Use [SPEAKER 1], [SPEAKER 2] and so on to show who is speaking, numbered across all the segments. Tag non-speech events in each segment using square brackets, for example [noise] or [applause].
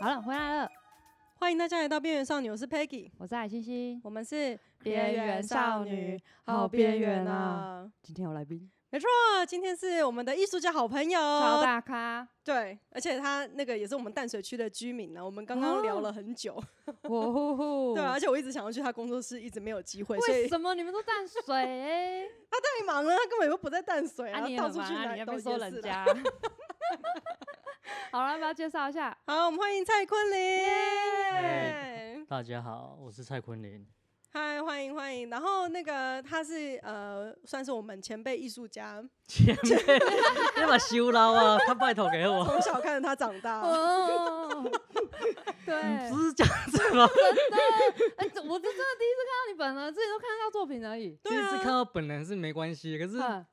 [SPEAKER 1] 好了，回来了，
[SPEAKER 2] 欢迎大家来到边缘少女，我是 Peggy，
[SPEAKER 1] 我是海星星。
[SPEAKER 2] 我们是
[SPEAKER 1] 边缘少女，好边缘啊！今天有来宾，
[SPEAKER 2] 没错，啊今天是我们的艺术家好朋友，
[SPEAKER 1] 超大咖，
[SPEAKER 2] 对，而且他那个也是我们淡水区的居民啊呢。我们刚刚聊了很
[SPEAKER 1] 啊
[SPEAKER 2] 久，
[SPEAKER 1] 哇呼呼！
[SPEAKER 2] 对、啊，而且我一直想要去他工作室，一直没有机会，所以
[SPEAKER 1] 为什么你们都淡
[SPEAKER 2] [laughs]
[SPEAKER 1] 水？哎
[SPEAKER 2] 太忙了，他根本就不在淡水，然
[SPEAKER 1] 啊，你
[SPEAKER 2] 后
[SPEAKER 1] 也
[SPEAKER 2] 哎到
[SPEAKER 1] 很
[SPEAKER 2] 处去
[SPEAKER 1] 烦啊，
[SPEAKER 2] 哪
[SPEAKER 1] 你
[SPEAKER 2] 里
[SPEAKER 1] 要
[SPEAKER 2] 都
[SPEAKER 1] 被
[SPEAKER 2] 有
[SPEAKER 1] 说
[SPEAKER 2] 夜
[SPEAKER 1] 人
[SPEAKER 2] 市啦。 [laughs]
[SPEAKER 1] 家。好了，要不要介绍一下？
[SPEAKER 2] 好，我们欢迎蔡坤
[SPEAKER 3] 耶
[SPEAKER 2] 林。
[SPEAKER 3] 大家好，我是蔡坤林。
[SPEAKER 2] 嗨，欢迎欢迎。然后那个他是呃，算是我们前辈艺术家，
[SPEAKER 1] 哦
[SPEAKER 3] 前辈，你把修捞啊，他拜托给我，
[SPEAKER 2] 从小看着他长
[SPEAKER 1] [laughs]
[SPEAKER 2] 大。[laughs]
[SPEAKER 1] 哦，
[SPEAKER 2] 嗯
[SPEAKER 1] 对，
[SPEAKER 3] 不是这样子吗？
[SPEAKER 1] 哎，这我这真的第一次看到你本人，自己都看得到作品而已。
[SPEAKER 3] 第一次
[SPEAKER 2] 啊
[SPEAKER 3] 看到本人是没关系，可是
[SPEAKER 1] 嗯，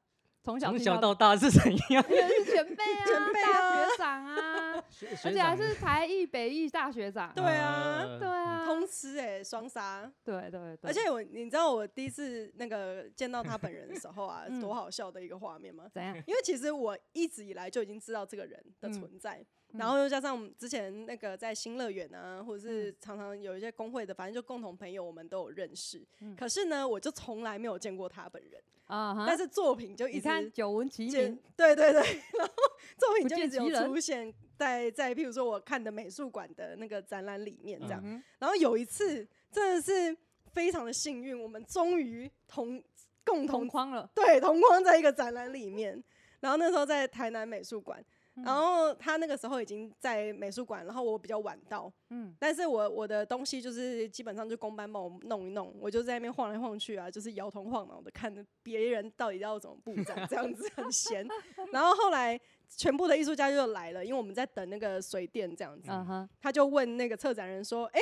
[SPEAKER 1] 从小
[SPEAKER 3] 从
[SPEAKER 1] 听
[SPEAKER 3] 小到大是怎样？
[SPEAKER 1] [laughs] 你也是前辈啊，
[SPEAKER 2] 前辈啊
[SPEAKER 1] 大学长 [laughs] 啊，
[SPEAKER 3] 学
[SPEAKER 1] 而
[SPEAKER 3] 学
[SPEAKER 1] 且还
[SPEAKER 3] 长
[SPEAKER 1] 是台艺北艺大学长。
[SPEAKER 2] 对啊
[SPEAKER 3] 呃
[SPEAKER 1] 对啊，
[SPEAKER 2] [laughs] 通吃哎、双杀。
[SPEAKER 1] 对对对，，
[SPEAKER 2] 而且我，你知道我第一次那个见到他本人的时候啊
[SPEAKER 1] [laughs] 嗯
[SPEAKER 2] 多好笑的一个画面吗？
[SPEAKER 1] 怎样？
[SPEAKER 2] 因为其实我一直以来就已经知道这个人的存在，
[SPEAKER 1] 嗯
[SPEAKER 2] 然后又加上我们之前那个在新乐园啊，或者是常常有一些工会的，反正就共同朋友，我们都有认识。
[SPEAKER 1] 嗯
[SPEAKER 2] 可是呢，我就从来没有见过他本人，
[SPEAKER 1] 啊哈
[SPEAKER 2] 但是作品就一
[SPEAKER 1] 你
[SPEAKER 2] 直
[SPEAKER 1] 看久闻其
[SPEAKER 2] 见
[SPEAKER 1] 名，，嗯
[SPEAKER 2] 对对 [laughs] 对，然后作品
[SPEAKER 1] 不
[SPEAKER 2] 就
[SPEAKER 1] 见
[SPEAKER 2] 一直有
[SPEAKER 1] 其人
[SPEAKER 2] 出现在在，譬如说我看的美术馆的那个展览里面这样。
[SPEAKER 1] 嗯
[SPEAKER 2] 然后有一次真的是非常的幸运，我们终于同共
[SPEAKER 1] 哼同
[SPEAKER 2] 同
[SPEAKER 1] 框了，
[SPEAKER 2] 对同框在一个展览里面。然后那时候在台南美术馆，
[SPEAKER 1] 嗯
[SPEAKER 2] 然后他那个时候已经在美术馆，然后我比较晚到，
[SPEAKER 1] 嗯，
[SPEAKER 2] 但是我我的东西就是基本上就公班帮我弄一弄，我就在那边晃来晃去啊，就是摇头晃脑的看别人到底要怎么布展，这样子很闲。 [laughs] 然后后来全部的艺术家就来了，因为我们在等那个水电这样子，
[SPEAKER 1] 嗯哼，
[SPEAKER 2] 他就问那个策展人说：“哎、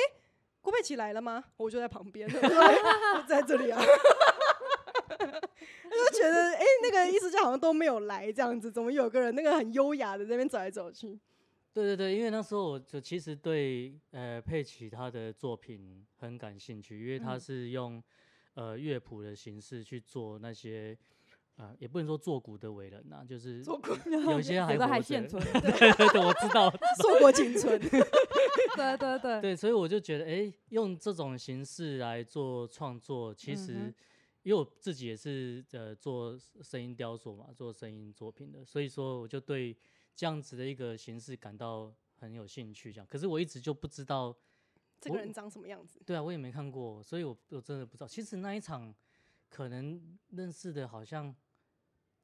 [SPEAKER 2] 郭佩奇来了吗？”我就在旁
[SPEAKER 3] [laughs]
[SPEAKER 2] 边，我说诶我在这里啊。 [laughs] 他就觉得，哎、那个艺术家好像都没有来，这样子，怎么有个人那个很优雅的在那边走来走去？
[SPEAKER 3] 对对对，因为那时候我就其实对呃佩奇他的作品很感兴趣，因为他
[SPEAKER 1] 嗯
[SPEAKER 3] 是用、呃乐谱的形式去做那些呃也不能说作古的伟人呐、就是
[SPEAKER 2] 硕果
[SPEAKER 3] 有些啊还
[SPEAKER 1] 有的还
[SPEAKER 3] 活
[SPEAKER 1] 现
[SPEAKER 3] 着
[SPEAKER 1] 存
[SPEAKER 3] [laughs]
[SPEAKER 1] [laughs]
[SPEAKER 3] 对对对，我知道。
[SPEAKER 2] 硕果仅
[SPEAKER 3] [laughs]
[SPEAKER 2] 存，
[SPEAKER 1] 对对对，
[SPEAKER 3] 对，所以我就觉得，哎、用这种形式来做创作，其实、
[SPEAKER 1] 嗯哼
[SPEAKER 3] 因为我自己也是呃做声音雕塑嘛，做声音作品的，所以说我就对这样子的一个形式感到很有兴趣。这样，可是我一直就不知道，
[SPEAKER 2] 这个人长什么样子？
[SPEAKER 3] 对啊，我也没看过，所以我我真的不知道。其实那一场可能认识的好像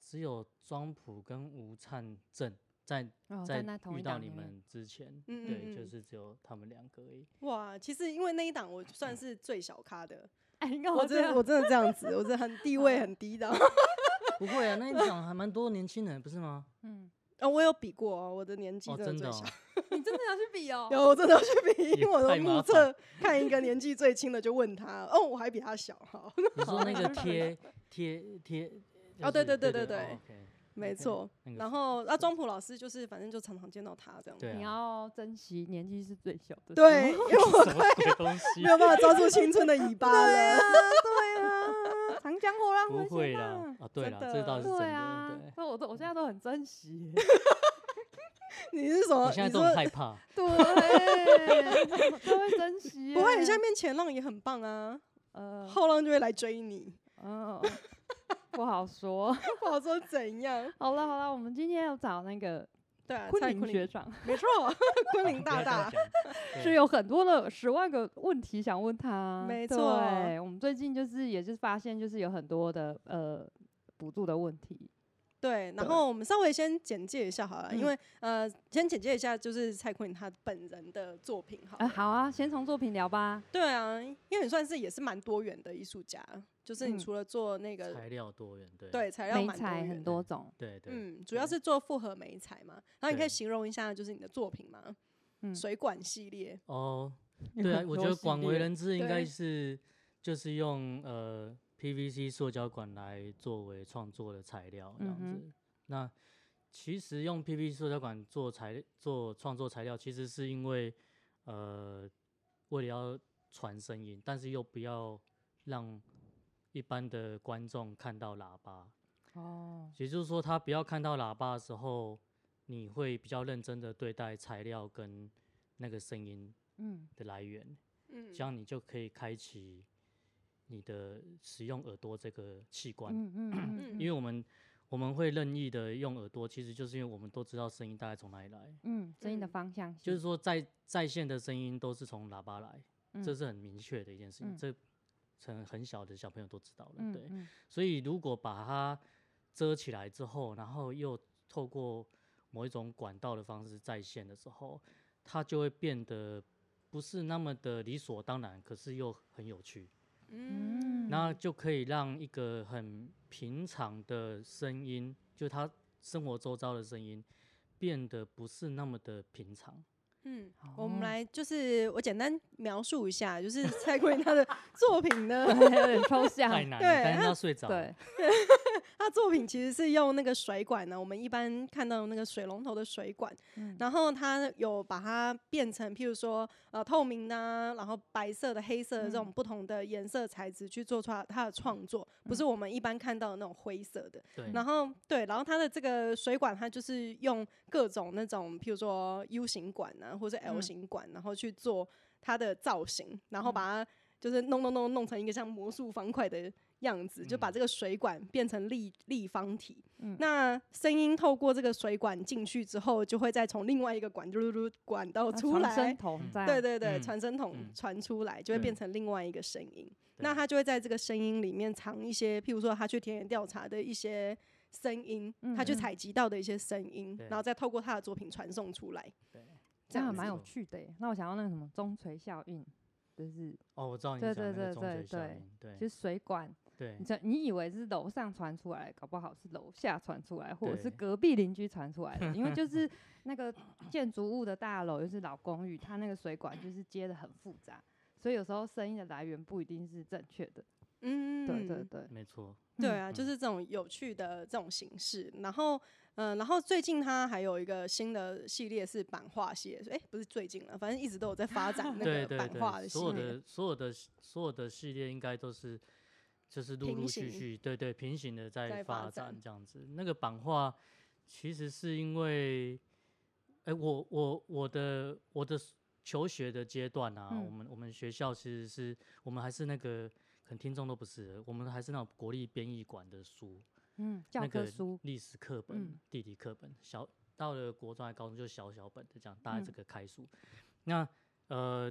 [SPEAKER 3] 只有庄普跟吴灿正在
[SPEAKER 1] 哦
[SPEAKER 3] 在
[SPEAKER 1] 那同
[SPEAKER 3] 遇
[SPEAKER 1] 一
[SPEAKER 3] 到
[SPEAKER 1] 档
[SPEAKER 3] 你
[SPEAKER 1] 里面
[SPEAKER 3] 们之前，
[SPEAKER 2] 嗯
[SPEAKER 3] 对，
[SPEAKER 2] 嗯
[SPEAKER 3] 就
[SPEAKER 2] 嗯
[SPEAKER 3] 是只有他们两个而已。
[SPEAKER 2] 哇，其实因为那一档我算是最小咖的，
[SPEAKER 1] 哎，你
[SPEAKER 3] 哦
[SPEAKER 1] 看
[SPEAKER 2] 我
[SPEAKER 1] 这
[SPEAKER 3] 啊
[SPEAKER 2] 真的我
[SPEAKER 1] 样，
[SPEAKER 2] 真的这样子，我真的很地
[SPEAKER 3] [laughs] 嗯
[SPEAKER 2] 位很低的。啊
[SPEAKER 3] 不会啊，那你讲还蛮多年轻人不是吗？
[SPEAKER 1] 嗯，
[SPEAKER 2] 啊，我有比过哦，我的年纪
[SPEAKER 3] 哦，
[SPEAKER 2] 的
[SPEAKER 3] 真
[SPEAKER 2] 最
[SPEAKER 3] 的、
[SPEAKER 2] 小，，
[SPEAKER 3] 哦，
[SPEAKER 1] 你真的要去比哦
[SPEAKER 2] 有我真的要去
[SPEAKER 3] [laughs]
[SPEAKER 2] 比，因为我
[SPEAKER 3] 太
[SPEAKER 2] 的
[SPEAKER 3] 麻
[SPEAKER 2] 目测看一个年纪最轻的就问他，哦，我还比他小哈，
[SPEAKER 3] [laughs] 你说
[SPEAKER 2] [laughs]
[SPEAKER 3] 那个
[SPEAKER 1] 好
[SPEAKER 3] 贴贴贴，
[SPEAKER 2] 哦对
[SPEAKER 3] 就是
[SPEAKER 2] 对
[SPEAKER 3] 对
[SPEAKER 2] 对对对
[SPEAKER 3] 哦，OK，
[SPEAKER 2] 没错。
[SPEAKER 3] 那个
[SPEAKER 2] 然后啊，庄普老师就是反正就常常见到他这样，
[SPEAKER 3] 对
[SPEAKER 1] 你
[SPEAKER 3] 啊，哦
[SPEAKER 1] 要珍惜年纪是最小的，
[SPEAKER 2] 对，因为我
[SPEAKER 3] 什么鬼东西
[SPEAKER 2] 没？有办法抓住青春的尾巴 [laughs] 了。
[SPEAKER 1] 对啊，长江后浪
[SPEAKER 3] 不会
[SPEAKER 1] 先
[SPEAKER 3] 啦
[SPEAKER 1] 浪，，
[SPEAKER 3] 啊，对
[SPEAKER 2] 真
[SPEAKER 3] 啦，这倒是真
[SPEAKER 1] 对
[SPEAKER 3] 的，
[SPEAKER 1] 啊
[SPEAKER 3] 对，。
[SPEAKER 1] 那我都我现在都很珍惜耶，
[SPEAKER 2] [laughs] 你是什么？
[SPEAKER 3] 我现
[SPEAKER 2] 哦
[SPEAKER 3] 在
[SPEAKER 2] 你
[SPEAKER 3] 都很
[SPEAKER 2] 说
[SPEAKER 3] 害怕，
[SPEAKER 1] 对，我 [laughs] 都会珍惜耶，
[SPEAKER 2] 不会，你现在面前浪也很棒啊，
[SPEAKER 3] 嗯
[SPEAKER 1] 呃，
[SPEAKER 2] 后浪就会来追你， [laughs]
[SPEAKER 1] 嗯，不好说。
[SPEAKER 2] 不好说怎样。
[SPEAKER 1] 好了好了，我们今天要找那个
[SPEAKER 2] 对啊，
[SPEAKER 1] 昆
[SPEAKER 2] 蔡
[SPEAKER 1] 凌
[SPEAKER 2] 坤
[SPEAKER 1] 学
[SPEAKER 2] 林，
[SPEAKER 1] 长，
[SPEAKER 2] 没错， [laughs] 昆凌大大。
[SPEAKER 3] 对
[SPEAKER 1] 是有很多的十万个问题想问他。啊
[SPEAKER 2] 没
[SPEAKER 1] 对
[SPEAKER 2] 错
[SPEAKER 1] 我们最近就是也是发现，就是有很多的呃补助的问题。
[SPEAKER 2] 对，
[SPEAKER 1] 对
[SPEAKER 2] 然后我们稍微先简介一下好了，
[SPEAKER 1] 嗯
[SPEAKER 2] 因为呃，先简介一下就是蔡坤他本人的作品好了
[SPEAKER 1] 啊，好啊，先从作品聊吧。
[SPEAKER 2] 对啊，因为你算是也是蛮多元的艺术家，就是
[SPEAKER 1] 嗯
[SPEAKER 2] 你除了做那个、
[SPEAKER 3] 材料多元，对
[SPEAKER 2] 对材料
[SPEAKER 1] 美
[SPEAKER 2] 蛮多
[SPEAKER 1] 彩
[SPEAKER 2] 元
[SPEAKER 1] 很
[SPEAKER 2] 的
[SPEAKER 1] 多种，
[SPEAKER 3] 对对，
[SPEAKER 2] 嗯，主要是做复合美材嘛。然后你可以
[SPEAKER 3] 对
[SPEAKER 2] 形容一下就是你的作品嘛，
[SPEAKER 1] 嗯
[SPEAKER 2] 水管系列，
[SPEAKER 3] 哦，
[SPEAKER 1] 有
[SPEAKER 3] 对啊
[SPEAKER 1] [laughs] 很，
[SPEAKER 3] 我
[SPEAKER 1] 多
[SPEAKER 3] 觉得
[SPEAKER 1] 系
[SPEAKER 3] 广为
[SPEAKER 1] 列
[SPEAKER 3] 人知应该
[SPEAKER 2] 对
[SPEAKER 3] 是就是用呃 PVC 塑胶管来作为创作的材料这样子。
[SPEAKER 1] 嗯哼
[SPEAKER 3] 那其实用 PVC 塑胶管做材做创作材料，其实是因为呃为了要传声音，但是又不要让一般的观众看到喇叭，
[SPEAKER 1] 哦，
[SPEAKER 3] 也就是说他不要看到喇叭的时候，你会比较认真的对待材料跟那个声音
[SPEAKER 1] 嗯，
[SPEAKER 3] 的来源，
[SPEAKER 2] 嗯
[SPEAKER 3] 这样你就可以开启你的使用耳朵这个器官。
[SPEAKER 1] 嗯嗯嗯
[SPEAKER 3] 因为我们我们会任意的用耳朵，其实就是因为我们都知道声音大概从哪里来，
[SPEAKER 1] 嗯，声音的
[SPEAKER 2] 嗯
[SPEAKER 1] 方向
[SPEAKER 3] 就是
[SPEAKER 1] 性
[SPEAKER 3] 说在在线的声音都是从喇叭来，这
[SPEAKER 1] 嗯
[SPEAKER 3] 是很明确的一件事情，
[SPEAKER 1] 嗯
[SPEAKER 3] 这很很小的小朋友都知道了，
[SPEAKER 1] 嗯
[SPEAKER 3] 对。
[SPEAKER 1] 嗯
[SPEAKER 3] 所以如果把它遮起来之后，然后又透过某一种管道的方式再现的时候，它就会变得不是那么的理所当然，可是又很有趣，
[SPEAKER 1] 嗯
[SPEAKER 3] 那就可以让一个很平常的声音，就它生活周遭的声音，变得不是那么的平常。
[SPEAKER 2] 嗯，我们
[SPEAKER 1] 哦
[SPEAKER 2] 来就是我简单描述一下，就是蔡国英
[SPEAKER 1] [laughs]
[SPEAKER 2] 他的作品呢，
[SPEAKER 1] 有点抽 [laughs] 象，
[SPEAKER 3] 太难了，
[SPEAKER 2] 对
[SPEAKER 3] 但是
[SPEAKER 2] 它
[SPEAKER 3] 它睡着了。
[SPEAKER 1] 对，
[SPEAKER 2] 他作品其实是用那个水管呢，我们一般看到的那个水龙头的水管，
[SPEAKER 1] 嗯
[SPEAKER 2] 然后他有把它变成，譬如说呃透明的啊、然后白色的、黑色的这种
[SPEAKER 1] 嗯
[SPEAKER 2] 不同的颜色材质去做出来他的创作，不
[SPEAKER 1] 嗯
[SPEAKER 2] 是我们一般看到的那种灰色的。
[SPEAKER 3] 对
[SPEAKER 2] 然后对，然后它的这个水管，它就是用各种那种，譬如说 U 型管啊，或者
[SPEAKER 1] 嗯
[SPEAKER 2] L 型管，然后去做它的造型，然后把它就是弄弄弄弄成一个像魔术方块的样子，就把
[SPEAKER 3] 嗯
[SPEAKER 2] 这个水管变成立立方体。
[SPEAKER 1] 嗯
[SPEAKER 2] 那声音透过这个水管进去之后，就会再从另外一个管嘟嘟嘟管道
[SPEAKER 1] 那
[SPEAKER 2] 出
[SPEAKER 1] 传
[SPEAKER 2] 来，
[SPEAKER 1] 声筒
[SPEAKER 3] 嗯
[SPEAKER 1] 这样，
[SPEAKER 2] 对对对，
[SPEAKER 3] 嗯
[SPEAKER 2] 传声筒
[SPEAKER 3] 嗯
[SPEAKER 2] 传出来就会变
[SPEAKER 3] 对
[SPEAKER 2] 成另外一个声音，
[SPEAKER 3] 对
[SPEAKER 2] 那他就会在这个声音里面藏一些，譬如说他去田野调查的一些声音，他去
[SPEAKER 1] 嗯嗯
[SPEAKER 2] 采集到的一些声音，
[SPEAKER 3] 对
[SPEAKER 2] 然后再透过他的作品传送出来。
[SPEAKER 3] 对
[SPEAKER 1] 这样还蛮
[SPEAKER 3] 子
[SPEAKER 1] 有
[SPEAKER 3] 哦
[SPEAKER 1] 趣的耶。那我想要那个什么中垂效应，就是
[SPEAKER 3] 哦，我知道你
[SPEAKER 1] 对
[SPEAKER 3] 讲那
[SPEAKER 1] 对对
[SPEAKER 3] 个中学
[SPEAKER 1] 对
[SPEAKER 3] 效
[SPEAKER 1] 对
[SPEAKER 3] 应，
[SPEAKER 1] 就是
[SPEAKER 3] 对
[SPEAKER 1] 水管，
[SPEAKER 3] 对
[SPEAKER 1] 你这你以为是楼上传出来，搞不好是楼下传出来，或者是
[SPEAKER 3] 对
[SPEAKER 1] 隔壁邻居传出来的，因为就是那个建筑物的大楼，又是老公寓，它那个水管就是接的很复杂，所以有时候声音的来源不一定是正确的。
[SPEAKER 2] 嗯，
[SPEAKER 1] 对对对，
[SPEAKER 3] 没错，
[SPEAKER 2] 对
[SPEAKER 1] 嗯
[SPEAKER 2] 啊，就是这种有趣的这种形式。然后，嗯、然后最近它还有一个新的系列是版画系列，哎、不是最近了，反正一直都有在发展
[SPEAKER 3] [laughs]
[SPEAKER 2] 那
[SPEAKER 3] 对
[SPEAKER 2] 个
[SPEAKER 3] 对
[SPEAKER 2] 版画
[SPEAKER 3] 对，
[SPEAKER 2] 系
[SPEAKER 3] 所有
[SPEAKER 2] 列。
[SPEAKER 3] 的所有的所有的系列应该都是就是陆
[SPEAKER 2] 平
[SPEAKER 3] 陆续
[SPEAKER 2] 行
[SPEAKER 3] 续，对对，平行的在
[SPEAKER 2] 在发
[SPEAKER 3] 发展
[SPEAKER 2] 展
[SPEAKER 3] 这样子。那个版画其实是因为，哎、我我我的我的 s- 求学的阶段啊，我
[SPEAKER 1] 嗯
[SPEAKER 3] 们我们学校其实是我们还是那个。可能听众都不是，我们还是那种国立编译馆的书，
[SPEAKER 1] 嗯，教
[SPEAKER 3] 那
[SPEAKER 1] 科
[SPEAKER 3] 个
[SPEAKER 1] 书，
[SPEAKER 3] 历史课本、
[SPEAKER 1] 嗯
[SPEAKER 3] 地理课本，小到了国中还高中就小小本的这样，大概
[SPEAKER 1] 嗯
[SPEAKER 3] 这个开书。那呃，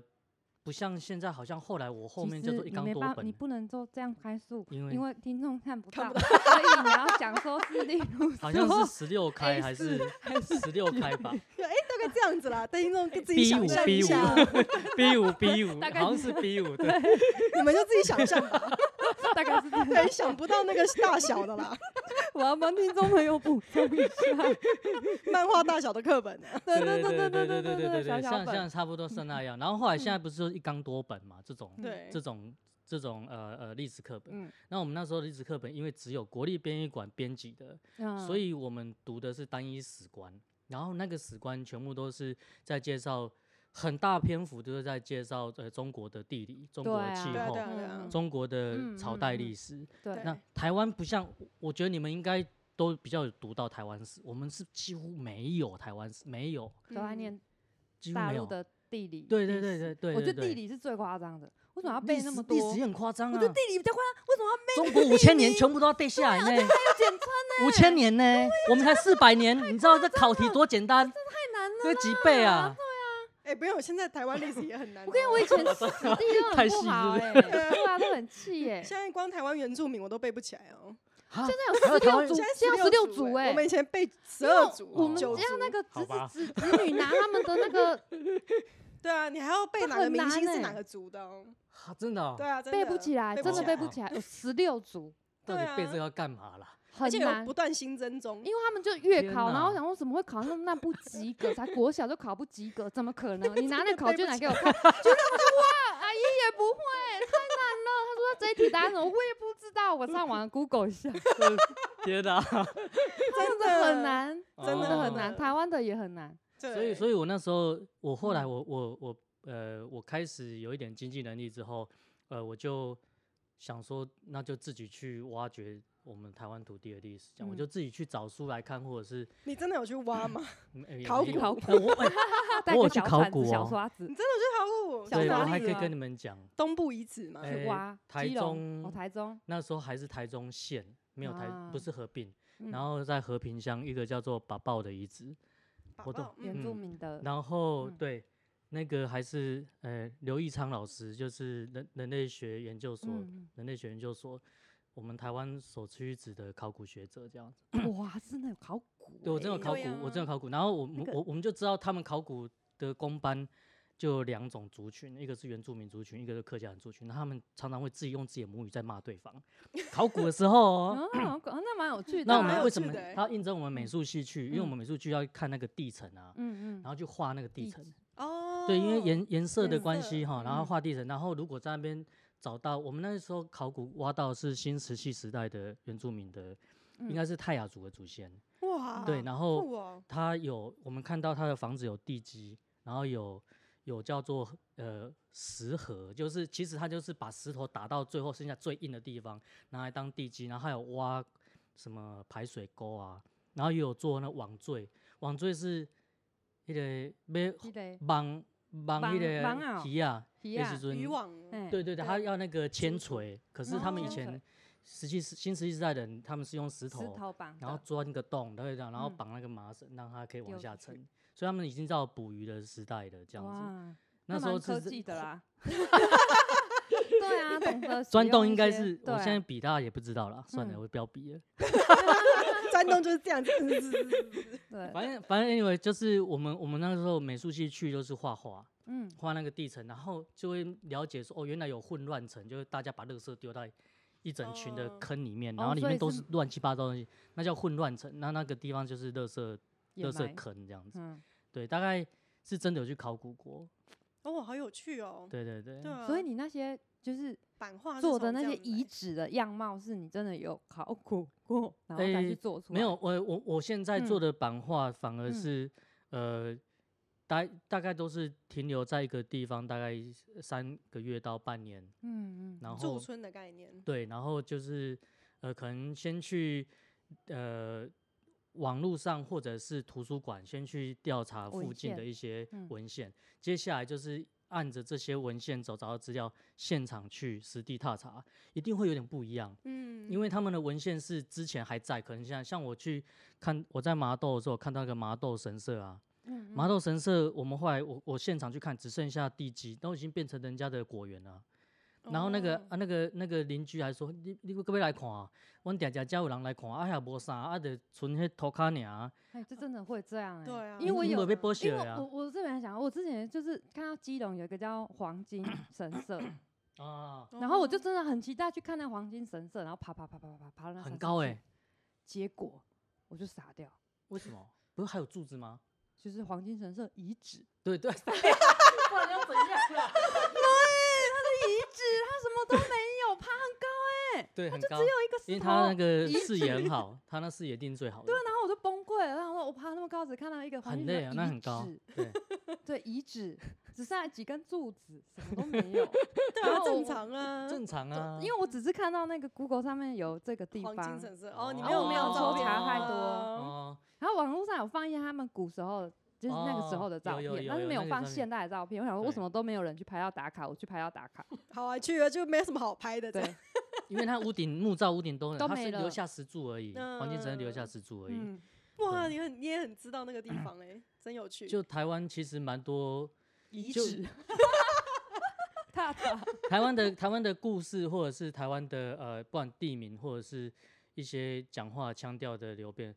[SPEAKER 3] 不像现在，好像后来我后
[SPEAKER 1] 其
[SPEAKER 3] 面叫
[SPEAKER 1] 实
[SPEAKER 3] 做一
[SPEAKER 1] 你
[SPEAKER 3] 纲
[SPEAKER 1] 没
[SPEAKER 3] 多
[SPEAKER 1] 办法
[SPEAKER 3] 本
[SPEAKER 1] 你
[SPEAKER 3] 了，
[SPEAKER 1] 不能做这样开数，
[SPEAKER 3] 因为
[SPEAKER 1] 因为听众看不到，所以你要想说是例如
[SPEAKER 3] 好像
[SPEAKER 1] 说哎
[SPEAKER 3] 是十六开还是十六开吧
[SPEAKER 2] 对，哎、大概这样子啦，但听众自己
[SPEAKER 3] ？B
[SPEAKER 2] 想
[SPEAKER 3] 五
[SPEAKER 2] 象一
[SPEAKER 3] B 五
[SPEAKER 2] 下，
[SPEAKER 3] B 五 B 五，
[SPEAKER 1] 大概
[SPEAKER 3] 好像是 B 五对。
[SPEAKER 2] [laughs] 你们就自己想象吧。
[SPEAKER 1] 大概是这样
[SPEAKER 2] 对，想不到那个大小的啦，
[SPEAKER 1] 我要帮听众朋友补充一下。
[SPEAKER 2] 漫画大小的课本、啊。
[SPEAKER 3] 对对对对对对对对
[SPEAKER 1] 小小
[SPEAKER 3] 对，像
[SPEAKER 1] 本
[SPEAKER 3] 像差不多是那样。然后后来现在不是说一纲多本嘛，这种
[SPEAKER 2] 对，
[SPEAKER 3] 嗯这种这种呃呃历史课本。
[SPEAKER 1] 嗯，
[SPEAKER 3] 那我们那时候历史课本，因为只有国立编译馆编辑的，
[SPEAKER 1] 嗯
[SPEAKER 3] 所以我们读的是单一史观，然后那个史观全部都是在介绍很大篇幅，都是在介绍呃中国的地理、中国的
[SPEAKER 1] 对啊
[SPEAKER 3] 气
[SPEAKER 2] 对啊，
[SPEAKER 3] 候
[SPEAKER 2] 对、啊，对啊
[SPEAKER 1] 嗯。
[SPEAKER 3] 中国的
[SPEAKER 1] 嗯
[SPEAKER 3] 朝
[SPEAKER 1] 嗯
[SPEAKER 3] 代
[SPEAKER 1] 嗯
[SPEAKER 3] 历史。
[SPEAKER 1] 对
[SPEAKER 2] 对
[SPEAKER 3] 那台湾不像，我我觉得你们应该都比较有读到台湾史，我们是几乎没有台湾史，没有，
[SPEAKER 1] 都在
[SPEAKER 2] 嗯
[SPEAKER 1] 念
[SPEAKER 3] 几乎
[SPEAKER 1] 大
[SPEAKER 3] 没
[SPEAKER 1] 陆
[SPEAKER 3] 有。
[SPEAKER 1] 的地理。
[SPEAKER 3] 对
[SPEAKER 1] 历
[SPEAKER 3] 对对
[SPEAKER 1] 史
[SPEAKER 3] 对对
[SPEAKER 1] 我
[SPEAKER 3] 对
[SPEAKER 1] 觉得地
[SPEAKER 3] 对
[SPEAKER 1] 理是最夸张的。为什么要
[SPEAKER 3] 历
[SPEAKER 1] 啊背那
[SPEAKER 3] 史
[SPEAKER 1] 么多？
[SPEAKER 3] 历史也很夸张
[SPEAKER 1] 我
[SPEAKER 3] 啊
[SPEAKER 1] 觉！得地啊理比较夸张，为什么要
[SPEAKER 3] 中国五千年全部都要背下来呢，五千年呢，
[SPEAKER 1] 啊
[SPEAKER 3] 我们才四百年，你知道这考题多简单？
[SPEAKER 1] 太
[SPEAKER 2] [laughs]
[SPEAKER 1] 难了？
[SPEAKER 3] 这几倍啊！
[SPEAKER 2] 哎、不用，现在台湾历史也很难哦。
[SPEAKER 1] 我跟你我以前史地都
[SPEAKER 3] 太
[SPEAKER 1] 很
[SPEAKER 3] 细
[SPEAKER 1] 不好
[SPEAKER 3] 是
[SPEAKER 1] 哎，对啊，都很气
[SPEAKER 3] [laughs]
[SPEAKER 1] 耶。
[SPEAKER 2] [laughs] 现在光台湾原住民我都背不起来哦。
[SPEAKER 3] 现
[SPEAKER 1] 现在有十六组，嗯现在有十六组
[SPEAKER 2] 哎，我们
[SPEAKER 1] 哎。
[SPEAKER 2] 以前背十
[SPEAKER 1] 因为
[SPEAKER 2] 二组，
[SPEAKER 1] 我们
[SPEAKER 2] 九
[SPEAKER 1] 这
[SPEAKER 2] 组
[SPEAKER 1] 样那个
[SPEAKER 3] 好吧
[SPEAKER 1] 只是子子女拿他们的那
[SPEAKER 2] [laughs]
[SPEAKER 1] 个
[SPEAKER 2] 对啊，你还要背哪个明星是哪
[SPEAKER 1] 这很难欸
[SPEAKER 2] 个族的哦。
[SPEAKER 3] 啊，真的、哦，
[SPEAKER 2] 对啊，真的
[SPEAKER 1] 背不起来，真的背不
[SPEAKER 3] 好
[SPEAKER 1] 起来，有十六组，
[SPEAKER 3] 到底
[SPEAKER 2] 对
[SPEAKER 3] 背
[SPEAKER 2] 啊
[SPEAKER 3] 这个要干嘛啦？ [laughs]
[SPEAKER 2] 而
[SPEAKER 1] 很
[SPEAKER 2] 且有
[SPEAKER 1] 难
[SPEAKER 2] 不。断新增中
[SPEAKER 1] 因。为他们就月
[SPEAKER 3] 天
[SPEAKER 1] 考，然后
[SPEAKER 3] 哪
[SPEAKER 1] 想说怎么会考那么那不及格，才国小就考不及格，怎么
[SPEAKER 3] [laughs]
[SPEAKER 1] 可能？你拿那
[SPEAKER 2] 真
[SPEAKER 1] 个
[SPEAKER 2] 的
[SPEAKER 1] 考
[SPEAKER 2] 背
[SPEAKER 1] 卷
[SPEAKER 2] 不
[SPEAKER 1] 来
[SPEAKER 2] 起
[SPEAKER 1] 给我看，就让我说哇，阿姨也不会，太难了。他说这一题答案什么，我也不知道，我上网 Google 一
[SPEAKER 3] [laughs]
[SPEAKER 1] 下，
[SPEAKER 3] 天哪、
[SPEAKER 1] 真
[SPEAKER 2] 真
[SPEAKER 1] 的
[SPEAKER 2] 的
[SPEAKER 1] 很难，
[SPEAKER 2] 真
[SPEAKER 1] 真
[SPEAKER 2] 的
[SPEAKER 1] 的
[SPEAKER 2] 哦
[SPEAKER 1] 很难，台湾的也很难。
[SPEAKER 2] 对，
[SPEAKER 3] 哦所以，所
[SPEAKER 2] 以
[SPEAKER 3] 以我那时候，我
[SPEAKER 1] 嗯
[SPEAKER 3] 后来我我我呃，我开始有一点经济能力之后，呃，我就想说，那就自己去挖掘我们台湾土地的历史这样，我
[SPEAKER 1] 嗯
[SPEAKER 3] 就自己去找书来看，或者是
[SPEAKER 2] 你真的有去挖吗？
[SPEAKER 3] 嗯
[SPEAKER 2] [laughs]
[SPEAKER 3] 哎
[SPEAKER 2] 考
[SPEAKER 3] 也
[SPEAKER 2] 古
[SPEAKER 3] 有呃 [laughs] 我哎
[SPEAKER 1] 带个
[SPEAKER 3] 我有去
[SPEAKER 1] 小
[SPEAKER 3] 考
[SPEAKER 1] 铲
[SPEAKER 3] 古
[SPEAKER 1] 子、小
[SPEAKER 3] 哦
[SPEAKER 1] 刷子
[SPEAKER 2] 你真的有去考古？
[SPEAKER 1] 小
[SPEAKER 3] 对，
[SPEAKER 1] 哪
[SPEAKER 3] 我
[SPEAKER 1] 里
[SPEAKER 3] 还可以
[SPEAKER 1] 啊
[SPEAKER 3] 跟你们讲，
[SPEAKER 2] [laughs] 东部遗址吗？
[SPEAKER 3] 哎
[SPEAKER 1] 去挖。
[SPEAKER 3] 台
[SPEAKER 1] 基隆哦，
[SPEAKER 3] 中
[SPEAKER 1] 台中，
[SPEAKER 3] 那时候还是台中县，没有台
[SPEAKER 1] 啊
[SPEAKER 3] 不是合并，
[SPEAKER 1] 嗯
[SPEAKER 3] 然后在和平乡一个叫做把报的遗址，
[SPEAKER 2] 宝
[SPEAKER 3] 我懂
[SPEAKER 2] 宝嗯
[SPEAKER 1] 原住
[SPEAKER 3] 嗯
[SPEAKER 1] 民的
[SPEAKER 3] 然后
[SPEAKER 1] 嗯
[SPEAKER 3] 对那个还是呃刘义昌老师，就是人人类学研究所
[SPEAKER 1] 嗯
[SPEAKER 3] 人类学研究所，我们台湾所区指的考古学者这样子。
[SPEAKER 1] 嗯哇，真的有考古欸，
[SPEAKER 3] 对我真的有考古
[SPEAKER 2] 对，
[SPEAKER 3] 我真的有
[SPEAKER 2] 啊
[SPEAKER 3] 考古。然后我
[SPEAKER 1] 那
[SPEAKER 3] 们
[SPEAKER 1] 个
[SPEAKER 3] 我我们就知道他们考古的工班就有两种族群，一个是原住民族群，一个是客家人族群。那他们常常会自己用自己的母语在骂对方。考古的时候哦、
[SPEAKER 1] [laughs] 啊，好搞那蛮有趣的
[SPEAKER 3] 那
[SPEAKER 1] 啊。
[SPEAKER 3] 我
[SPEAKER 2] 蛮
[SPEAKER 3] 们
[SPEAKER 2] 有
[SPEAKER 3] 为什
[SPEAKER 2] 趣
[SPEAKER 3] 么
[SPEAKER 2] 的欸
[SPEAKER 3] 他要印证我们美术系去？因为我
[SPEAKER 1] 嗯
[SPEAKER 3] 们美术剧要看那个地层啊，
[SPEAKER 1] 嗯
[SPEAKER 3] 然
[SPEAKER 1] 嗯，
[SPEAKER 3] 后去画那个地
[SPEAKER 1] 地
[SPEAKER 3] 层。啊
[SPEAKER 2] 哦，
[SPEAKER 3] 对，因为颜颜色的
[SPEAKER 2] 颜
[SPEAKER 3] 关
[SPEAKER 2] 色
[SPEAKER 3] 系哈，然后
[SPEAKER 1] 嗯
[SPEAKER 3] 画地层，然后如果在那边找到，我们那时候考古挖到是新石器时代的原住民的，应
[SPEAKER 1] 嗯
[SPEAKER 3] 该是泰雅族的祖先。
[SPEAKER 2] 哇，
[SPEAKER 3] 对，
[SPEAKER 1] 啊
[SPEAKER 3] 然后
[SPEAKER 2] 酷哦，
[SPEAKER 3] 它有我们看到它的房子有地基，然后有有叫做呃石盒，就是其实它就是把石头打到最后剩下最硬的地方，拿来当地基，然后还有挖什么排水沟啊，然后也有做那网坠，网坠是那个要
[SPEAKER 1] 记得
[SPEAKER 3] 绑绑
[SPEAKER 1] 绑
[SPEAKER 3] 那
[SPEAKER 1] 绑
[SPEAKER 3] 个
[SPEAKER 1] 袄
[SPEAKER 3] 鱼啊，
[SPEAKER 1] 皮
[SPEAKER 3] 那
[SPEAKER 1] 亚
[SPEAKER 3] 时，阵
[SPEAKER 2] 渔网，哦
[SPEAKER 1] 哎
[SPEAKER 3] 对对对，它
[SPEAKER 2] 对
[SPEAKER 3] 要那个铅
[SPEAKER 2] 竹
[SPEAKER 3] 锤，可是他们以
[SPEAKER 2] 哦
[SPEAKER 1] 铅
[SPEAKER 3] 前
[SPEAKER 1] 锤
[SPEAKER 3] 石器时新石器时代的人，他们是用石
[SPEAKER 1] 石
[SPEAKER 3] 头。
[SPEAKER 1] 头绑的，
[SPEAKER 3] 然后钻一个洞，然后这样，然后
[SPEAKER 1] 嗯
[SPEAKER 3] 绑那个麻绳，让它可以
[SPEAKER 1] 丢
[SPEAKER 3] 往下
[SPEAKER 1] 出去
[SPEAKER 3] 沉。所以他们已经到捕鱼的时代了，这样子。
[SPEAKER 1] 哇，
[SPEAKER 3] 那时
[SPEAKER 1] 蛮
[SPEAKER 3] 候
[SPEAKER 1] 科
[SPEAKER 3] 是
[SPEAKER 1] 技的
[SPEAKER 3] [laughs] 这
[SPEAKER 1] 啦。对啊，懂得使
[SPEAKER 3] 钻
[SPEAKER 1] 用
[SPEAKER 3] 洞，
[SPEAKER 1] 一
[SPEAKER 3] 应该
[SPEAKER 1] 些
[SPEAKER 3] 是
[SPEAKER 1] 对
[SPEAKER 3] 我
[SPEAKER 1] 啊
[SPEAKER 3] 现在比大家也不知道啦，算了，
[SPEAKER 1] 嗯
[SPEAKER 3] 我不要比了。
[SPEAKER 2] [laughs] 山洞就是这样子，滋滋滋滋滋
[SPEAKER 1] 对，
[SPEAKER 3] 反正反正 anyway，就是我们我们那时候美术系去就是画画，
[SPEAKER 1] 嗯，
[SPEAKER 3] 画那个地层，然后就会了解说哦，原来有混乱层，就是大家把垃圾丢在一整群的
[SPEAKER 2] 哦
[SPEAKER 3] 坑里面，
[SPEAKER 1] 哦
[SPEAKER 3] 然后里
[SPEAKER 1] 所
[SPEAKER 3] 面
[SPEAKER 1] 以
[SPEAKER 3] 都
[SPEAKER 1] 是
[SPEAKER 3] 是乱七八糟的东西，那叫混乱层。那那个地方就是垃圾
[SPEAKER 1] 也
[SPEAKER 3] 垃圾
[SPEAKER 1] 蛮，
[SPEAKER 3] 坑这样子。
[SPEAKER 1] 嗯，
[SPEAKER 3] 对，大概是真的有去考古过。
[SPEAKER 2] 哦，好有趣哦，
[SPEAKER 3] 对对对。
[SPEAKER 2] 对啊，
[SPEAKER 1] 所以你那些就是
[SPEAKER 2] 版画是
[SPEAKER 1] 做
[SPEAKER 2] 从
[SPEAKER 1] 的那
[SPEAKER 2] 这
[SPEAKER 1] 些
[SPEAKER 2] 样子来
[SPEAKER 1] 遗址的样貌，是你真的有考古过，然后再去
[SPEAKER 3] 诶
[SPEAKER 1] 做出来，
[SPEAKER 3] 没有，我我我现在做
[SPEAKER 1] 嗯
[SPEAKER 3] 的版画反而
[SPEAKER 1] 嗯
[SPEAKER 3] 是、呃，大大概都是停留在一个地方，大概三个月到半年，
[SPEAKER 1] 嗯，嗯嗯，
[SPEAKER 3] 然
[SPEAKER 2] 驻
[SPEAKER 3] 后
[SPEAKER 2] 村的概念，
[SPEAKER 3] 对，然后就是呃，可能先去呃网络上或者是图书馆先去调查
[SPEAKER 1] 文
[SPEAKER 3] 附近的
[SPEAKER 1] 献
[SPEAKER 3] 一些
[SPEAKER 1] 嗯
[SPEAKER 3] 文献，接下来就是。按着这些文献找找到资料，现场去实地踏查，一定会有点不一样。
[SPEAKER 2] 嗯，
[SPEAKER 3] 因为他们的文献是之前还在，可能像像我去看我在麻豆的时候看到一个麻豆神社啊，
[SPEAKER 1] 嗯嗯
[SPEAKER 3] 麻豆神社我们后来我我现场去看，只剩下地基，都已经变成人家的果园了。然后那个、
[SPEAKER 2] 哦
[SPEAKER 3] 啊那个那个邻居还说，你你可不可以来看啊？阮嗲嗲家有人来看，啊也无啥，啊就存迄涂骹尔，啊
[SPEAKER 1] 哎，这真的会这样哎，
[SPEAKER 2] 对啊
[SPEAKER 1] 因为我
[SPEAKER 3] 你
[SPEAKER 1] 有
[SPEAKER 3] 没被剥
[SPEAKER 1] 因
[SPEAKER 3] 削
[SPEAKER 1] 为
[SPEAKER 3] 啊
[SPEAKER 1] 我我这边想，我之前就是看到基隆有一个叫黄金神
[SPEAKER 2] [coughs]
[SPEAKER 1] 社，
[SPEAKER 3] 啊，
[SPEAKER 1] 然后我就
[SPEAKER 2] 哦
[SPEAKER 1] 真的很期待去看那黄金神社，然后爬爬爬爬爬爬爬到那山
[SPEAKER 3] 很
[SPEAKER 1] 上
[SPEAKER 3] 高哎、
[SPEAKER 1] 去结果我就傻掉，
[SPEAKER 3] 为什么？不是还有柱子吗？
[SPEAKER 1] 就是黄金神社遗址，
[SPEAKER 3] 对对，
[SPEAKER 1] [laughs] 不然要怎样啊？对，它的遗址，它什么都没有，爬很高啊
[SPEAKER 3] 对，很高，
[SPEAKER 1] 有一个石头，
[SPEAKER 3] 因为他那个
[SPEAKER 1] 遗
[SPEAKER 3] 视野很好，他那视野一定最好的。
[SPEAKER 1] 对，啊然后我就崩溃了，然后我爬那么高，只看到一个黄
[SPEAKER 3] 很
[SPEAKER 1] 金神
[SPEAKER 3] 累啊，
[SPEAKER 1] 社
[SPEAKER 3] 那
[SPEAKER 1] 遗
[SPEAKER 3] 很高
[SPEAKER 1] 址，
[SPEAKER 3] 对。
[SPEAKER 1] 对，遗址只剩下几根柱子，什么都没
[SPEAKER 3] [laughs]
[SPEAKER 1] 有。
[SPEAKER 2] 对
[SPEAKER 1] 然
[SPEAKER 2] 啊，
[SPEAKER 1] 后
[SPEAKER 2] 正
[SPEAKER 1] 我
[SPEAKER 2] 常啊，
[SPEAKER 3] 正
[SPEAKER 1] [laughs]
[SPEAKER 3] 常啊，
[SPEAKER 1] 因为我只是看到那个 Google 上面有这个地
[SPEAKER 2] 黄
[SPEAKER 1] 方
[SPEAKER 2] 金，神社哦，你
[SPEAKER 3] 哦
[SPEAKER 2] 没有
[SPEAKER 3] 没有
[SPEAKER 2] 照
[SPEAKER 3] 抽
[SPEAKER 2] 片
[SPEAKER 3] 查
[SPEAKER 1] 太
[SPEAKER 2] 吗
[SPEAKER 1] 多
[SPEAKER 3] 哦，
[SPEAKER 1] 然后网络上有放一些他们古时候的，就是那个时候的
[SPEAKER 3] 哦
[SPEAKER 1] 照
[SPEAKER 3] 有
[SPEAKER 1] 片，
[SPEAKER 3] 有有
[SPEAKER 1] 但是
[SPEAKER 3] 有
[SPEAKER 1] 没
[SPEAKER 3] 那个
[SPEAKER 1] 放
[SPEAKER 3] 照片
[SPEAKER 1] 现代的照片。我想说，为什
[SPEAKER 3] 对
[SPEAKER 1] 么都没有人去拍到打卡？我去拍到打 [laughs] 卡，
[SPEAKER 2] 好啊，去了就没有什么好拍的，这
[SPEAKER 1] 对
[SPEAKER 2] 样，
[SPEAKER 3] 因为它屋顶木造屋顶都很
[SPEAKER 1] 都
[SPEAKER 3] 它
[SPEAKER 1] 没
[SPEAKER 3] 是留
[SPEAKER 1] 了
[SPEAKER 3] 下石柱而已，黄金神社留下石柱而已。
[SPEAKER 1] 嗯，
[SPEAKER 2] 哇，
[SPEAKER 3] 对嗯
[SPEAKER 2] 你很你也很知道那个地方哎，真有趣，
[SPEAKER 3] 就台湾其实蛮多，
[SPEAKER 1] 遗
[SPEAKER 3] 就
[SPEAKER 1] 址，踏踏，
[SPEAKER 3] 台湾的台湾的故事，或者是台湾的呃，不管地名或者是一些讲话腔调的流变，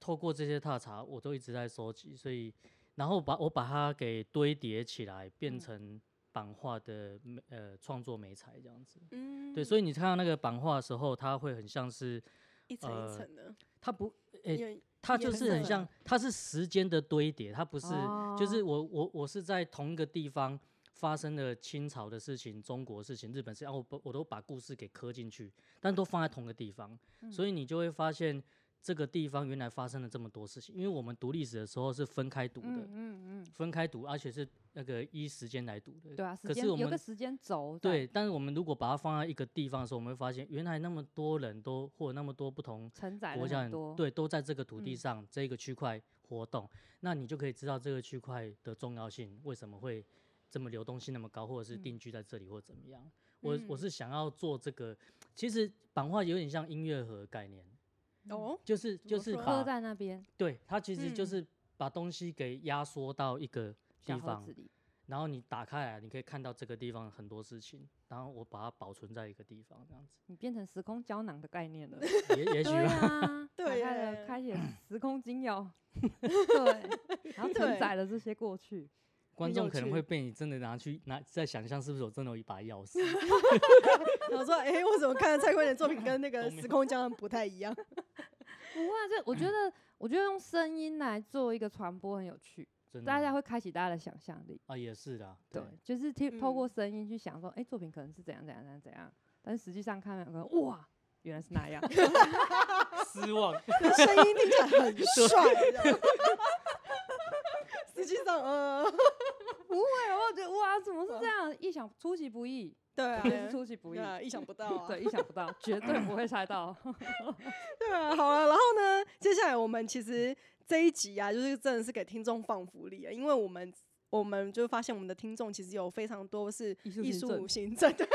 [SPEAKER 3] 透过这些踏查，我都一直在收集，所以然后把我把它给堆叠起来，变
[SPEAKER 1] 嗯
[SPEAKER 3] 成版画的美呃创作美材这样子。
[SPEAKER 2] 嗯，
[SPEAKER 3] 对，所
[SPEAKER 2] 以
[SPEAKER 3] 以你看到那个版画的时候，它会很像是
[SPEAKER 2] 一层
[SPEAKER 3] 呃
[SPEAKER 2] 一层的，
[SPEAKER 3] 它不诶、
[SPEAKER 2] 因为
[SPEAKER 3] 它
[SPEAKER 2] 也
[SPEAKER 3] 就
[SPEAKER 2] 很
[SPEAKER 3] 是很
[SPEAKER 2] 热
[SPEAKER 3] 像，它是时间的堆叠，它不是，就是
[SPEAKER 1] 哦
[SPEAKER 3] 我我我是在同一个地方发生了清朝的事情、中国的事情、日本事情，
[SPEAKER 1] 嗯
[SPEAKER 3] 啊、我把我都把故事给刻进去，但都放在同一个地方，所以你就会发现这个地方原来发生了这么多事情，因为我们读历史的时候是分开读的，
[SPEAKER 1] [laughs] 嗯嗯
[SPEAKER 3] 分开读，而且是那个依时间来读
[SPEAKER 1] 嗯，
[SPEAKER 3] 的。
[SPEAKER 1] 对啊，时
[SPEAKER 3] 可
[SPEAKER 1] 间
[SPEAKER 3] 是我
[SPEAKER 1] 有个
[SPEAKER 3] 们
[SPEAKER 1] 时间轴在，
[SPEAKER 3] 对，但是我们如果把它放在一个地方的时候，我们会发现原来那么多人都或者那么多不同
[SPEAKER 1] 承载
[SPEAKER 3] 国
[SPEAKER 1] 了
[SPEAKER 3] 家
[SPEAKER 1] 很
[SPEAKER 3] 人
[SPEAKER 1] 多，
[SPEAKER 3] 对都在这个土地
[SPEAKER 1] 嗯
[SPEAKER 3] 上、这个区块活动，那你就可以知道这个区块的重要性，为什么会这么流动性那么高，或者是
[SPEAKER 1] 嗯
[SPEAKER 3] 定居在这里或怎么样。我我
[SPEAKER 1] 嗯
[SPEAKER 3] 是想要做这个，其实版画有点像音乐盒概念，嗯
[SPEAKER 2] 哦，
[SPEAKER 3] 就是
[SPEAKER 2] 怎
[SPEAKER 3] 就
[SPEAKER 2] 么
[SPEAKER 3] 是
[SPEAKER 2] 说
[SPEAKER 1] 刻
[SPEAKER 3] 把
[SPEAKER 1] 在那边
[SPEAKER 3] 对它其实就
[SPEAKER 2] 嗯
[SPEAKER 3] 是把东西给压缩到一个
[SPEAKER 1] 小
[SPEAKER 3] 地
[SPEAKER 1] 盒
[SPEAKER 3] 方
[SPEAKER 1] 子，里，
[SPEAKER 3] 然后你打开来，你可以看到这个地方很多事情，然后我把它保存在一个地方，这样子，
[SPEAKER 1] 你变成时空胶囊的概念 [laughs] 了。
[SPEAKER 3] 也也许
[SPEAKER 1] 对
[SPEAKER 3] 吧。
[SPEAKER 1] [laughs] 啊，打
[SPEAKER 2] 对
[SPEAKER 1] 开了
[SPEAKER 2] 耶
[SPEAKER 1] 开启时空金 [laughs] 钥，对，然后承
[SPEAKER 2] 对
[SPEAKER 1] 载了这些过去，
[SPEAKER 3] 观
[SPEAKER 2] 很
[SPEAKER 3] 众
[SPEAKER 2] 有
[SPEAKER 3] 可能
[SPEAKER 2] 趣
[SPEAKER 3] 会被你真的拿去拿在想象，是不是我真的有一把
[SPEAKER 2] [laughs]
[SPEAKER 3] 钥匙？
[SPEAKER 2] 然后说，哎、我怎么看蔡坤的作品跟那个
[SPEAKER 3] 都没有
[SPEAKER 2] 时空胶囊不太一
[SPEAKER 3] [laughs]
[SPEAKER 2] 样？
[SPEAKER 1] 不会啊，这我觉得，我觉得用声音来做一个传播很有趣，
[SPEAKER 3] 真的
[SPEAKER 1] 大家
[SPEAKER 3] 吗
[SPEAKER 1] 会开启大家的想象力。
[SPEAKER 3] 啊，也是的，
[SPEAKER 1] 对，就是听透
[SPEAKER 2] 嗯
[SPEAKER 1] 过声音去想说，哎、作品可能是怎样怎样怎样怎样，但实际上看了可能哇，原来是那 [laughs] 样，
[SPEAKER 3] 失望。
[SPEAKER 2] [laughs] 声音听起来很帅，你知道吗 [laughs] 实际上，呃，
[SPEAKER 1] 不会，我觉得哇，怎么是这样？意想出其不意，
[SPEAKER 2] 对
[SPEAKER 1] 绝 [laughs]
[SPEAKER 2] 啊，
[SPEAKER 3] [laughs]
[SPEAKER 1] 对是出其不意
[SPEAKER 2] 对，啊，意想不到啊，
[SPEAKER 1] 对，意想不到， [laughs] 绝对不会猜 [laughs] 到。
[SPEAKER 2] [laughs] 对啊，好了，然后呢，接下来我们其实这一集啊，就是真的是给听众放福利啊，因为我们我们就发现我们的听众其实有非常多是
[SPEAKER 1] 艺术
[SPEAKER 2] 艺
[SPEAKER 1] 行
[SPEAKER 2] 术
[SPEAKER 1] 政
[SPEAKER 2] 行政， [laughs] 对，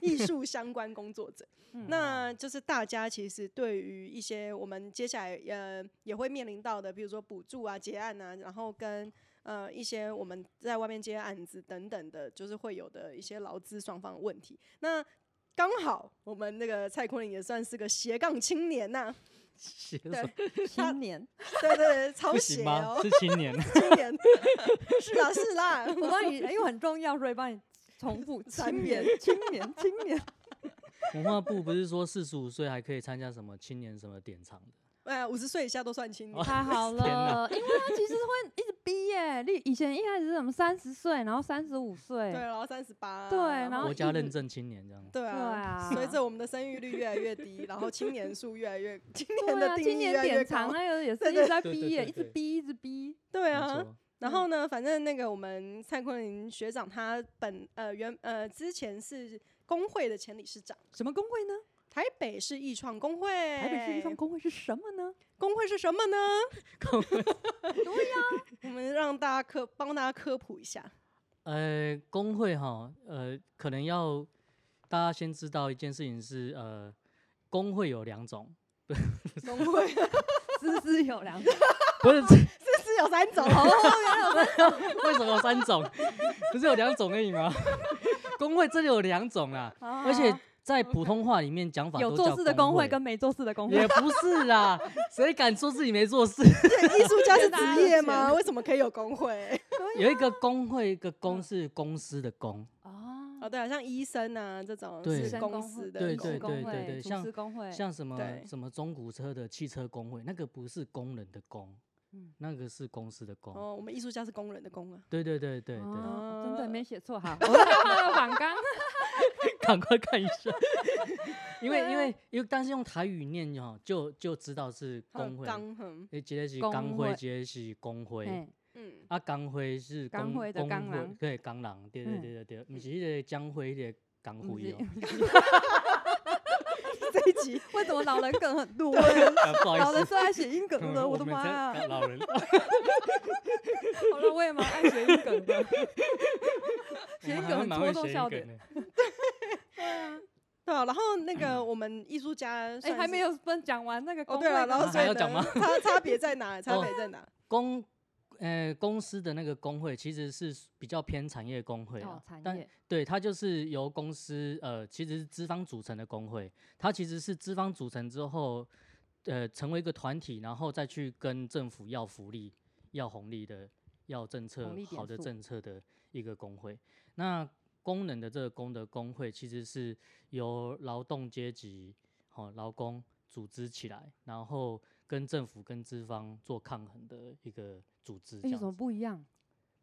[SPEAKER 2] 艺术相关工作 [laughs] 者。
[SPEAKER 1] 嗯
[SPEAKER 2] 那就是大家其实对于一些我们接下来呃也会面临到的，比如说补助啊、结案啊，然后跟呃一些我们在外面接案子等等的，就是会有的一些劳资双方的问题。那刚好我们那个蔡坤林也算是个斜杠青
[SPEAKER 1] [laughs]
[SPEAKER 2] 年呐、
[SPEAKER 3] 写什
[SPEAKER 2] 对
[SPEAKER 3] 么
[SPEAKER 2] 他
[SPEAKER 1] 青 [laughs] 年，
[SPEAKER 2] 对对对，超
[SPEAKER 3] 不
[SPEAKER 2] 斜
[SPEAKER 3] 行吗？
[SPEAKER 2] 哦，
[SPEAKER 3] 是青年，
[SPEAKER 2] 青年，
[SPEAKER 1] [laughs]
[SPEAKER 2] 是啦是啦，
[SPEAKER 1] 我帮你，因为很重要，所以帮你重
[SPEAKER 3] [laughs]
[SPEAKER 1] 复
[SPEAKER 2] 缠
[SPEAKER 1] 青
[SPEAKER 2] 绵
[SPEAKER 1] 年，青年，青年。
[SPEAKER 3] 文化部不是说四十五岁还可以参加什么青年什么典藏的？
[SPEAKER 2] 哎，五十岁以下都算青年，
[SPEAKER 1] 太好
[SPEAKER 3] 哦天哪
[SPEAKER 1] 了，因为他其实会一直逼耶、你以前一开始是什么三十岁，然后三十五岁，
[SPEAKER 2] 对，然后三十八，
[SPEAKER 1] 对然后
[SPEAKER 3] 国家
[SPEAKER 1] 一直
[SPEAKER 2] 嗯
[SPEAKER 3] 认证青年这样。
[SPEAKER 2] 对
[SPEAKER 1] 对
[SPEAKER 2] 啊。
[SPEAKER 1] 啊，
[SPEAKER 2] 随着我们的生育率越来越低，然后青年数越
[SPEAKER 1] [laughs]
[SPEAKER 2] 来越，青年
[SPEAKER 1] 对
[SPEAKER 2] 的
[SPEAKER 1] 啊，
[SPEAKER 2] 定
[SPEAKER 1] 今
[SPEAKER 2] 义越
[SPEAKER 1] 年
[SPEAKER 2] 来越
[SPEAKER 1] 典藏
[SPEAKER 2] 高。
[SPEAKER 1] 那个也是
[SPEAKER 2] 对
[SPEAKER 1] 一直在
[SPEAKER 3] 对
[SPEAKER 1] 逼
[SPEAKER 3] 对
[SPEAKER 1] 耶、
[SPEAKER 3] 对
[SPEAKER 1] 一直
[SPEAKER 3] 对
[SPEAKER 1] 逼，一直逼。
[SPEAKER 2] 对
[SPEAKER 3] 没
[SPEAKER 2] 啊， [laughs]
[SPEAKER 3] 错，
[SPEAKER 2] 然后呢，反正那个我们蔡坤林学长他本呃原呃之前是工会的前理事长，
[SPEAKER 1] 什么工会呢？
[SPEAKER 2] 台北市艺创工会，
[SPEAKER 1] 台
[SPEAKER 2] 台
[SPEAKER 1] 北市艺创工会是什么呢？
[SPEAKER 2] 工会是什么呢？
[SPEAKER 3] 工
[SPEAKER 2] 会，对呀、我们让大家科帮大家科普一下。
[SPEAKER 3] 呃，工会哈，呃，可能要大家先知道一件事情是，呃，工会有两种，
[SPEAKER 2] 农会 [laughs]
[SPEAKER 1] 思思有良 [laughs] 知，
[SPEAKER 3] 不是 [laughs] 这
[SPEAKER 2] 这是有三种，
[SPEAKER 3] 为什么有三种？ [laughs] 不是有两种而已吗？ [laughs] 工会这里有两种啊啦，而且在普通话里面讲法
[SPEAKER 1] 哦啊有
[SPEAKER 3] 都
[SPEAKER 1] 做
[SPEAKER 3] 叫
[SPEAKER 1] 事的
[SPEAKER 3] 工
[SPEAKER 1] 工会跟没做事的工
[SPEAKER 3] 也
[SPEAKER 1] [laughs] 会，
[SPEAKER 3] 不是啦，谁敢说自己没做事？
[SPEAKER 2] [laughs] 艺术家是职业吗？ [laughs] 为什么可以有工会？
[SPEAKER 3] 有一个工会，一个
[SPEAKER 1] 嗯
[SPEAKER 3] 工是公司的工，
[SPEAKER 1] 啊
[SPEAKER 2] 哦，对啊，像医生啊这种
[SPEAKER 3] 对
[SPEAKER 2] 是
[SPEAKER 1] 生
[SPEAKER 2] 公
[SPEAKER 1] 工
[SPEAKER 2] 司
[SPEAKER 1] 会
[SPEAKER 2] 的
[SPEAKER 3] 对
[SPEAKER 2] 工
[SPEAKER 3] 对
[SPEAKER 1] 工
[SPEAKER 3] 对
[SPEAKER 1] 会
[SPEAKER 3] 对对
[SPEAKER 1] 厨
[SPEAKER 3] 像
[SPEAKER 1] 师工会，
[SPEAKER 3] 像什么
[SPEAKER 2] 对
[SPEAKER 3] 什么中古车的汽车工会，那个不是工人的工，
[SPEAKER 1] 嗯
[SPEAKER 3] 那个是公司的工。
[SPEAKER 2] 哦，我们艺术家是工人的工啊，
[SPEAKER 3] 对对对对对，
[SPEAKER 1] 哦真的
[SPEAKER 2] 呃
[SPEAKER 1] 没写错哈，我画了反
[SPEAKER 3] [laughs]
[SPEAKER 1] 纲，
[SPEAKER 3] 赶快看一
[SPEAKER 1] [laughs]
[SPEAKER 3] 下，因为因为
[SPEAKER 1] 啊
[SPEAKER 3] 因为但是用台语念哦，就就知道是
[SPEAKER 2] 还有
[SPEAKER 3] 工会。
[SPEAKER 2] 钢哼，
[SPEAKER 3] 诶，杰是
[SPEAKER 1] 工
[SPEAKER 3] 钢会，
[SPEAKER 1] 会
[SPEAKER 3] 杰是工会。
[SPEAKER 1] 嘿
[SPEAKER 2] 嗯，
[SPEAKER 3] 啊，钢灰是
[SPEAKER 1] 工会的
[SPEAKER 3] 工
[SPEAKER 1] 工
[SPEAKER 3] 会
[SPEAKER 1] 人
[SPEAKER 3] 对，工人，对对
[SPEAKER 1] 嗯
[SPEAKER 3] 对对对，不是迄个江灰，迄个钢
[SPEAKER 1] 不
[SPEAKER 3] 灰
[SPEAKER 1] 是
[SPEAKER 3] 哦。
[SPEAKER 1] [laughs]
[SPEAKER 2] 这一 [laughs] 集
[SPEAKER 1] 为什么老人梗很多？
[SPEAKER 3] 啊 [laughs] 不好
[SPEAKER 1] 老
[SPEAKER 3] 意
[SPEAKER 1] 人
[SPEAKER 3] 思，
[SPEAKER 1] 最爱写
[SPEAKER 3] [laughs]
[SPEAKER 1] 硬梗了，我的
[SPEAKER 3] 们
[SPEAKER 1] 妈
[SPEAKER 3] 在
[SPEAKER 1] 呀！
[SPEAKER 3] 搞老 [laughs] 人，
[SPEAKER 1] 好了，我也蛮爱谐音梗
[SPEAKER 3] [laughs]
[SPEAKER 1] 的，谐
[SPEAKER 3] 我
[SPEAKER 1] 音
[SPEAKER 3] 们还
[SPEAKER 1] 梗
[SPEAKER 3] 蛮
[SPEAKER 1] 戳
[SPEAKER 3] 会
[SPEAKER 1] 中
[SPEAKER 3] 谐音
[SPEAKER 1] 笑
[SPEAKER 3] 梗
[SPEAKER 1] 点。
[SPEAKER 3] 的。
[SPEAKER 2] 对啊，然后那个
[SPEAKER 3] 嗯
[SPEAKER 2] 我们艺术家
[SPEAKER 1] 哎，
[SPEAKER 2] 算
[SPEAKER 1] 还
[SPEAKER 2] 是
[SPEAKER 1] 没有分讲完那个
[SPEAKER 2] 哦，
[SPEAKER 1] 工
[SPEAKER 2] 对
[SPEAKER 1] 会
[SPEAKER 2] 了，
[SPEAKER 1] 的，
[SPEAKER 2] 然后
[SPEAKER 3] 还
[SPEAKER 2] 所以
[SPEAKER 3] 要讲
[SPEAKER 2] 呢
[SPEAKER 3] 吗
[SPEAKER 2] 差差别在
[SPEAKER 3] [laughs]
[SPEAKER 2] 哪？差
[SPEAKER 3] 哦
[SPEAKER 2] 别在哪？
[SPEAKER 3] 公呃公司的那个工会其实是比较偏产业工会啊
[SPEAKER 1] 哦，产
[SPEAKER 3] 但
[SPEAKER 1] 业
[SPEAKER 3] 对它就是由公司呃其实是资方组成的工会，它其实是资方组成之后呃成为一个团体，然后再去跟政府要福利、要红利的、要政策
[SPEAKER 1] 红利点
[SPEAKER 3] 好的
[SPEAKER 1] 数
[SPEAKER 3] 政策的一个工会。那工人的这个工的工会其实是由劳动阶级哦劳工组织起来，然后跟政府跟资方做抗衡的一个组织，这
[SPEAKER 1] 哎有
[SPEAKER 3] 样
[SPEAKER 1] 什么
[SPEAKER 3] 子
[SPEAKER 1] 不一样？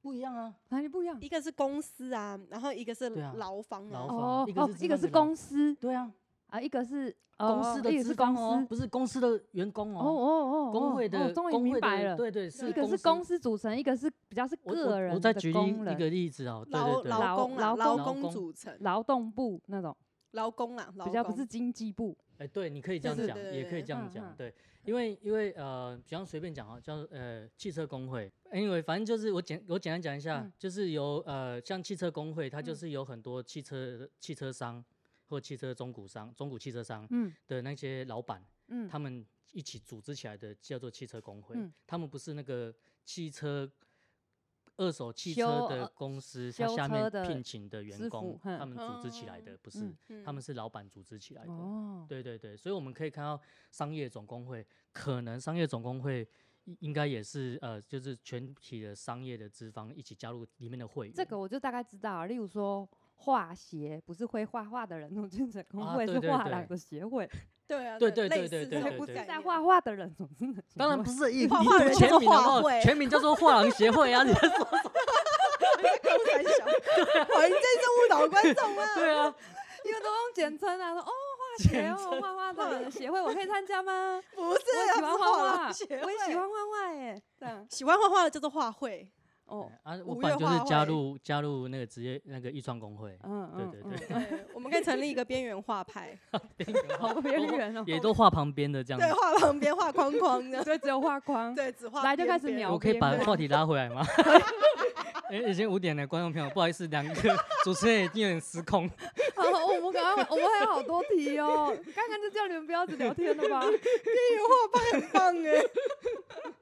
[SPEAKER 3] 不一样啊？
[SPEAKER 1] 哪里不一样？
[SPEAKER 2] 一个是公司啊，然后一个是
[SPEAKER 3] 对啊
[SPEAKER 2] 劳方
[SPEAKER 3] 劳
[SPEAKER 2] 啊，
[SPEAKER 3] 方
[SPEAKER 1] 哦
[SPEAKER 3] 一个
[SPEAKER 1] 哦
[SPEAKER 3] 是，资
[SPEAKER 1] 一个
[SPEAKER 3] 方
[SPEAKER 1] 是
[SPEAKER 3] 一个劳
[SPEAKER 1] 公司，
[SPEAKER 3] 对啊，
[SPEAKER 1] 啊，一个是
[SPEAKER 3] 公
[SPEAKER 1] 哦
[SPEAKER 3] 司的
[SPEAKER 1] 一个
[SPEAKER 3] 资
[SPEAKER 1] 是
[SPEAKER 3] 方
[SPEAKER 1] 公
[SPEAKER 3] 哦，
[SPEAKER 1] 司，
[SPEAKER 3] 不是公司的员工
[SPEAKER 1] 哦
[SPEAKER 3] 哦，
[SPEAKER 1] 哦哦，
[SPEAKER 3] 工会
[SPEAKER 1] 哦
[SPEAKER 3] 的
[SPEAKER 1] 终于
[SPEAKER 3] 工
[SPEAKER 1] 明
[SPEAKER 3] 会
[SPEAKER 1] 白
[SPEAKER 3] 的
[SPEAKER 1] 了，
[SPEAKER 3] 对对，是
[SPEAKER 1] 一个是
[SPEAKER 3] 司
[SPEAKER 1] 公司组成，一个是比较是
[SPEAKER 3] 我
[SPEAKER 1] 个
[SPEAKER 3] 我我
[SPEAKER 1] 人
[SPEAKER 3] 再
[SPEAKER 1] 的
[SPEAKER 3] 举例
[SPEAKER 1] 工
[SPEAKER 3] 一
[SPEAKER 1] 人，
[SPEAKER 3] 个例子哦，对
[SPEAKER 2] 劳
[SPEAKER 3] 对对，
[SPEAKER 1] 劳
[SPEAKER 2] 劳工
[SPEAKER 1] 劳
[SPEAKER 2] 啦，劳
[SPEAKER 3] 工
[SPEAKER 2] 工组成，
[SPEAKER 1] 劳动部那种，
[SPEAKER 2] 劳工啦，劳
[SPEAKER 1] 比较不
[SPEAKER 2] 工
[SPEAKER 1] 是经济部，
[SPEAKER 3] 哎，对，你可以这
[SPEAKER 2] 对
[SPEAKER 3] 样
[SPEAKER 2] 对
[SPEAKER 3] 讲，
[SPEAKER 2] 对
[SPEAKER 3] 也可以
[SPEAKER 2] 对
[SPEAKER 3] 这样
[SPEAKER 1] 嗯
[SPEAKER 3] 讲，
[SPEAKER 1] 嗯
[SPEAKER 3] 对，因为因为呃，比方随便讲啊，叫呃汽车工会，anyway，反正就是我简我简单讲一下
[SPEAKER 1] 嗯，
[SPEAKER 3] 就是由呃像汽车工会，它就
[SPEAKER 1] 嗯
[SPEAKER 3] 是有很多汽车汽车商或汽车中古商、中古汽车商
[SPEAKER 1] 嗯
[SPEAKER 3] 的那些老板，
[SPEAKER 1] 嗯，
[SPEAKER 3] 他们一起组织起来的叫做汽车工会
[SPEAKER 1] 嗯，
[SPEAKER 3] 他们不是那个汽车。二手汽
[SPEAKER 1] 修
[SPEAKER 3] 车的
[SPEAKER 1] 呃
[SPEAKER 3] 公司，它
[SPEAKER 1] 修
[SPEAKER 3] 下
[SPEAKER 1] 车
[SPEAKER 3] 面
[SPEAKER 1] 的
[SPEAKER 3] 聘请的员
[SPEAKER 1] 师
[SPEAKER 3] 工
[SPEAKER 1] 傅，哼
[SPEAKER 3] 他们组织起来的，不是
[SPEAKER 1] 嗯，
[SPEAKER 2] 嗯
[SPEAKER 3] 他们是老板组织起来的。
[SPEAKER 1] 哦，
[SPEAKER 3] 对对对，所以我们可以看到商业总工会，可能商业总工会应应该也是呃，就是全体的商业的资方一起加入里面的会员。
[SPEAKER 1] 这个我就大概知道了。例如说画协，不是会画画的人总精神工
[SPEAKER 3] 啊
[SPEAKER 1] 会，
[SPEAKER 3] 对
[SPEAKER 1] 是
[SPEAKER 3] 对
[SPEAKER 1] 画
[SPEAKER 3] 对
[SPEAKER 1] 廊的协会，
[SPEAKER 2] 对啊，
[SPEAKER 3] 对对
[SPEAKER 2] 类
[SPEAKER 3] 对对
[SPEAKER 1] [laughs]
[SPEAKER 2] 似
[SPEAKER 3] 对
[SPEAKER 2] 这
[SPEAKER 3] 对
[SPEAKER 2] 种
[SPEAKER 3] 对
[SPEAKER 2] 概
[SPEAKER 1] 在
[SPEAKER 2] 念
[SPEAKER 1] 画画的人总精神
[SPEAKER 3] 当然不是，你
[SPEAKER 2] 画
[SPEAKER 3] 你
[SPEAKER 2] 画
[SPEAKER 3] 读
[SPEAKER 2] 人
[SPEAKER 3] 全
[SPEAKER 2] 叫做
[SPEAKER 3] 名的
[SPEAKER 2] 画
[SPEAKER 3] 话，
[SPEAKER 2] 会
[SPEAKER 3] 全名叫做画廊协会啊！你在说
[SPEAKER 2] 都
[SPEAKER 1] [laughs]
[SPEAKER 2] 在想，哇，哦你这是误导观众啊！
[SPEAKER 3] 对啊，
[SPEAKER 1] 因为都用简称啊，说哦画协
[SPEAKER 3] 简
[SPEAKER 1] 哦
[SPEAKER 3] 称
[SPEAKER 1] 画画的人协会，我可以参加吗？
[SPEAKER 3] [laughs]
[SPEAKER 2] 不是，
[SPEAKER 1] 我
[SPEAKER 3] 啊
[SPEAKER 1] 喜欢
[SPEAKER 2] 不是
[SPEAKER 1] 画
[SPEAKER 2] 画
[SPEAKER 1] 画，
[SPEAKER 2] 廊协
[SPEAKER 1] 我也喜
[SPEAKER 2] 会嗯
[SPEAKER 1] 欢画画耶，这样
[SPEAKER 2] 喜欢画画的叫做画会，
[SPEAKER 1] 哦，
[SPEAKER 3] 啊，我
[SPEAKER 2] 五
[SPEAKER 3] 本来
[SPEAKER 2] 月
[SPEAKER 3] 就是
[SPEAKER 2] 画
[SPEAKER 3] 加
[SPEAKER 2] 会
[SPEAKER 3] 入加入那个职业那个艺创工会，
[SPEAKER 1] 嗯嗯，
[SPEAKER 3] 对
[SPEAKER 1] 嗯
[SPEAKER 3] 对
[SPEAKER 2] 对，我们可以成立一个边缘画派，
[SPEAKER 1] 好
[SPEAKER 3] [laughs]
[SPEAKER 1] 边缘哦，
[SPEAKER 3] 也都画旁边
[SPEAKER 1] 嗯
[SPEAKER 3] 的这样
[SPEAKER 2] 对，
[SPEAKER 3] 子。
[SPEAKER 2] 画旁边画框
[SPEAKER 1] [laughs]
[SPEAKER 2] 框的，
[SPEAKER 1] 所以只有画框，
[SPEAKER 2] 对，只画
[SPEAKER 1] 来就
[SPEAKER 2] 边
[SPEAKER 1] 开始
[SPEAKER 2] 边
[SPEAKER 1] 秒
[SPEAKER 3] 我可以
[SPEAKER 1] 边
[SPEAKER 3] 把
[SPEAKER 1] 吗
[SPEAKER 3] 话题拉回来吗？哎，已经五点了，观众朋友，不好意思，两个主持人已经有点失控。
[SPEAKER 1] [laughs] 好，我们赶快，我们还有好多题哦。刚刚就叫你们不要只聊天了吧？
[SPEAKER 2] 边缘画派很棒哎，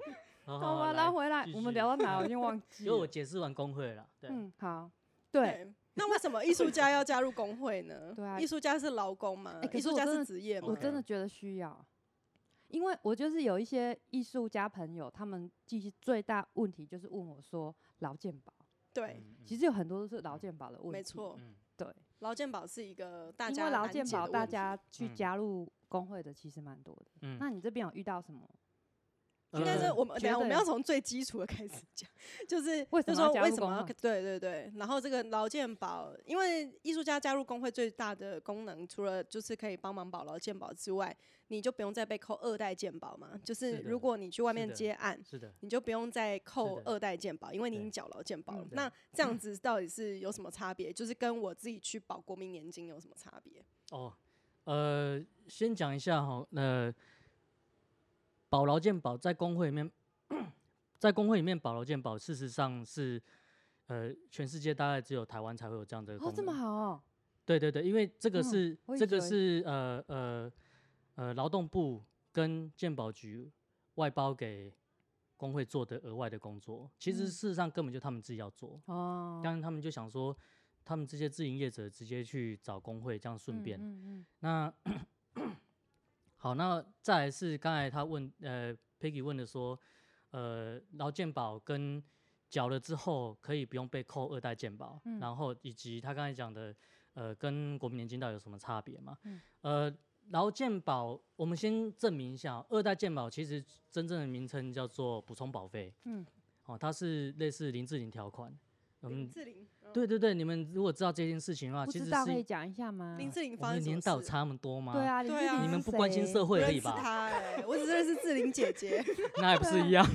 [SPEAKER 3] [laughs] 好
[SPEAKER 1] 好
[SPEAKER 3] 好
[SPEAKER 1] 吧，
[SPEAKER 3] 好，
[SPEAKER 1] 拉
[SPEAKER 3] 来，
[SPEAKER 1] 回来
[SPEAKER 3] 继，
[SPEAKER 1] 我们
[SPEAKER 3] 续
[SPEAKER 1] 聊到哪？我已经忘
[SPEAKER 3] [laughs]
[SPEAKER 1] 记
[SPEAKER 3] 因为我
[SPEAKER 1] 了。
[SPEAKER 3] 解释完工会了啦，对。
[SPEAKER 1] 嗯，好， [laughs] 对。，
[SPEAKER 2] 那为什么艺术家要加入工会呢？
[SPEAKER 1] 对啊
[SPEAKER 2] 艺术家是劳工嘛
[SPEAKER 1] 哎，可
[SPEAKER 2] 艺
[SPEAKER 1] 是
[SPEAKER 2] 术
[SPEAKER 1] 我
[SPEAKER 2] 家
[SPEAKER 1] 真
[SPEAKER 2] 是
[SPEAKER 1] 的
[SPEAKER 2] 职业嘛
[SPEAKER 1] 我，真的觉得需要，因为我就是有一些艺术家朋友，他们其实最大问题就是问我说劳健保，
[SPEAKER 2] 对，
[SPEAKER 3] 嗯
[SPEAKER 1] 其实有很多都是劳健保的问题。
[SPEAKER 2] 没，错，
[SPEAKER 3] 嗯
[SPEAKER 1] 对，
[SPEAKER 2] 劳健保是一个大
[SPEAKER 1] 因
[SPEAKER 2] 家
[SPEAKER 1] 为劳
[SPEAKER 2] 难
[SPEAKER 1] 健
[SPEAKER 2] 解
[SPEAKER 1] 保
[SPEAKER 2] 的
[SPEAKER 1] 大
[SPEAKER 2] 问题
[SPEAKER 1] 家去
[SPEAKER 3] 嗯
[SPEAKER 1] 加入工会的其实蛮多的。
[SPEAKER 3] 嗯
[SPEAKER 1] 那你这边有遇到什么？
[SPEAKER 2] 应该是
[SPEAKER 3] 呃
[SPEAKER 2] 我们等一
[SPEAKER 1] 觉
[SPEAKER 2] 下我们
[SPEAKER 1] 得
[SPEAKER 2] 要从最基础的开始讲，就是
[SPEAKER 1] 为
[SPEAKER 2] 就
[SPEAKER 1] 什么要
[SPEAKER 2] 说
[SPEAKER 1] 加
[SPEAKER 2] 为
[SPEAKER 1] 入
[SPEAKER 2] 什么
[SPEAKER 1] 工
[SPEAKER 2] 要
[SPEAKER 1] 会
[SPEAKER 2] 对对对，然后这个劳健保，因为艺术家加入工会最大的功能，除了就是可以帮忙保劳健保之外，你就不用再被扣二代健保嘛，就是
[SPEAKER 3] 是的
[SPEAKER 2] 如果你去外
[SPEAKER 3] 是
[SPEAKER 2] 面
[SPEAKER 3] 的
[SPEAKER 2] 接案。
[SPEAKER 3] 是的，
[SPEAKER 2] 你就不用再扣
[SPEAKER 3] 的
[SPEAKER 2] 二代健保，因为你已
[SPEAKER 3] 对
[SPEAKER 2] 经缴劳健保了
[SPEAKER 1] 嗯。
[SPEAKER 2] 那这样子到底是有什么差别？就是跟我自己去保国民年金有什么差别？
[SPEAKER 3] 哦，呃，先讲一下哈，呃，保劳健保在工会里面， [coughs] 在工会里面保劳健保，事实上是，呃，全世界大概只有台湾才会有这样的功
[SPEAKER 1] 哦，
[SPEAKER 3] 能。
[SPEAKER 1] 这么好哦，
[SPEAKER 3] 对对对，因为这个
[SPEAKER 1] 嗯
[SPEAKER 3] 是、
[SPEAKER 1] 我以
[SPEAKER 3] 这个
[SPEAKER 1] 为
[SPEAKER 3] 是呃呃呃劳动部跟健保局外包给工会做的额外的工作，其实
[SPEAKER 1] 嗯
[SPEAKER 3] 事实上根本就他们自己要做。
[SPEAKER 1] 哦，
[SPEAKER 3] 当然他们就想说，他们这些自营业者直接去找工会，这样顺
[SPEAKER 1] 嗯
[SPEAKER 3] 便。
[SPEAKER 1] 嗯
[SPEAKER 3] 那 [clears throat] 好，那再来是刚才他问呃 Peggy 问的说，呃劳健保跟缴了之后可以不用被扣二代健保，
[SPEAKER 1] 嗯
[SPEAKER 3] 然后以及他刚才讲的呃跟国民年金到底有什么差别嘛？
[SPEAKER 1] 嗯
[SPEAKER 3] 呃劳健保我们先证明一下，哦二代健保其实真正的名称叫做补充保费，
[SPEAKER 1] 嗯
[SPEAKER 3] 哦，它是类似林志玲条款。我
[SPEAKER 2] 林
[SPEAKER 3] 们啊
[SPEAKER 2] 志玲，嗯，
[SPEAKER 3] 对对对，你们如果知道这件事情
[SPEAKER 1] 嗯，
[SPEAKER 3] 的话，
[SPEAKER 1] 不
[SPEAKER 3] 啊其实
[SPEAKER 1] 知道可以
[SPEAKER 3] 是
[SPEAKER 1] 讲一下吗？
[SPEAKER 2] 林志玲
[SPEAKER 3] 我
[SPEAKER 2] 发
[SPEAKER 3] 们
[SPEAKER 2] 生什
[SPEAKER 3] 年
[SPEAKER 2] 么
[SPEAKER 3] 代有
[SPEAKER 2] 事
[SPEAKER 3] 差那么多吗？
[SPEAKER 1] 对啊，林
[SPEAKER 2] 对
[SPEAKER 1] 志
[SPEAKER 2] 啊
[SPEAKER 1] 玲
[SPEAKER 3] 你
[SPEAKER 1] 是
[SPEAKER 3] 们不关心
[SPEAKER 1] 谁
[SPEAKER 3] 社会
[SPEAKER 2] 不
[SPEAKER 3] 而
[SPEAKER 2] 认
[SPEAKER 3] 已
[SPEAKER 2] 识
[SPEAKER 3] 吧？
[SPEAKER 2] 他哎、我只认识志玲姐姐。
[SPEAKER 3] 那也不是一
[SPEAKER 2] 啊
[SPEAKER 3] 样。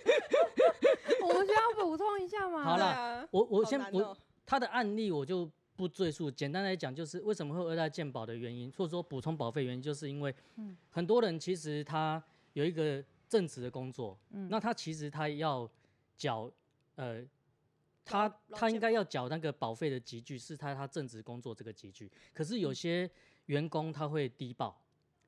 [SPEAKER 1] [laughs] 我们需要补充一下吗？
[SPEAKER 3] 好
[SPEAKER 2] 对
[SPEAKER 3] 啦
[SPEAKER 2] [laughs] 啊，
[SPEAKER 3] 我我
[SPEAKER 2] 好
[SPEAKER 3] 先
[SPEAKER 2] 难
[SPEAKER 3] 我
[SPEAKER 2] 哦
[SPEAKER 3] 他的案例我就不赘述，简单来讲就是为什么会有二代健保的原因，或者说补充保费原因，就是因为
[SPEAKER 1] 嗯
[SPEAKER 3] 很多人其实他有一个正职的工作，
[SPEAKER 1] 嗯
[SPEAKER 3] 那他其实他要缴呃。他
[SPEAKER 2] 劳
[SPEAKER 3] 他
[SPEAKER 2] 健
[SPEAKER 3] 应该要缴那个保费的集聚，是他他正职工作这个集聚。可是有些员工他会低报，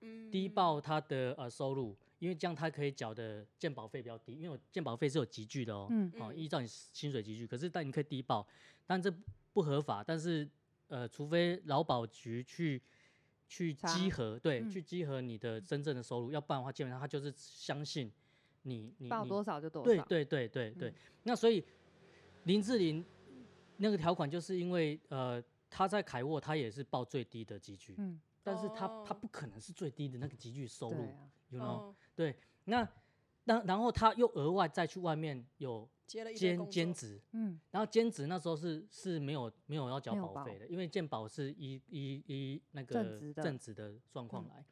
[SPEAKER 2] 嗯
[SPEAKER 3] 低报他的呃收入，因为这样他可以缴的健保费比较低，因为我健保费是有集聚的哦，
[SPEAKER 1] 嗯
[SPEAKER 3] 哦，
[SPEAKER 2] 嗯
[SPEAKER 3] 依照你薪水集聚，可是但你可以低报，但这不合法，但是呃，除非劳保局去去
[SPEAKER 1] 查
[SPEAKER 3] 稽核，对，
[SPEAKER 1] 嗯
[SPEAKER 3] 去稽核你的真正的收入，要不然的话，基本上他就是相信你你
[SPEAKER 1] 报
[SPEAKER 3] 你
[SPEAKER 1] 多少就多少，
[SPEAKER 3] 对对对对对，
[SPEAKER 1] 嗯
[SPEAKER 3] 那所以林志玲那个条款就是因为呃。他在凯沃，他也是报最低的集聚，
[SPEAKER 1] 嗯，
[SPEAKER 3] 但是他、他
[SPEAKER 2] 哦
[SPEAKER 3] 不可能是最低的那个集聚收
[SPEAKER 1] 对
[SPEAKER 3] 入
[SPEAKER 1] 啊，
[SPEAKER 3] ，you know，、
[SPEAKER 2] 哦
[SPEAKER 3] 那那然后他又额外再去外面有
[SPEAKER 2] 接了一堆
[SPEAKER 3] 兼
[SPEAKER 2] 工
[SPEAKER 3] 兼
[SPEAKER 2] 作，
[SPEAKER 3] 职，
[SPEAKER 1] 嗯，
[SPEAKER 3] 然后兼职那时候是是没有没有要缴
[SPEAKER 1] 没有
[SPEAKER 3] 保
[SPEAKER 1] 保
[SPEAKER 3] 费的，因为健保是依依依那个
[SPEAKER 1] 职的
[SPEAKER 3] 正职的状况
[SPEAKER 1] 嗯
[SPEAKER 3] 来。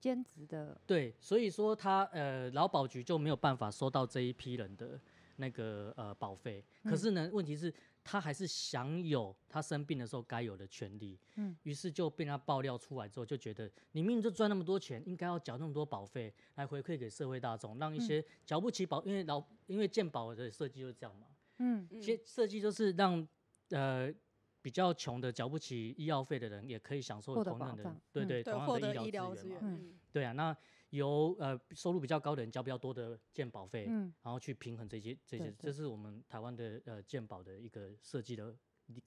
[SPEAKER 1] 兼职的
[SPEAKER 3] 对，所以说他呃劳保局就没有办法收到这一批人的那个呃保费，
[SPEAKER 1] 嗯
[SPEAKER 3] 可是呢，问题是他还是享有他生病的时候该有的权利，
[SPEAKER 1] 嗯，
[SPEAKER 3] 于是就被他爆料出来之后，就觉得你明明就赚那么多钱，应该要缴那么多保费来回馈给社会大众，让一
[SPEAKER 1] 嗯
[SPEAKER 3] 些缴不起保，因为劳因为健保的设计就是这样嘛，
[SPEAKER 1] 嗯
[SPEAKER 2] 嗯
[SPEAKER 3] 其实设计就是让呃比较穷的缴不起医药费的人也可以享受
[SPEAKER 1] 获得
[SPEAKER 3] 同样
[SPEAKER 1] 保
[SPEAKER 3] 的
[SPEAKER 1] 障
[SPEAKER 3] 对
[SPEAKER 1] 嗯
[SPEAKER 3] 对
[SPEAKER 2] 对，
[SPEAKER 3] 同
[SPEAKER 2] 获
[SPEAKER 3] 样
[SPEAKER 2] 得
[SPEAKER 3] 的医
[SPEAKER 2] 医
[SPEAKER 3] 疗
[SPEAKER 2] 疗
[SPEAKER 3] 资
[SPEAKER 2] 资
[SPEAKER 3] 源
[SPEAKER 2] 源
[SPEAKER 3] 嘛。
[SPEAKER 1] 嘛
[SPEAKER 2] 嗯
[SPEAKER 3] 对啊，那由呃收入比较高的人交比较多的健保费，
[SPEAKER 1] 嗯
[SPEAKER 3] 然后去平衡这些这
[SPEAKER 1] 对
[SPEAKER 3] 些，这
[SPEAKER 1] 对
[SPEAKER 3] 是我们台湾的呃健保的一个设计的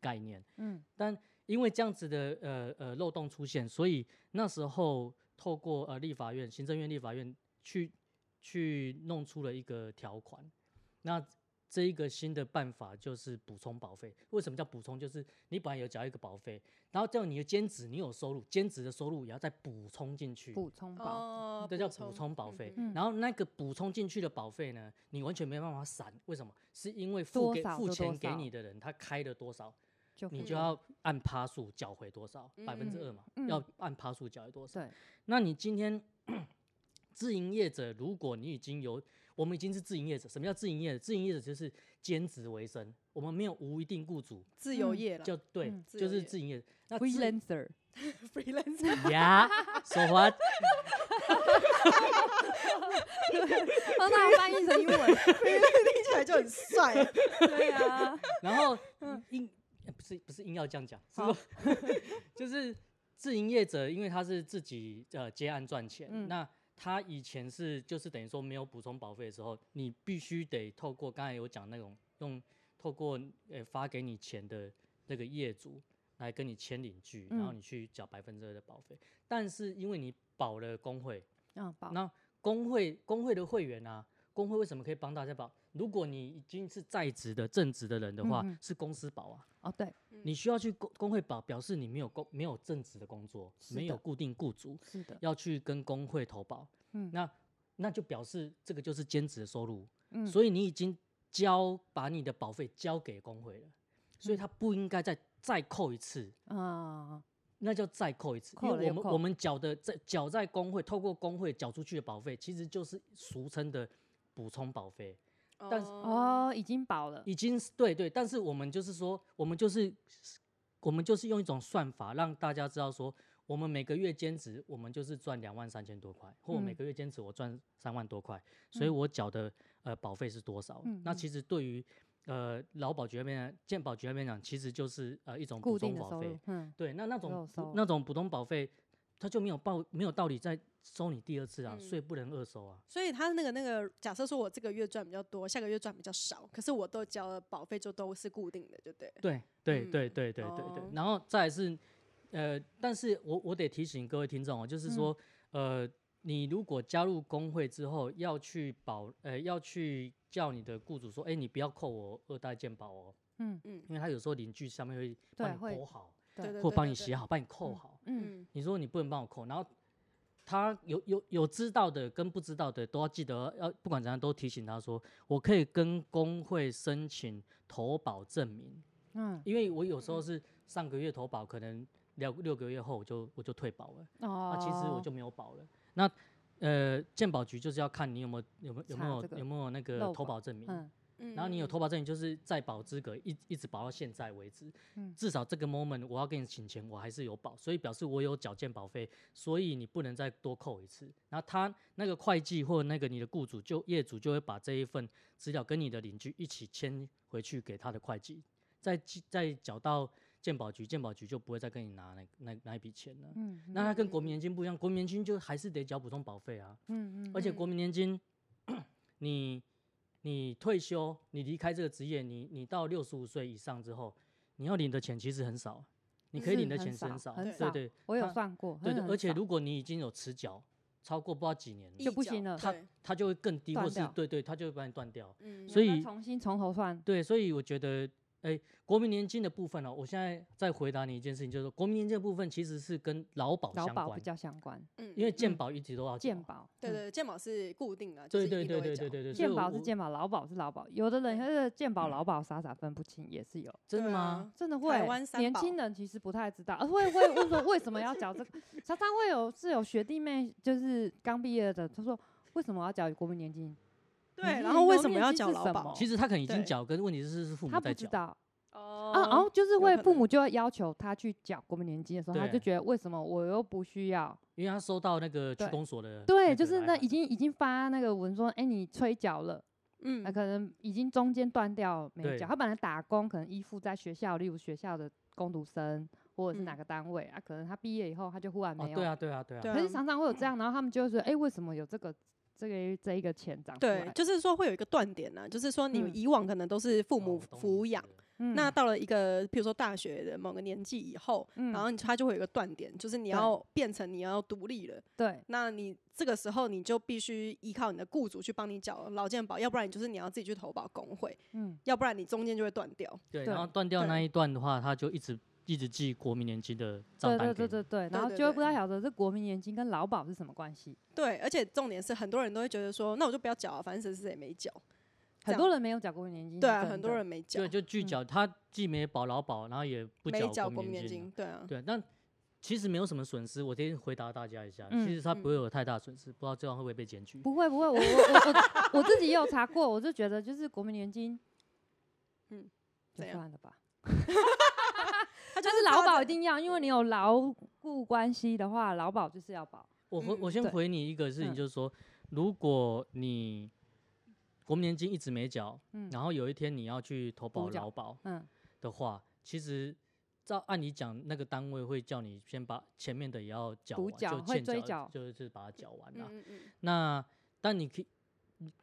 [SPEAKER 3] 概念。
[SPEAKER 1] 嗯
[SPEAKER 3] 但因为这样子的呃呃漏洞出现，所以那时候透过呃立法院、行政院、立法院去去弄出了一个条款，那这一个新的办法就是补充保费。为什么叫补充？就是你本来有缴一个保费，然后叫你的兼职，你有收入，兼职的收入也要再补充进去。
[SPEAKER 1] 补充保，
[SPEAKER 2] 哦，
[SPEAKER 3] 这叫补充保
[SPEAKER 2] 嗯
[SPEAKER 3] 费。
[SPEAKER 2] 嗯
[SPEAKER 1] 嗯
[SPEAKER 3] 然后那个补充进去的保费呢，你完全没办法闪，为什么？是因为付
[SPEAKER 1] 多
[SPEAKER 3] 给
[SPEAKER 1] 少
[SPEAKER 3] 付
[SPEAKER 1] 就多
[SPEAKER 3] 钱给
[SPEAKER 1] 少
[SPEAKER 3] 你的人，他开了多少，
[SPEAKER 1] 就
[SPEAKER 3] 你
[SPEAKER 1] 付
[SPEAKER 3] 就
[SPEAKER 1] 了
[SPEAKER 3] 要按趴数缴回多少，百分之二
[SPEAKER 2] 嗯
[SPEAKER 3] 嘛，
[SPEAKER 1] 嗯
[SPEAKER 3] 要按趴数缴回多少。
[SPEAKER 1] 对，
[SPEAKER 3] 那你今天 [clears throat] 自营业者，如果你已经有，我们已经是自营业者，什么叫自营业者？自营业者就是兼职为生，我们没有无一定雇主，
[SPEAKER 2] 自由
[SPEAKER 1] 嗯
[SPEAKER 2] 业了
[SPEAKER 3] 就对，
[SPEAKER 1] 嗯
[SPEAKER 2] 自
[SPEAKER 3] 就
[SPEAKER 2] 由
[SPEAKER 3] 是
[SPEAKER 2] 业
[SPEAKER 3] 自营业者。那自
[SPEAKER 1] freelancer，
[SPEAKER 3] [laughs]
[SPEAKER 2] ，freelancer，
[SPEAKER 3] 呀，手滑
[SPEAKER 1] [laughs] 帮他哦翻译成英文， [laughs]
[SPEAKER 2] 听起来就很帅。
[SPEAKER 1] 对啊，[laughs]
[SPEAKER 3] 然后硬呃不是不是硬要这样讲，是说 [laughs] 就是自营业者，因为他是自己呃接案赚钱，
[SPEAKER 1] 嗯
[SPEAKER 3] 那他以前是就是等于说没有补充保费的时候，你必须得透过刚才有讲那种用透过呃发给你钱的那个业主来跟你签领据，然后
[SPEAKER 1] 嗯
[SPEAKER 3] 你去缴百分之二的保费，但是因为你保了工会，
[SPEAKER 1] 嗯，保，
[SPEAKER 3] 那工会工会的会员啊，工会为什么可以帮大家保？如果你已经是在职的正职的人的话，
[SPEAKER 1] 嗯嗯
[SPEAKER 3] 是公司保啊，
[SPEAKER 1] 哦对，
[SPEAKER 3] 你需要去工工会保，表示你没有工没有正职的工作，
[SPEAKER 1] 是
[SPEAKER 3] 没有
[SPEAKER 1] 的
[SPEAKER 3] 固定雇主，
[SPEAKER 1] 是的，
[SPEAKER 3] 要去跟工会投保。
[SPEAKER 1] 嗯
[SPEAKER 3] 那那就表示这个就是兼职的收入，
[SPEAKER 1] 嗯，
[SPEAKER 3] 所以你已经交把你的保费交给工会了，所
[SPEAKER 1] 嗯
[SPEAKER 3] 以他不应该再再扣一次。
[SPEAKER 1] 啊，
[SPEAKER 3] 那叫再扣一次，
[SPEAKER 1] 扣
[SPEAKER 3] 因
[SPEAKER 1] 了
[SPEAKER 3] 为我
[SPEAKER 1] 又
[SPEAKER 3] 们
[SPEAKER 1] 扣
[SPEAKER 3] 我们缴的在缴在工会，透过工会缴出去的保费，其实就是俗称的补充保费，
[SPEAKER 2] 啊
[SPEAKER 3] [laughs] 但是
[SPEAKER 1] 哦，已经保了，
[SPEAKER 3] 已经是对对，但是我们就是说，我们就是我们就是用一种算法让大家知道说，我们每个月兼职，我们就是赚两万三千多块，或我每
[SPEAKER 1] 嗯
[SPEAKER 3] 个月兼职我赚三万多块，所以
[SPEAKER 1] 嗯
[SPEAKER 3] 我缴的呃保费是多少？
[SPEAKER 1] 嗯
[SPEAKER 3] 那
[SPEAKER 1] 嗯
[SPEAKER 3] 其实对于呃劳保局那边、健保局那边讲，其实就是呃一种补
[SPEAKER 1] 固
[SPEAKER 3] 充
[SPEAKER 1] 定的
[SPEAKER 3] 保
[SPEAKER 1] 收
[SPEAKER 3] 费
[SPEAKER 1] 入，，嗯，
[SPEAKER 3] 对，那那种
[SPEAKER 1] 肉
[SPEAKER 3] 普
[SPEAKER 1] 收
[SPEAKER 3] 那种普通保费，他就没有报没有道理再收你第二次
[SPEAKER 2] 嗯
[SPEAKER 3] 啊，所以不能二
[SPEAKER 2] [laughs]
[SPEAKER 3] 收啊。
[SPEAKER 2] 所以他那个那个，假设说我这个月赚比较多，下个月赚比较少，可是我都交了保费，就都是固定的，就对了。
[SPEAKER 3] 对对对
[SPEAKER 2] 嗯
[SPEAKER 3] 对对对对
[SPEAKER 2] 哦，
[SPEAKER 3] 然后再来是，呃，但是我我得提醒各位听众哦，就是说，
[SPEAKER 2] 嗯
[SPEAKER 3] 呃，你如果加入工会之后，要去保，呃，要去叫你的雇主说，哎，你不要扣我二代健保哦，
[SPEAKER 2] 嗯，
[SPEAKER 3] 因为他有时候邻居上面会
[SPEAKER 1] 对
[SPEAKER 3] 帮你
[SPEAKER 1] 会
[SPEAKER 3] 拨好，
[SPEAKER 2] 对对，
[SPEAKER 3] 或
[SPEAKER 2] 对
[SPEAKER 3] 帮
[SPEAKER 2] 对
[SPEAKER 3] 你
[SPEAKER 2] 对
[SPEAKER 3] 写好，帮你扣
[SPEAKER 1] 嗯
[SPEAKER 3] 好。
[SPEAKER 1] 嗯，
[SPEAKER 3] 你说你不能帮我扣，然后他有有有知道的跟不知道的都要记得，要不管怎样都提醒他说，我可以跟工会申请投保证明，
[SPEAKER 1] 嗯，
[SPEAKER 3] 因为我有时候是上个月投保，可能六六个月后我就我就退保了，那、
[SPEAKER 1] 哦，
[SPEAKER 3] 其实我就没有保了。那呃，健保局就是要看你有没有有没有有没
[SPEAKER 1] 查
[SPEAKER 3] 有、
[SPEAKER 1] 这个
[SPEAKER 3] 有没有那个
[SPEAKER 1] 漏
[SPEAKER 3] 投
[SPEAKER 1] 保
[SPEAKER 3] 保证明，
[SPEAKER 1] 嗯，
[SPEAKER 2] 嗯
[SPEAKER 3] 然后你有
[SPEAKER 2] 嗯
[SPEAKER 3] 投保证明，就是在保资格一一直保到现在为止，
[SPEAKER 1] 嗯
[SPEAKER 3] 至少这个 moment 我要跟你请钱，我还是有保，所以表示我有缴健保费，所以你不能再多扣一次。然后他那个会计或那个你的雇主就业主就会把这一份资料跟你的邻居一起签回去给他的会计，再寄再缴到健保局，健保局就不会再跟你拿那那那一笔钱了。
[SPEAKER 1] 嗯，嗯
[SPEAKER 3] 那它跟
[SPEAKER 2] 嗯
[SPEAKER 3] 国民年金不一样，国民年金就还是得缴普通保费啊。
[SPEAKER 1] 嗯嗯，
[SPEAKER 3] 而且
[SPEAKER 2] 嗯
[SPEAKER 3] 国民年金，你你退休，你离开这个职业，你你到六十五岁以上之后，你要领的钱其实很少，你可以
[SPEAKER 1] 是
[SPEAKER 3] 领的
[SPEAKER 1] 很
[SPEAKER 3] 钱是很
[SPEAKER 1] 少
[SPEAKER 3] 少，
[SPEAKER 1] 很
[SPEAKER 3] 对
[SPEAKER 1] 少
[SPEAKER 3] 对
[SPEAKER 1] 我有
[SPEAKER 3] 它
[SPEAKER 1] 算过，
[SPEAKER 3] 对
[SPEAKER 1] 很
[SPEAKER 3] 对，而且
[SPEAKER 1] 少
[SPEAKER 3] 如果你已经有持缴超过不知道几年了，
[SPEAKER 1] 就
[SPEAKER 2] 一
[SPEAKER 1] 不
[SPEAKER 2] 角
[SPEAKER 1] 行了
[SPEAKER 2] 对
[SPEAKER 3] 它就会更低，
[SPEAKER 1] 断
[SPEAKER 3] 或是
[SPEAKER 1] 掉
[SPEAKER 3] 对对，它就会把你断掉。
[SPEAKER 2] 嗯
[SPEAKER 1] 你
[SPEAKER 3] 所
[SPEAKER 1] 要不要
[SPEAKER 3] 以
[SPEAKER 1] 重新从头算，
[SPEAKER 3] 对，所以我觉得哎，国民年金的部分呢、我现在再回答你一件事情，就是说国民年金的部分其实是跟劳保
[SPEAKER 1] 劳
[SPEAKER 3] 哦相
[SPEAKER 1] 保
[SPEAKER 3] 关哦
[SPEAKER 1] 比，较相关，
[SPEAKER 2] 嗯，
[SPEAKER 3] 因为
[SPEAKER 2] 嗯
[SPEAKER 3] 健保一直都要
[SPEAKER 1] 健
[SPEAKER 3] 缴。
[SPEAKER 1] 保，
[SPEAKER 2] 对
[SPEAKER 1] 嗯
[SPEAKER 2] 对，健保是固定的，就
[SPEAKER 3] 对
[SPEAKER 2] 是一
[SPEAKER 3] 对
[SPEAKER 2] 定
[SPEAKER 3] 对
[SPEAKER 2] 都会
[SPEAKER 3] 对对
[SPEAKER 2] 缴
[SPEAKER 3] 对对，所以
[SPEAKER 1] 健保
[SPEAKER 3] 我
[SPEAKER 1] 是健保，劳保是劳保，有的人他的健保、劳保傻傻分不清，也是有。
[SPEAKER 3] 真的
[SPEAKER 2] 对
[SPEAKER 3] 吗？
[SPEAKER 2] 啊
[SPEAKER 1] 真的
[SPEAKER 2] 台
[SPEAKER 1] 会
[SPEAKER 2] 湾，三
[SPEAKER 1] 年
[SPEAKER 2] 宝
[SPEAKER 1] 轻人其实不太知道，呃会会问说为什么要缴这个？常常会有是有学弟妹就是刚毕业的，他说为什么要缴国民年金？
[SPEAKER 2] 对，
[SPEAKER 1] 年轻
[SPEAKER 2] 然后
[SPEAKER 1] 人
[SPEAKER 2] 为
[SPEAKER 1] 都
[SPEAKER 2] 什么
[SPEAKER 1] 年
[SPEAKER 2] 要
[SPEAKER 1] 纪
[SPEAKER 2] 缴
[SPEAKER 1] 是
[SPEAKER 2] 劳
[SPEAKER 1] 什
[SPEAKER 2] 保
[SPEAKER 1] 么？
[SPEAKER 3] 其实他可能已经
[SPEAKER 2] 对
[SPEAKER 3] 缴，可是问题是是父母
[SPEAKER 1] 他
[SPEAKER 3] 在
[SPEAKER 1] 不知
[SPEAKER 3] 缴。
[SPEAKER 1] 道
[SPEAKER 2] 哦
[SPEAKER 1] 啊，然后就是
[SPEAKER 2] 有
[SPEAKER 1] 会
[SPEAKER 2] 可
[SPEAKER 1] 父
[SPEAKER 2] 能
[SPEAKER 1] 母就要要求他去缴国民年金的时候，他就
[SPEAKER 3] 对
[SPEAKER 1] 觉得为什么我又不需要？
[SPEAKER 3] 因为他收到那个区
[SPEAKER 1] 对
[SPEAKER 3] 公所的，
[SPEAKER 1] 对，就是那已
[SPEAKER 3] 一，
[SPEAKER 1] 经已经发那个文说，哎，你催缴了，
[SPEAKER 2] 嗯
[SPEAKER 1] 那可能已经中间断掉没
[SPEAKER 3] 对
[SPEAKER 1] 缴。他本来打工可能依附在学校，例如学校的工读生或者是哪
[SPEAKER 2] 嗯
[SPEAKER 1] 个单位啊，可能他毕业以后他就忽然
[SPEAKER 3] 哦
[SPEAKER 1] 没，有
[SPEAKER 3] 对啊，对啊，对啊，
[SPEAKER 2] 对
[SPEAKER 1] 可是
[SPEAKER 2] 啊
[SPEAKER 1] 常常会有这样，然后他们就会说，哎、为什么有这个这个这一个钱长出
[SPEAKER 2] 对
[SPEAKER 1] 来，？
[SPEAKER 2] 就是说会有一个断点呢，就是说你
[SPEAKER 1] 嗯
[SPEAKER 2] 以往可能都是父
[SPEAKER 3] 父
[SPEAKER 2] 母抚养，
[SPEAKER 1] 嗯
[SPEAKER 2] 那到了一个譬如说大学的某个年纪以后，
[SPEAKER 1] 嗯
[SPEAKER 2] 然后你他就会有一个断点，就是你
[SPEAKER 1] 对
[SPEAKER 2] 要变成你要独立了，
[SPEAKER 1] 对
[SPEAKER 2] 那你这个时候你就必须依靠你的雇主去帮你缴劳健保，要不然你就是你要自己去投保工会，
[SPEAKER 1] 嗯
[SPEAKER 2] 要不然你中间就会断掉。
[SPEAKER 3] 对，
[SPEAKER 1] 对
[SPEAKER 3] 然后断掉
[SPEAKER 2] 对
[SPEAKER 3] 那一段的话，他就一直一直寄国民年金的账
[SPEAKER 1] 对对
[SPEAKER 3] 单给
[SPEAKER 1] 对
[SPEAKER 3] 你。
[SPEAKER 1] 对对，
[SPEAKER 2] 对
[SPEAKER 1] 然后
[SPEAKER 2] 对
[SPEAKER 1] 就会
[SPEAKER 2] 对嗯
[SPEAKER 1] 不太晓得这国民年金跟劳保是什么关系，
[SPEAKER 2] 对，而且重点是很多人都会觉得说，那我就不要缴啊，反正谁谁也没缴。这
[SPEAKER 1] 很
[SPEAKER 2] 样
[SPEAKER 1] 多人没有缴国民年金，
[SPEAKER 2] 对
[SPEAKER 1] 是
[SPEAKER 2] 啊，
[SPEAKER 1] 真
[SPEAKER 2] 很多
[SPEAKER 1] 的
[SPEAKER 2] 人没缴
[SPEAKER 3] 对，，就拒
[SPEAKER 1] 嗯
[SPEAKER 3] 缴，他既没保劳保，然后也不
[SPEAKER 2] 没缴
[SPEAKER 3] 缴
[SPEAKER 2] 国
[SPEAKER 3] 国
[SPEAKER 2] 民年
[SPEAKER 3] 金
[SPEAKER 2] 金。。对啊，
[SPEAKER 3] 对，但其实没有什么损失。我今天回答大家一下，
[SPEAKER 1] 嗯
[SPEAKER 3] 其实他
[SPEAKER 2] 嗯
[SPEAKER 3] 不会有太大损失，不知道这样会不会被检举。
[SPEAKER 1] 不会不会，我我我我我自己也有查过，我就觉得就是国民年金，
[SPEAKER 2] 嗯
[SPEAKER 1] 嗯，就
[SPEAKER 2] 怎样
[SPEAKER 1] 算了
[SPEAKER 2] [laughs]
[SPEAKER 1] 吧。
[SPEAKER 2] 他就
[SPEAKER 1] 但是
[SPEAKER 2] 靠
[SPEAKER 1] 劳保
[SPEAKER 2] 着
[SPEAKER 1] 一定要，因为你有劳雇关系的话，劳保就是要保。
[SPEAKER 3] 我回我
[SPEAKER 2] 嗯
[SPEAKER 3] 先
[SPEAKER 1] 对
[SPEAKER 3] 回你一个事情，
[SPEAKER 1] 嗯
[SPEAKER 3] 就是说，如果你国民年金一直没缴，
[SPEAKER 1] 嗯
[SPEAKER 3] 然后有一天你要去投保
[SPEAKER 1] 补缴
[SPEAKER 3] 劳保
[SPEAKER 1] 嗯，
[SPEAKER 3] 的话，其实照按理讲，那个单位会叫你先把前面的也要缴
[SPEAKER 1] 补
[SPEAKER 3] 完，
[SPEAKER 1] 缴
[SPEAKER 3] 就
[SPEAKER 1] 会
[SPEAKER 3] 欠
[SPEAKER 1] 追
[SPEAKER 3] 缴，
[SPEAKER 1] 缴
[SPEAKER 3] 就是把它缴完啊。
[SPEAKER 2] 嗯嗯嗯，
[SPEAKER 3] 那但你可以，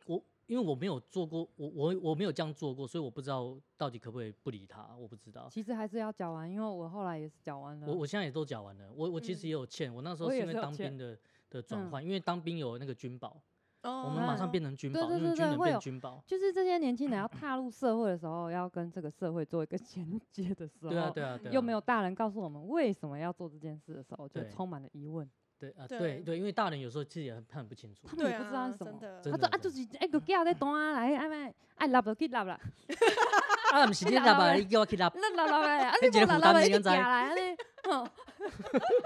[SPEAKER 3] 我因为我没有做过，我我我没有这样做过，所以我不知道到底可不可以不理他，我不知道。
[SPEAKER 1] 其实还是要缴完，因为我后来也是缴完了。
[SPEAKER 3] 哦我我现在也都缴完了，我我其
[SPEAKER 2] 嗯
[SPEAKER 3] 实也有欠，我那时候
[SPEAKER 1] 我
[SPEAKER 3] 是
[SPEAKER 1] 也
[SPEAKER 3] 因为
[SPEAKER 1] 是有
[SPEAKER 3] 当
[SPEAKER 1] 欠嗯
[SPEAKER 3] 兵的的转换，因为当兵有那个军保，
[SPEAKER 2] 哦
[SPEAKER 3] 我们马上变成军
[SPEAKER 1] 对
[SPEAKER 3] 保，
[SPEAKER 1] 对
[SPEAKER 3] 因为
[SPEAKER 1] 对
[SPEAKER 3] 军
[SPEAKER 1] 对
[SPEAKER 3] 人
[SPEAKER 1] 会
[SPEAKER 3] 变
[SPEAKER 1] 有
[SPEAKER 3] 军保。
[SPEAKER 1] 就是这些年轻人要踏入社会的时候，要跟这个社会做一个 [laughs] 衔接的时候，
[SPEAKER 3] 对啊，对啊，对啊。
[SPEAKER 1] 又没有大人告诉我们为什么要做这件事的时候，就
[SPEAKER 3] 对
[SPEAKER 1] 充满了疑问。
[SPEAKER 3] 对啊，
[SPEAKER 2] 对
[SPEAKER 3] 对对，因为大人有时候自己也很看
[SPEAKER 1] [laughs]
[SPEAKER 3] 不清楚
[SPEAKER 1] 他。们
[SPEAKER 2] 对
[SPEAKER 1] 也不知道
[SPEAKER 2] 啊，
[SPEAKER 1] 是什么
[SPEAKER 2] 真。的，
[SPEAKER 1] 他
[SPEAKER 3] 真
[SPEAKER 1] 说
[SPEAKER 3] 的
[SPEAKER 1] 啊，就是哎，个囝在动啊，来，哎咪，哎，拉不去拉啦，
[SPEAKER 3] 啊，不是你
[SPEAKER 1] 你
[SPEAKER 3] 拉
[SPEAKER 1] 老
[SPEAKER 3] 吧，
[SPEAKER 1] 了
[SPEAKER 3] 你叫我去拉。
[SPEAKER 1] 那拉拉来，啊
[SPEAKER 3] 那
[SPEAKER 1] 你
[SPEAKER 3] 一个
[SPEAKER 1] 不
[SPEAKER 3] 负
[SPEAKER 1] 拉拉
[SPEAKER 3] 担
[SPEAKER 1] 来，
[SPEAKER 3] 的
[SPEAKER 1] 一直
[SPEAKER 3] 样子
[SPEAKER 1] 行来，安尼， [laughs] 哦，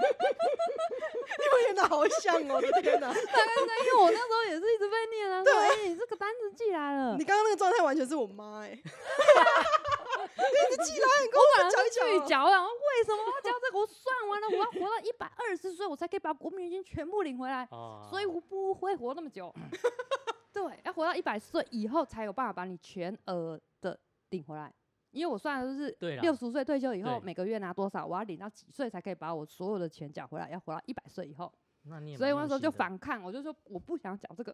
[SPEAKER 2] 我演的好像哦，我的天 [laughs] 哪！
[SPEAKER 1] 对对对，因为我那时候也是一直被念啊，说哎，你这个单子寄来了，
[SPEAKER 2] 你刚刚那个状态完全是我妈哎、欸，你的寄来，你跟
[SPEAKER 1] 本
[SPEAKER 2] 我
[SPEAKER 1] 来
[SPEAKER 2] 讲一
[SPEAKER 1] 是
[SPEAKER 2] 讲
[SPEAKER 1] 去
[SPEAKER 2] 啊。
[SPEAKER 1] 缴了，我为什么要交这个？我算完了，我要活到一百二十岁，我才可以把国民年金全部领回
[SPEAKER 3] [laughs]
[SPEAKER 1] 来。
[SPEAKER 3] 哦
[SPEAKER 1] 所以我不会活那么久。对，要活到一百岁以后才有办法把你全额的领回来。因为我算的就是
[SPEAKER 3] 对啦
[SPEAKER 1] 六十岁退休以后
[SPEAKER 3] 对
[SPEAKER 1] 每个月拿多少，我要领到几岁才可以把我所有的钱缴回来，要活到一百岁以后。
[SPEAKER 3] 那你也
[SPEAKER 1] 所以
[SPEAKER 3] 蛮
[SPEAKER 1] 我那
[SPEAKER 3] 用
[SPEAKER 1] 时候
[SPEAKER 3] 心
[SPEAKER 1] 就
[SPEAKER 3] 的
[SPEAKER 1] 反抗，我就说我不想缴这个，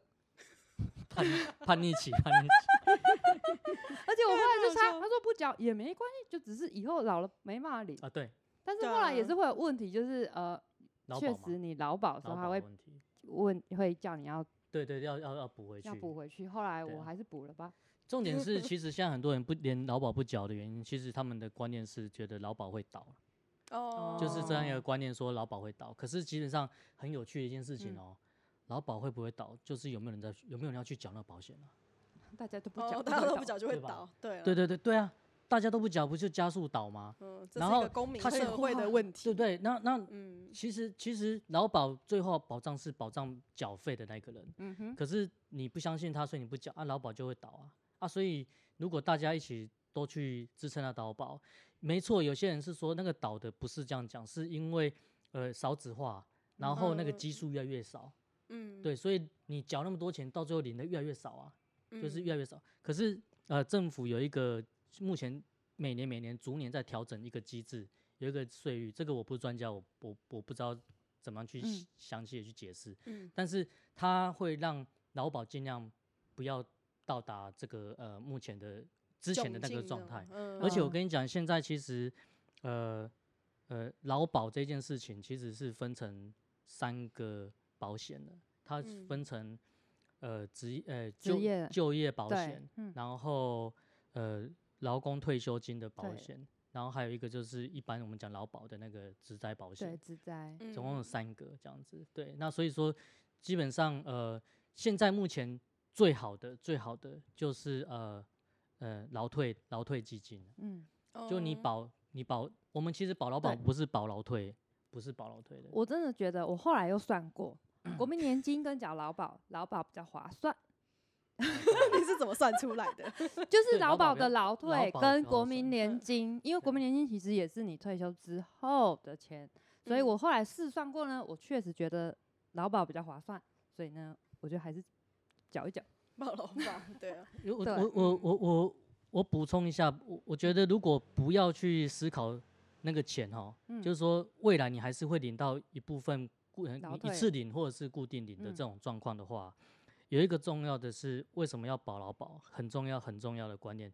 [SPEAKER 1] [laughs]
[SPEAKER 3] 叛逆叛逆期，叛逆期。
[SPEAKER 1] 而且我后来就
[SPEAKER 2] 太
[SPEAKER 1] 他
[SPEAKER 2] 好笑了
[SPEAKER 1] 他说不缴也没关系，就只是以后老了没办法领。
[SPEAKER 3] 啊，
[SPEAKER 1] [laughs]
[SPEAKER 3] 对，
[SPEAKER 1] 但是
[SPEAKER 2] 对
[SPEAKER 1] 后来也
[SPEAKER 2] 啊
[SPEAKER 1] 是会有问题，就是呃，
[SPEAKER 3] 劳
[SPEAKER 1] 确
[SPEAKER 3] 保嘛
[SPEAKER 1] 实，你劳保的时
[SPEAKER 3] 劳
[SPEAKER 1] 候他
[SPEAKER 3] 保
[SPEAKER 1] 会
[SPEAKER 3] 问题，
[SPEAKER 1] 问会叫你要
[SPEAKER 3] 对对，要要要补回去
[SPEAKER 1] 要。补回去，后来
[SPEAKER 3] 对
[SPEAKER 1] 我
[SPEAKER 3] 啊
[SPEAKER 1] 还是补了吧。
[SPEAKER 3] 重点
[SPEAKER 1] [laughs]
[SPEAKER 3] 是，其实现在很多人不连劳保不缴的原因，其实他们的观念是觉得劳保会倒，
[SPEAKER 2] 哦
[SPEAKER 3] 就是这样一
[SPEAKER 1] 哦
[SPEAKER 3] 个观念，说劳保会倒。可是基本上很有趣的一件事情
[SPEAKER 2] 嗯
[SPEAKER 3] 哦，劳保会不会倒，就是有没有人在有没有人要去缴那个保险啊？
[SPEAKER 1] 大家都不缴，
[SPEAKER 2] 哦，大家都不
[SPEAKER 1] 缴。
[SPEAKER 2] 缴就会
[SPEAKER 3] 对吧
[SPEAKER 2] 倒，对啊
[SPEAKER 3] 对，对对对啊，大家都不缴，不就加速倒吗？
[SPEAKER 2] 嗯，这
[SPEAKER 3] 然
[SPEAKER 2] 是一
[SPEAKER 3] 后
[SPEAKER 2] 个公民
[SPEAKER 3] 他是
[SPEAKER 2] 社会的问题，
[SPEAKER 3] 对不对？那那
[SPEAKER 2] 嗯，
[SPEAKER 3] 其实其实劳保最后保障是保障缴费的那个人，
[SPEAKER 1] 嗯哼，
[SPEAKER 3] 可是你不相信他，所以你不缴啊，劳保就会倒啊啊！所以如果大家一起都去支撑那劳保，没错，有些人是说那个倒的不是这样讲，是因为呃少子化，然后那个
[SPEAKER 2] 嗯
[SPEAKER 3] 基数越来越少，
[SPEAKER 2] 嗯，
[SPEAKER 3] 对，所以你缴那么多钱，到最后领的越来越少啊，
[SPEAKER 2] 嗯，
[SPEAKER 3] 就是越来越少。可是呃，政府有一个目前每年每年逐年在调整一个机制，有一个税率，这个我不是专家，我我我不知道怎么样去
[SPEAKER 1] 嗯
[SPEAKER 3] 详细的去解释。
[SPEAKER 2] 嗯
[SPEAKER 3] 但是它会让劳保尽量不要到达这个呃目前的之前的那
[SPEAKER 2] 窘
[SPEAKER 3] 个
[SPEAKER 2] 境
[SPEAKER 3] 状
[SPEAKER 2] 这
[SPEAKER 3] 态
[SPEAKER 2] 样。嗯，
[SPEAKER 3] 而且我
[SPEAKER 1] 嗯
[SPEAKER 3] 跟你讲，现在其实呃呃劳保这件事情其实是分成三个保险的，它
[SPEAKER 2] 嗯
[SPEAKER 3] 分成呃职呃
[SPEAKER 1] 职
[SPEAKER 3] 就
[SPEAKER 1] 业
[SPEAKER 3] 就业保
[SPEAKER 1] 对
[SPEAKER 3] 险，
[SPEAKER 1] 嗯
[SPEAKER 3] 然后呃劳工退休金的保
[SPEAKER 1] 对
[SPEAKER 3] 险，然后还有一个就是一般我们讲劳保的那个职灾保险
[SPEAKER 1] 对，，植栽，
[SPEAKER 2] 嗯
[SPEAKER 3] 总共有三个这样子。对，那所以说基本上呃，现在目前最好的最好的就是呃呃劳退劳退基金，
[SPEAKER 1] 嗯，
[SPEAKER 3] 就你
[SPEAKER 2] 嗯
[SPEAKER 3] 保你保，我们其实保劳保
[SPEAKER 1] 对
[SPEAKER 3] 不是保劳退，不是保劳退 [laughs] 的。
[SPEAKER 1] 我真的觉得我后来又算
[SPEAKER 3] [clears throat]
[SPEAKER 1] 过，国民年金跟缴劳保，劳保比较划算，
[SPEAKER 2] [laughs] 你是怎么算出来的？ [laughs]
[SPEAKER 1] 就是
[SPEAKER 3] 对
[SPEAKER 1] 劳
[SPEAKER 3] 劳保
[SPEAKER 1] 保
[SPEAKER 3] 比较
[SPEAKER 1] 的劳退
[SPEAKER 3] 劳保
[SPEAKER 1] 跟
[SPEAKER 3] 比较
[SPEAKER 1] 国
[SPEAKER 3] 划
[SPEAKER 1] 民
[SPEAKER 3] 算
[SPEAKER 1] 年金，因为国
[SPEAKER 3] 对
[SPEAKER 1] 民年金其实也是你退休之后的钱，所以
[SPEAKER 2] 嗯
[SPEAKER 1] 我后来试算过呢，我确实觉得劳保比较划算，所以呢，我觉得还是缴一缴。
[SPEAKER 2] 暴龙吧，对啊，
[SPEAKER 3] 因为我
[SPEAKER 1] 对
[SPEAKER 3] 我我我我我补充一下，我我觉得如果不要去思考那个钱哈，
[SPEAKER 1] 嗯
[SPEAKER 3] 就是说未来你还是会领到一部分固呃
[SPEAKER 1] 劳
[SPEAKER 3] 你一
[SPEAKER 1] 退
[SPEAKER 3] 次领或者是固定领的
[SPEAKER 1] 嗯
[SPEAKER 3] 这种状况的话，有一个重要的是为什么要保劳保，很重要很重要的观念。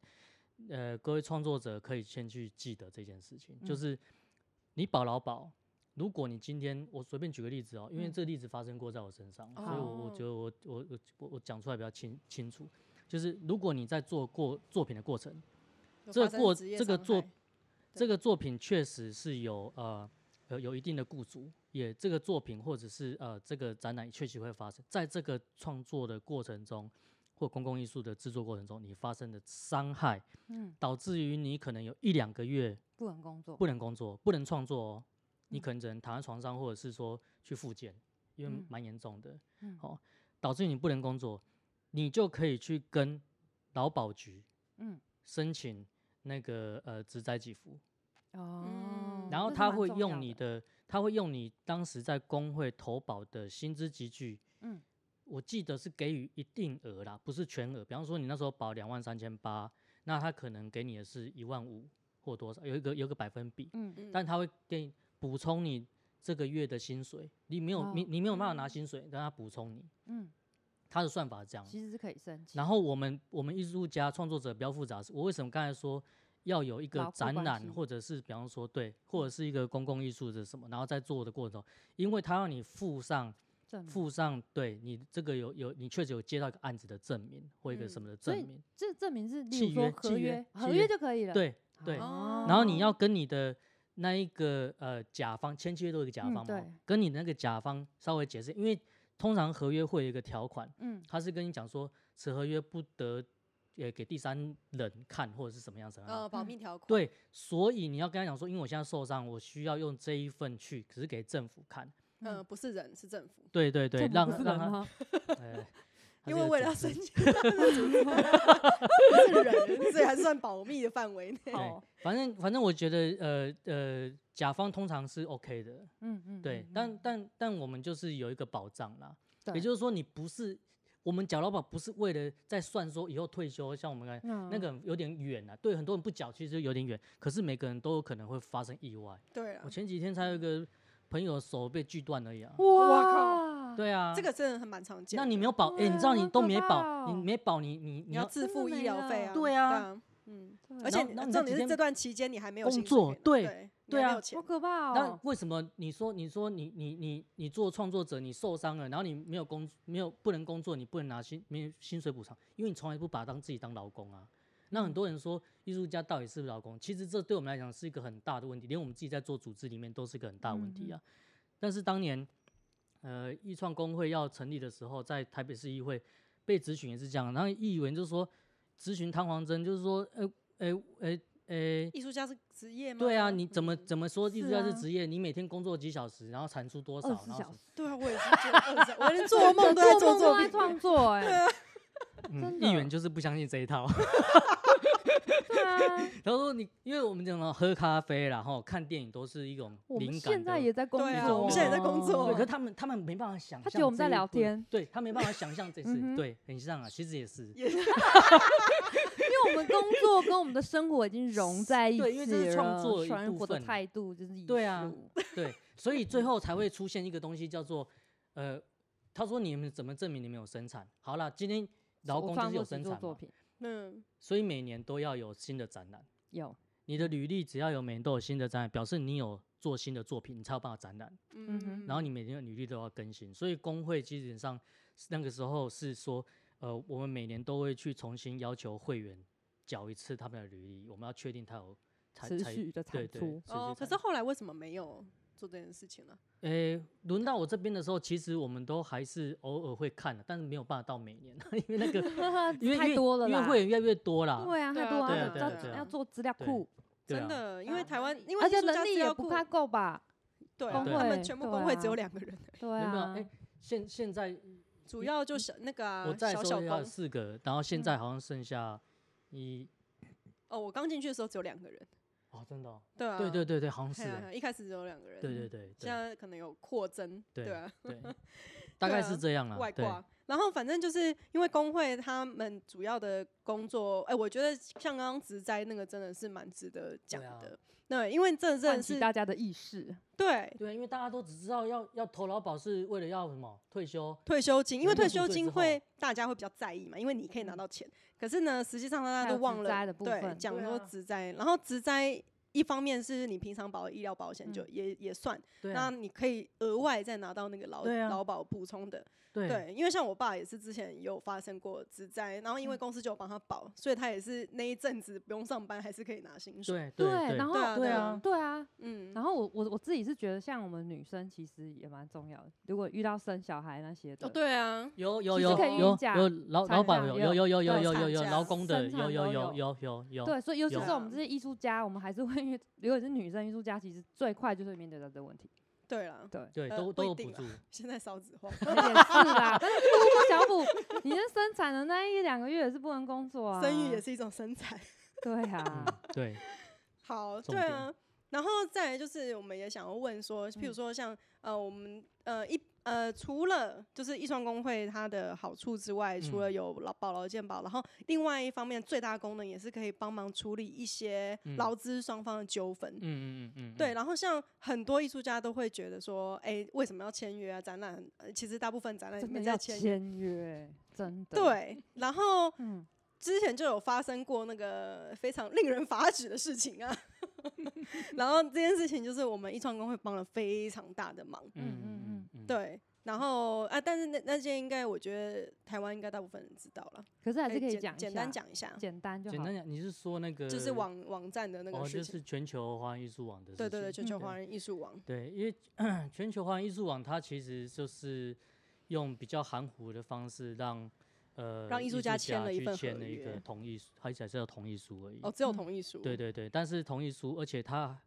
[SPEAKER 3] 呃，各位创作者可以先去记得这件事情，就
[SPEAKER 1] 嗯
[SPEAKER 3] 是你保劳保。如果你今天，我随便举个例子哦，因为
[SPEAKER 1] 嗯
[SPEAKER 3] 这个例子发生过在我身上，所以我我
[SPEAKER 2] 哦
[SPEAKER 3] 觉得我我我我我讲出来比较清清楚。就是如果你在做过作品的过程，
[SPEAKER 2] 有
[SPEAKER 3] 这
[SPEAKER 2] 发生
[SPEAKER 3] 过
[SPEAKER 2] 职业
[SPEAKER 3] 这个
[SPEAKER 2] 伤
[SPEAKER 3] 做
[SPEAKER 2] 害
[SPEAKER 3] 这个作品确实是有呃呃有一定的雇主，也这个作品或者是呃这个展览确实会发生在这个创作的过程中，或公共艺术的制作过程中，你发生的伤害，
[SPEAKER 1] 嗯，
[SPEAKER 3] 导致于你可能有一两个月
[SPEAKER 1] 不能工作，
[SPEAKER 3] 不能工作，不能创作哦，你
[SPEAKER 1] 嗯
[SPEAKER 3] 可能只能躺在床上，或者是说去复健，因为
[SPEAKER 1] 嗯
[SPEAKER 3] 蛮严重的，
[SPEAKER 1] 嗯
[SPEAKER 3] 哦，导致你不能工作，你就可以去跟劳保局
[SPEAKER 1] 嗯，
[SPEAKER 3] 申请那个呃职灾给付，
[SPEAKER 1] 哦，
[SPEAKER 3] 嗯然后
[SPEAKER 1] 这是
[SPEAKER 3] 他
[SPEAKER 1] 蛮
[SPEAKER 3] 会
[SPEAKER 1] 重要
[SPEAKER 3] 用你的，他会用你当时在工会投保的薪资集聚，
[SPEAKER 1] 嗯，
[SPEAKER 3] 我记得是给予一定额啦，不是全额。比方说你那时候保两万三千八，那他可能给你的是一万五或多少，有一个有一个百分比，
[SPEAKER 1] 嗯，
[SPEAKER 2] 嗯
[SPEAKER 3] 但他会给你补充你这个月的薪水，你没有、你
[SPEAKER 1] 哦
[SPEAKER 3] 你没有办法拿
[SPEAKER 2] 嗯
[SPEAKER 3] 薪水，但他补充你，
[SPEAKER 1] 嗯，
[SPEAKER 3] 他的算法是这样。
[SPEAKER 1] 其实是可以申请。
[SPEAKER 3] 然后我们我们艺术家创作者比较复杂，是我为什么刚才说要有一
[SPEAKER 1] 牢
[SPEAKER 3] 个
[SPEAKER 1] 固
[SPEAKER 3] 展
[SPEAKER 1] 关
[SPEAKER 3] 览
[SPEAKER 1] 系，
[SPEAKER 3] 或者是比方说对，或者是一个公共艺术的什么，然后在做的过程中，因为他让你附上
[SPEAKER 1] 证明
[SPEAKER 3] 附上对你这个有有你确实有接到一个案子的证明或一个什
[SPEAKER 2] 嗯
[SPEAKER 3] 么的
[SPEAKER 1] 所
[SPEAKER 3] 证
[SPEAKER 1] 以
[SPEAKER 3] 明，
[SPEAKER 1] 这证明是，例如
[SPEAKER 3] 契
[SPEAKER 1] 说
[SPEAKER 3] 约
[SPEAKER 1] 合
[SPEAKER 3] 契约
[SPEAKER 1] 约，合
[SPEAKER 3] 契
[SPEAKER 1] 约
[SPEAKER 3] 约
[SPEAKER 1] 就可以了。
[SPEAKER 3] 对对
[SPEAKER 1] 哦，
[SPEAKER 3] 然后你要跟你的那一个呃甲方签契约都有一个甲
[SPEAKER 1] 嗯
[SPEAKER 3] 方嘛，
[SPEAKER 1] 对
[SPEAKER 3] 跟你那个甲方稍微解释，因为通常合约会有一个条款，
[SPEAKER 1] 嗯
[SPEAKER 3] 他是跟你讲说此合约不得呃给第三人看或者是什么样什么样。
[SPEAKER 2] 呃保
[SPEAKER 1] 嗯
[SPEAKER 2] 密条款，
[SPEAKER 3] 对，所以你要跟他讲说，因为我现在受伤，我需要用这一份去，只是给政府看。
[SPEAKER 2] 呃，不是人是政府，
[SPEAKER 3] 对对对，
[SPEAKER 1] 政府
[SPEAKER 3] 让
[SPEAKER 1] 不是
[SPEAKER 3] 让
[SPEAKER 1] 人
[SPEAKER 3] 他，
[SPEAKER 1] 吗 [laughs]
[SPEAKER 3] 呃他
[SPEAKER 2] 因为
[SPEAKER 3] 是个
[SPEAKER 2] 为
[SPEAKER 3] 组
[SPEAKER 2] 了
[SPEAKER 3] 织
[SPEAKER 2] 申 [laughs] 请，不是人，所以还是算保密的范围内。
[SPEAKER 1] 哦，
[SPEAKER 3] 反正反正我觉得呃呃，甲方通常是 OK 的，
[SPEAKER 1] 嗯嗯，
[SPEAKER 3] 对，
[SPEAKER 1] 嗯
[SPEAKER 3] 但
[SPEAKER 1] 嗯
[SPEAKER 3] 但但我们就是有一个保障啦，
[SPEAKER 1] 对
[SPEAKER 3] 也就是说你不是我们缴劳保不是为了在算说以后退休，像我们刚才
[SPEAKER 1] 那
[SPEAKER 3] 那个有点远啊，对很多人不缴其实有点远，可是每个人都有可能会发生意外。
[SPEAKER 2] 对啊
[SPEAKER 3] 我，前几天才有一个朋友手被锯断而已啊，
[SPEAKER 2] 哇
[SPEAKER 1] 哇，
[SPEAKER 3] 对啊，
[SPEAKER 2] 这个真的很蛮常见的。
[SPEAKER 3] 那你没有保，哎、
[SPEAKER 1] 对
[SPEAKER 3] 你知道
[SPEAKER 1] 啊
[SPEAKER 3] 你
[SPEAKER 1] 好
[SPEAKER 3] 都
[SPEAKER 1] 可
[SPEAKER 3] 没
[SPEAKER 1] 怕
[SPEAKER 3] 保，
[SPEAKER 1] 哦
[SPEAKER 3] 你没保你你
[SPEAKER 2] 你
[SPEAKER 3] 你
[SPEAKER 2] 要
[SPEAKER 3] 要
[SPEAKER 2] 自
[SPEAKER 1] 真的
[SPEAKER 2] 付医
[SPEAKER 1] 没
[SPEAKER 2] 疗费
[SPEAKER 1] 了
[SPEAKER 2] 啊，
[SPEAKER 3] 对
[SPEAKER 2] 对
[SPEAKER 3] 啊
[SPEAKER 2] 啊，嗯，
[SPEAKER 1] 对，
[SPEAKER 2] 而
[SPEAKER 3] 然
[SPEAKER 2] 且
[SPEAKER 3] 后然后你
[SPEAKER 2] 重
[SPEAKER 3] 那
[SPEAKER 2] 点
[SPEAKER 3] 几
[SPEAKER 2] 是这
[SPEAKER 3] 天
[SPEAKER 2] 段期间你还没有
[SPEAKER 3] 工
[SPEAKER 2] 薪水
[SPEAKER 3] 作
[SPEAKER 2] 给你
[SPEAKER 3] 对
[SPEAKER 2] 对你
[SPEAKER 3] 对
[SPEAKER 2] 还没
[SPEAKER 3] 啊
[SPEAKER 2] 有
[SPEAKER 1] 好
[SPEAKER 2] 钱
[SPEAKER 1] 可怕
[SPEAKER 3] 那
[SPEAKER 1] 哦，
[SPEAKER 3] 为什么你说你说你你你你做创作者，你受伤了，然后你没有工没有不能工作，你不能拿薪没有薪水补偿，因为你从来不把当自己当劳工啊。那很多人说艺术家到底是不是劳工？其实这对我们来讲是一个很大的问题，连我们自己在做组织里面都是一个很大的问题啊。但是当年，呃，艺创工会要成立的时候，在台北市议会被质询也是这样，然后议员就说咨询汤黄真，就是说，呃呃呃呃，
[SPEAKER 2] 艺术家是职业吗？
[SPEAKER 3] 对啊，你怎么
[SPEAKER 2] 嗯
[SPEAKER 3] 怎么说艺术
[SPEAKER 1] 是
[SPEAKER 3] 家是
[SPEAKER 1] 啊
[SPEAKER 3] 职业？你每天工作几小时，然后产出多少？
[SPEAKER 1] 二十
[SPEAKER 3] 然后
[SPEAKER 1] 小
[SPEAKER 3] 什么
[SPEAKER 1] 时，
[SPEAKER 2] 对啊，我也是
[SPEAKER 3] [laughs]
[SPEAKER 2] 觉得二十，我连做梦都在
[SPEAKER 1] 做
[SPEAKER 2] 做
[SPEAKER 1] 梦都
[SPEAKER 2] 作
[SPEAKER 1] 在
[SPEAKER 2] 品。
[SPEAKER 1] 创作，
[SPEAKER 3] 啊
[SPEAKER 1] 哎，真
[SPEAKER 3] 嗯，
[SPEAKER 1] 的
[SPEAKER 3] 议员就是不相信这一 [laughs] 套。
[SPEAKER 1] 对啊，
[SPEAKER 3] 他说你，因为我们讲到喝咖啡啦，然后看电影都是一种
[SPEAKER 1] 我们
[SPEAKER 3] 灵感
[SPEAKER 1] 现在
[SPEAKER 3] 的
[SPEAKER 1] 也在工作
[SPEAKER 2] 对
[SPEAKER 1] 哦，
[SPEAKER 2] 啊我们现在也在工作
[SPEAKER 3] 对，可是他们他们没办法想象，
[SPEAKER 1] 他觉得我们在聊天，
[SPEAKER 3] 对他没办法
[SPEAKER 1] [laughs]
[SPEAKER 3] 想象这
[SPEAKER 1] 嗯哼
[SPEAKER 3] 事，对，很像啊，其实
[SPEAKER 1] [laughs]
[SPEAKER 3] 也是， [laughs]
[SPEAKER 1] 因为我们工作跟我们的生活已经融在一起了，
[SPEAKER 3] 对因为这是创作的一
[SPEAKER 1] 生
[SPEAKER 3] 部
[SPEAKER 1] 活的
[SPEAKER 3] 分
[SPEAKER 1] 态度就是艺术，
[SPEAKER 3] 对啊对，所以最后才会出现一个东西叫做，呃，他说你们怎么证明你们有生产？好啦，今天劳
[SPEAKER 1] 我
[SPEAKER 3] 工就
[SPEAKER 1] 创
[SPEAKER 3] 是有
[SPEAKER 1] 作制
[SPEAKER 3] 生
[SPEAKER 1] 作
[SPEAKER 3] 产
[SPEAKER 1] 作
[SPEAKER 3] 嘛，
[SPEAKER 1] 品
[SPEAKER 2] 嗯，
[SPEAKER 3] 所以每年都要有新的展览。
[SPEAKER 1] 有，
[SPEAKER 3] 你的履历只要有每年都有新的展览，表示你有做新的作品，你才有办法展览。
[SPEAKER 1] 嗯哼
[SPEAKER 3] 然后你每天的履历都要更新，所以工会基本上是那个时候是说，呃，我们每年都会去重新要求会员缴一次他们的履历，我们要确定他有才
[SPEAKER 1] 持
[SPEAKER 3] 才
[SPEAKER 1] 续的
[SPEAKER 3] 对
[SPEAKER 1] 产
[SPEAKER 3] 对
[SPEAKER 1] 出
[SPEAKER 3] 持续
[SPEAKER 2] 哦，可
[SPEAKER 3] 产
[SPEAKER 2] 是后来为什么没有做这件事情呢、
[SPEAKER 3] 诶，轮到我这边的时候，其实我们都还是偶尔会看的，啊但是没有办法到每年，啊因为
[SPEAKER 1] [laughs]
[SPEAKER 3] 那个因为因
[SPEAKER 1] 太
[SPEAKER 3] 为
[SPEAKER 1] 多了
[SPEAKER 3] 因为
[SPEAKER 1] 啦，
[SPEAKER 3] 会员越来越多啦。
[SPEAKER 1] 对啊，
[SPEAKER 2] 对
[SPEAKER 1] 太
[SPEAKER 2] 啊
[SPEAKER 1] 多
[SPEAKER 3] 对
[SPEAKER 1] 了
[SPEAKER 3] 啊对啊对
[SPEAKER 1] 要
[SPEAKER 3] 啊
[SPEAKER 1] 要做资料
[SPEAKER 3] 对
[SPEAKER 2] 酷
[SPEAKER 1] 库，
[SPEAKER 3] 对
[SPEAKER 2] 真
[SPEAKER 3] 啊
[SPEAKER 2] 的，因为台湾因为
[SPEAKER 1] 而
[SPEAKER 2] 艺
[SPEAKER 1] 且
[SPEAKER 2] 术家
[SPEAKER 1] 能力
[SPEAKER 2] 资
[SPEAKER 1] 也
[SPEAKER 2] 料
[SPEAKER 1] 不
[SPEAKER 2] 库
[SPEAKER 1] 太够吧？
[SPEAKER 2] 对啊，
[SPEAKER 3] 工
[SPEAKER 2] 他们
[SPEAKER 1] 会
[SPEAKER 2] 全部
[SPEAKER 1] 对
[SPEAKER 2] 工会只
[SPEAKER 1] 啊
[SPEAKER 2] 有两个人，
[SPEAKER 1] 对
[SPEAKER 3] 没有没有哎
[SPEAKER 1] 啊，
[SPEAKER 3] 诶，现现在
[SPEAKER 2] 主要就小那个啊
[SPEAKER 3] 我在
[SPEAKER 2] 小
[SPEAKER 3] 的时
[SPEAKER 2] 小
[SPEAKER 3] 候要有
[SPEAKER 2] 工。嗯
[SPEAKER 3] 四个，然后现在好像剩下一
[SPEAKER 2] 哦，我刚进去的时候只有两个人，
[SPEAKER 3] 哦，真的哦，
[SPEAKER 2] 对啊，
[SPEAKER 3] 对对对对，好像是
[SPEAKER 2] 嘿啊，
[SPEAKER 3] 诶，
[SPEAKER 2] 一开始只有两个人，
[SPEAKER 3] 对对对
[SPEAKER 2] 现
[SPEAKER 3] 对
[SPEAKER 2] 在可能有扩增，
[SPEAKER 3] 对
[SPEAKER 2] 对啊， [laughs]
[SPEAKER 3] 对，大概
[SPEAKER 2] 啊
[SPEAKER 3] 是这样啦。
[SPEAKER 2] 外
[SPEAKER 3] 对
[SPEAKER 2] 挂。然后反正就是因为工会他们主要的工作，哎、我觉得像刚刚植栽那个真的是蛮值得讲
[SPEAKER 3] 对啊
[SPEAKER 2] 的。对，因为这真
[SPEAKER 1] 唤
[SPEAKER 2] 的
[SPEAKER 1] 起
[SPEAKER 2] 是
[SPEAKER 1] 大家的意识，
[SPEAKER 2] 对
[SPEAKER 3] [laughs] 对，因为大家都只知道要要投劳保是为了要什么退休，
[SPEAKER 2] 退休金，因为退
[SPEAKER 3] 对入
[SPEAKER 2] 休
[SPEAKER 3] 队
[SPEAKER 2] 金
[SPEAKER 3] 之嗯
[SPEAKER 2] 会大家会比较在意嘛，因为你可以拿到钱。可是呢，实际上大家
[SPEAKER 1] 还
[SPEAKER 2] 都
[SPEAKER 1] 有
[SPEAKER 2] 忘
[SPEAKER 1] 植
[SPEAKER 2] 了
[SPEAKER 1] 栽的部
[SPEAKER 2] 对
[SPEAKER 1] 分
[SPEAKER 2] 讲
[SPEAKER 3] 对
[SPEAKER 2] 说
[SPEAKER 3] 啊
[SPEAKER 2] 植栽，然后植栽一方面是你平常保医疗保险就也、也算，
[SPEAKER 3] 嗯对
[SPEAKER 2] 那
[SPEAKER 3] 啊
[SPEAKER 2] 你可以额外再拿到那个劳、
[SPEAKER 3] 对啊
[SPEAKER 2] 劳保补充的。
[SPEAKER 3] 对
[SPEAKER 2] 对，因为像我爸也是之前有发生过职灾，然后
[SPEAKER 3] 嗯
[SPEAKER 2] 因为公司就有帮他保，所以他也是那一阵子不用上班，还是可以拿薪水。
[SPEAKER 3] 对对，
[SPEAKER 1] 然后
[SPEAKER 2] 对啊对啊
[SPEAKER 1] 对啊，
[SPEAKER 2] 嗯，
[SPEAKER 1] 然后我我我自己是觉得，像我们女生其实也蛮重要的，如果遇到生小孩那些的，
[SPEAKER 2] 哦，对啊，
[SPEAKER 3] 有有
[SPEAKER 1] 其实
[SPEAKER 3] 有
[SPEAKER 1] 可以
[SPEAKER 3] 有
[SPEAKER 1] 孕假
[SPEAKER 3] 有劳
[SPEAKER 1] 产
[SPEAKER 3] 劳保
[SPEAKER 1] 假
[SPEAKER 3] 有
[SPEAKER 1] 也
[SPEAKER 3] 有
[SPEAKER 1] 有
[SPEAKER 3] 有有
[SPEAKER 2] 对
[SPEAKER 3] 有有
[SPEAKER 2] 产
[SPEAKER 3] 有有
[SPEAKER 2] 假
[SPEAKER 3] 劳工的
[SPEAKER 1] 生
[SPEAKER 3] 有
[SPEAKER 1] 产
[SPEAKER 3] 有
[SPEAKER 1] 都
[SPEAKER 3] 有
[SPEAKER 1] 有
[SPEAKER 3] 有有
[SPEAKER 2] 哦
[SPEAKER 3] 有，
[SPEAKER 1] 对所以尤其
[SPEAKER 3] 有，
[SPEAKER 1] 是我们这些艺术家，我们还是会遇，如果是女生艺术家，其实最快就是会面对到这个问
[SPEAKER 2] [laughs]
[SPEAKER 1] 题。
[SPEAKER 2] 对了，
[SPEAKER 1] 对
[SPEAKER 3] 对
[SPEAKER 2] 呃
[SPEAKER 3] 都
[SPEAKER 2] 不
[SPEAKER 3] 都
[SPEAKER 2] 一
[SPEAKER 3] 有
[SPEAKER 2] 定
[SPEAKER 3] 补
[SPEAKER 2] 啦
[SPEAKER 3] 助，
[SPEAKER 2] 现在少子
[SPEAKER 3] [laughs]
[SPEAKER 2] 化，
[SPEAKER 1] 也是啦。 [laughs] 但是小补，你是生产的那一两个月也是不能工作啊，
[SPEAKER 2] 生育也是一种生产。
[SPEAKER 1] 对
[SPEAKER 3] 嗯
[SPEAKER 1] 啊，
[SPEAKER 3] 对
[SPEAKER 2] 好，
[SPEAKER 3] 重
[SPEAKER 2] 对啊。然后再来就是，我们也想要问说，譬如说像呃，我们呃一呃，除了就是艺创工会它的好处之外，除
[SPEAKER 3] 嗯
[SPEAKER 2] 了有劳保劳健保，然后另外一方面最大功能也是可以帮忙处理一些
[SPEAKER 3] 嗯
[SPEAKER 2] 劳资双方的纠纷。
[SPEAKER 3] 嗯嗯嗯嗯，
[SPEAKER 2] 对，
[SPEAKER 3] 嗯
[SPEAKER 2] 然后像很多艺术家都会觉得说，哎、为什么要签约啊？展览很、呃其实大部分展览也
[SPEAKER 1] 真
[SPEAKER 2] 没
[SPEAKER 1] 的
[SPEAKER 2] 在
[SPEAKER 1] 要
[SPEAKER 2] 签约。
[SPEAKER 1] 签约，真的。，
[SPEAKER 2] 对，然后
[SPEAKER 1] 嗯，
[SPEAKER 2] 之前就有发生过那个非常令人发指的事情啊。 [laughs] 然后这件事情就是我们艺创工会帮了非常大的忙，
[SPEAKER 1] 嗯嗯
[SPEAKER 3] 嗯嗯，
[SPEAKER 2] 对。然后啊，但是那那些应该我觉得台湾应该大部分人知道了，
[SPEAKER 1] 可是还是
[SPEAKER 2] 哎
[SPEAKER 1] 可以
[SPEAKER 2] 简
[SPEAKER 1] 讲一
[SPEAKER 2] 简
[SPEAKER 1] 下
[SPEAKER 2] 单，讲一下，
[SPEAKER 1] 简单就
[SPEAKER 3] 简
[SPEAKER 1] 好
[SPEAKER 3] 单。讲，你是说那个
[SPEAKER 2] 就是网网站的那个
[SPEAKER 3] 哦，
[SPEAKER 2] 事
[SPEAKER 3] 就
[SPEAKER 2] 情，
[SPEAKER 3] 是全球华人艺术网的事情，
[SPEAKER 2] 对对对，全球
[SPEAKER 3] 嗯
[SPEAKER 2] 华人艺术网，
[SPEAKER 3] 对，因为 [clears throat] 全球华人艺术网它其实就是用比较含糊的方式让呃
[SPEAKER 2] 让艺术家
[SPEAKER 3] 家
[SPEAKER 2] 签了一
[SPEAKER 3] 去
[SPEAKER 2] 份
[SPEAKER 3] 签
[SPEAKER 2] 合
[SPEAKER 3] 了一个
[SPEAKER 2] 约
[SPEAKER 3] 同意书，而且是要同意书而已。
[SPEAKER 2] 哦，只有
[SPEAKER 1] 嗯
[SPEAKER 2] 同艺术，
[SPEAKER 3] 对对对，但是同意书，而且他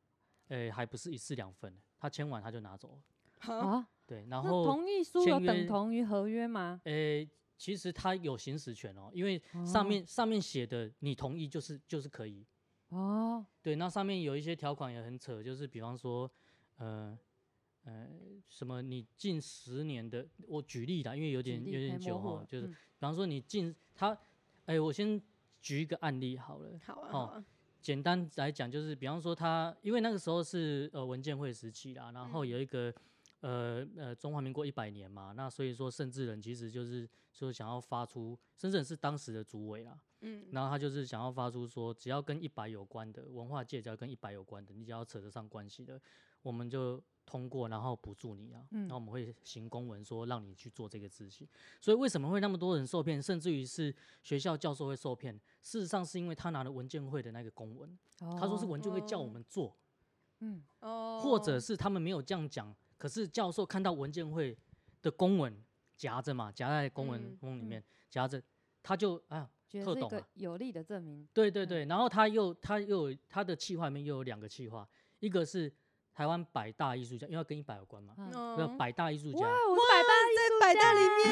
[SPEAKER 3] 诶、还不是一式两份，他签完他就拿走了。
[SPEAKER 1] 啊，
[SPEAKER 3] 对，然
[SPEAKER 1] 那
[SPEAKER 3] 后
[SPEAKER 1] 同意书有
[SPEAKER 3] 签约
[SPEAKER 1] 等同于合约吗？
[SPEAKER 3] 诶、其实他有行使权哦，因为上面、上面写的你同意就是就是可以。
[SPEAKER 1] 哦，
[SPEAKER 3] 对，那上面有一些条款也很扯，就是比方说，呃呃，什么你近十年的，我举例啦，因为有点
[SPEAKER 1] 举
[SPEAKER 3] 有
[SPEAKER 1] 例
[SPEAKER 3] 点
[SPEAKER 1] 哎
[SPEAKER 3] 久
[SPEAKER 1] 模糊
[SPEAKER 3] 哈
[SPEAKER 1] 了，
[SPEAKER 3] 就是
[SPEAKER 1] 嗯
[SPEAKER 3] 比方说你近他，哎、我先举一个案例好了，
[SPEAKER 2] 好啊，
[SPEAKER 3] 哦
[SPEAKER 2] 好啊，
[SPEAKER 3] 简单来讲，就是比方说他，因为那个时候是呃文建会时期啦，然
[SPEAKER 1] 嗯
[SPEAKER 3] 后有一个、呃呃中华民国一百年嘛，那所以说盛智仁其实就是说想要发出，深圳是当时的主委啦，
[SPEAKER 2] 嗯，
[SPEAKER 3] 然后他就是想要发出说，只要跟一百有关的文化界，只要跟一百有关的，你只要扯得上关系的，我们就通过，然后补助你啊。
[SPEAKER 1] 嗯
[SPEAKER 3] 然后我们会行公文说让你去做这个事情。所以为什么会那么多人受骗，甚至于是学校教授会受骗？事实上是因为他拿了文建会的那个公文，他说是
[SPEAKER 1] 哦，
[SPEAKER 3] 文建会叫我
[SPEAKER 2] 哦
[SPEAKER 3] 们做，
[SPEAKER 1] 嗯，
[SPEAKER 2] 哦，
[SPEAKER 3] 或者是他们没有这样讲，可是教授看到文建会的公文夹着嘛，夹在公文
[SPEAKER 2] 嗯
[SPEAKER 3] 封里
[SPEAKER 1] 嗯
[SPEAKER 3] 面夹着，他就啊。
[SPEAKER 1] 觉得
[SPEAKER 3] 特
[SPEAKER 1] 是一
[SPEAKER 3] 懂
[SPEAKER 1] 个
[SPEAKER 3] 啊
[SPEAKER 1] 有力的证明。
[SPEAKER 3] 对对
[SPEAKER 1] 嗯
[SPEAKER 3] 对，然后他又他又有他的企划里面又有两个企划，一个是台湾百大艺术家，因为要跟一百有关嘛，
[SPEAKER 1] 嗯哇，
[SPEAKER 3] 那
[SPEAKER 2] 嗯，
[SPEAKER 3] 百大艺术家，
[SPEAKER 1] 我是百大
[SPEAKER 2] 在百大里面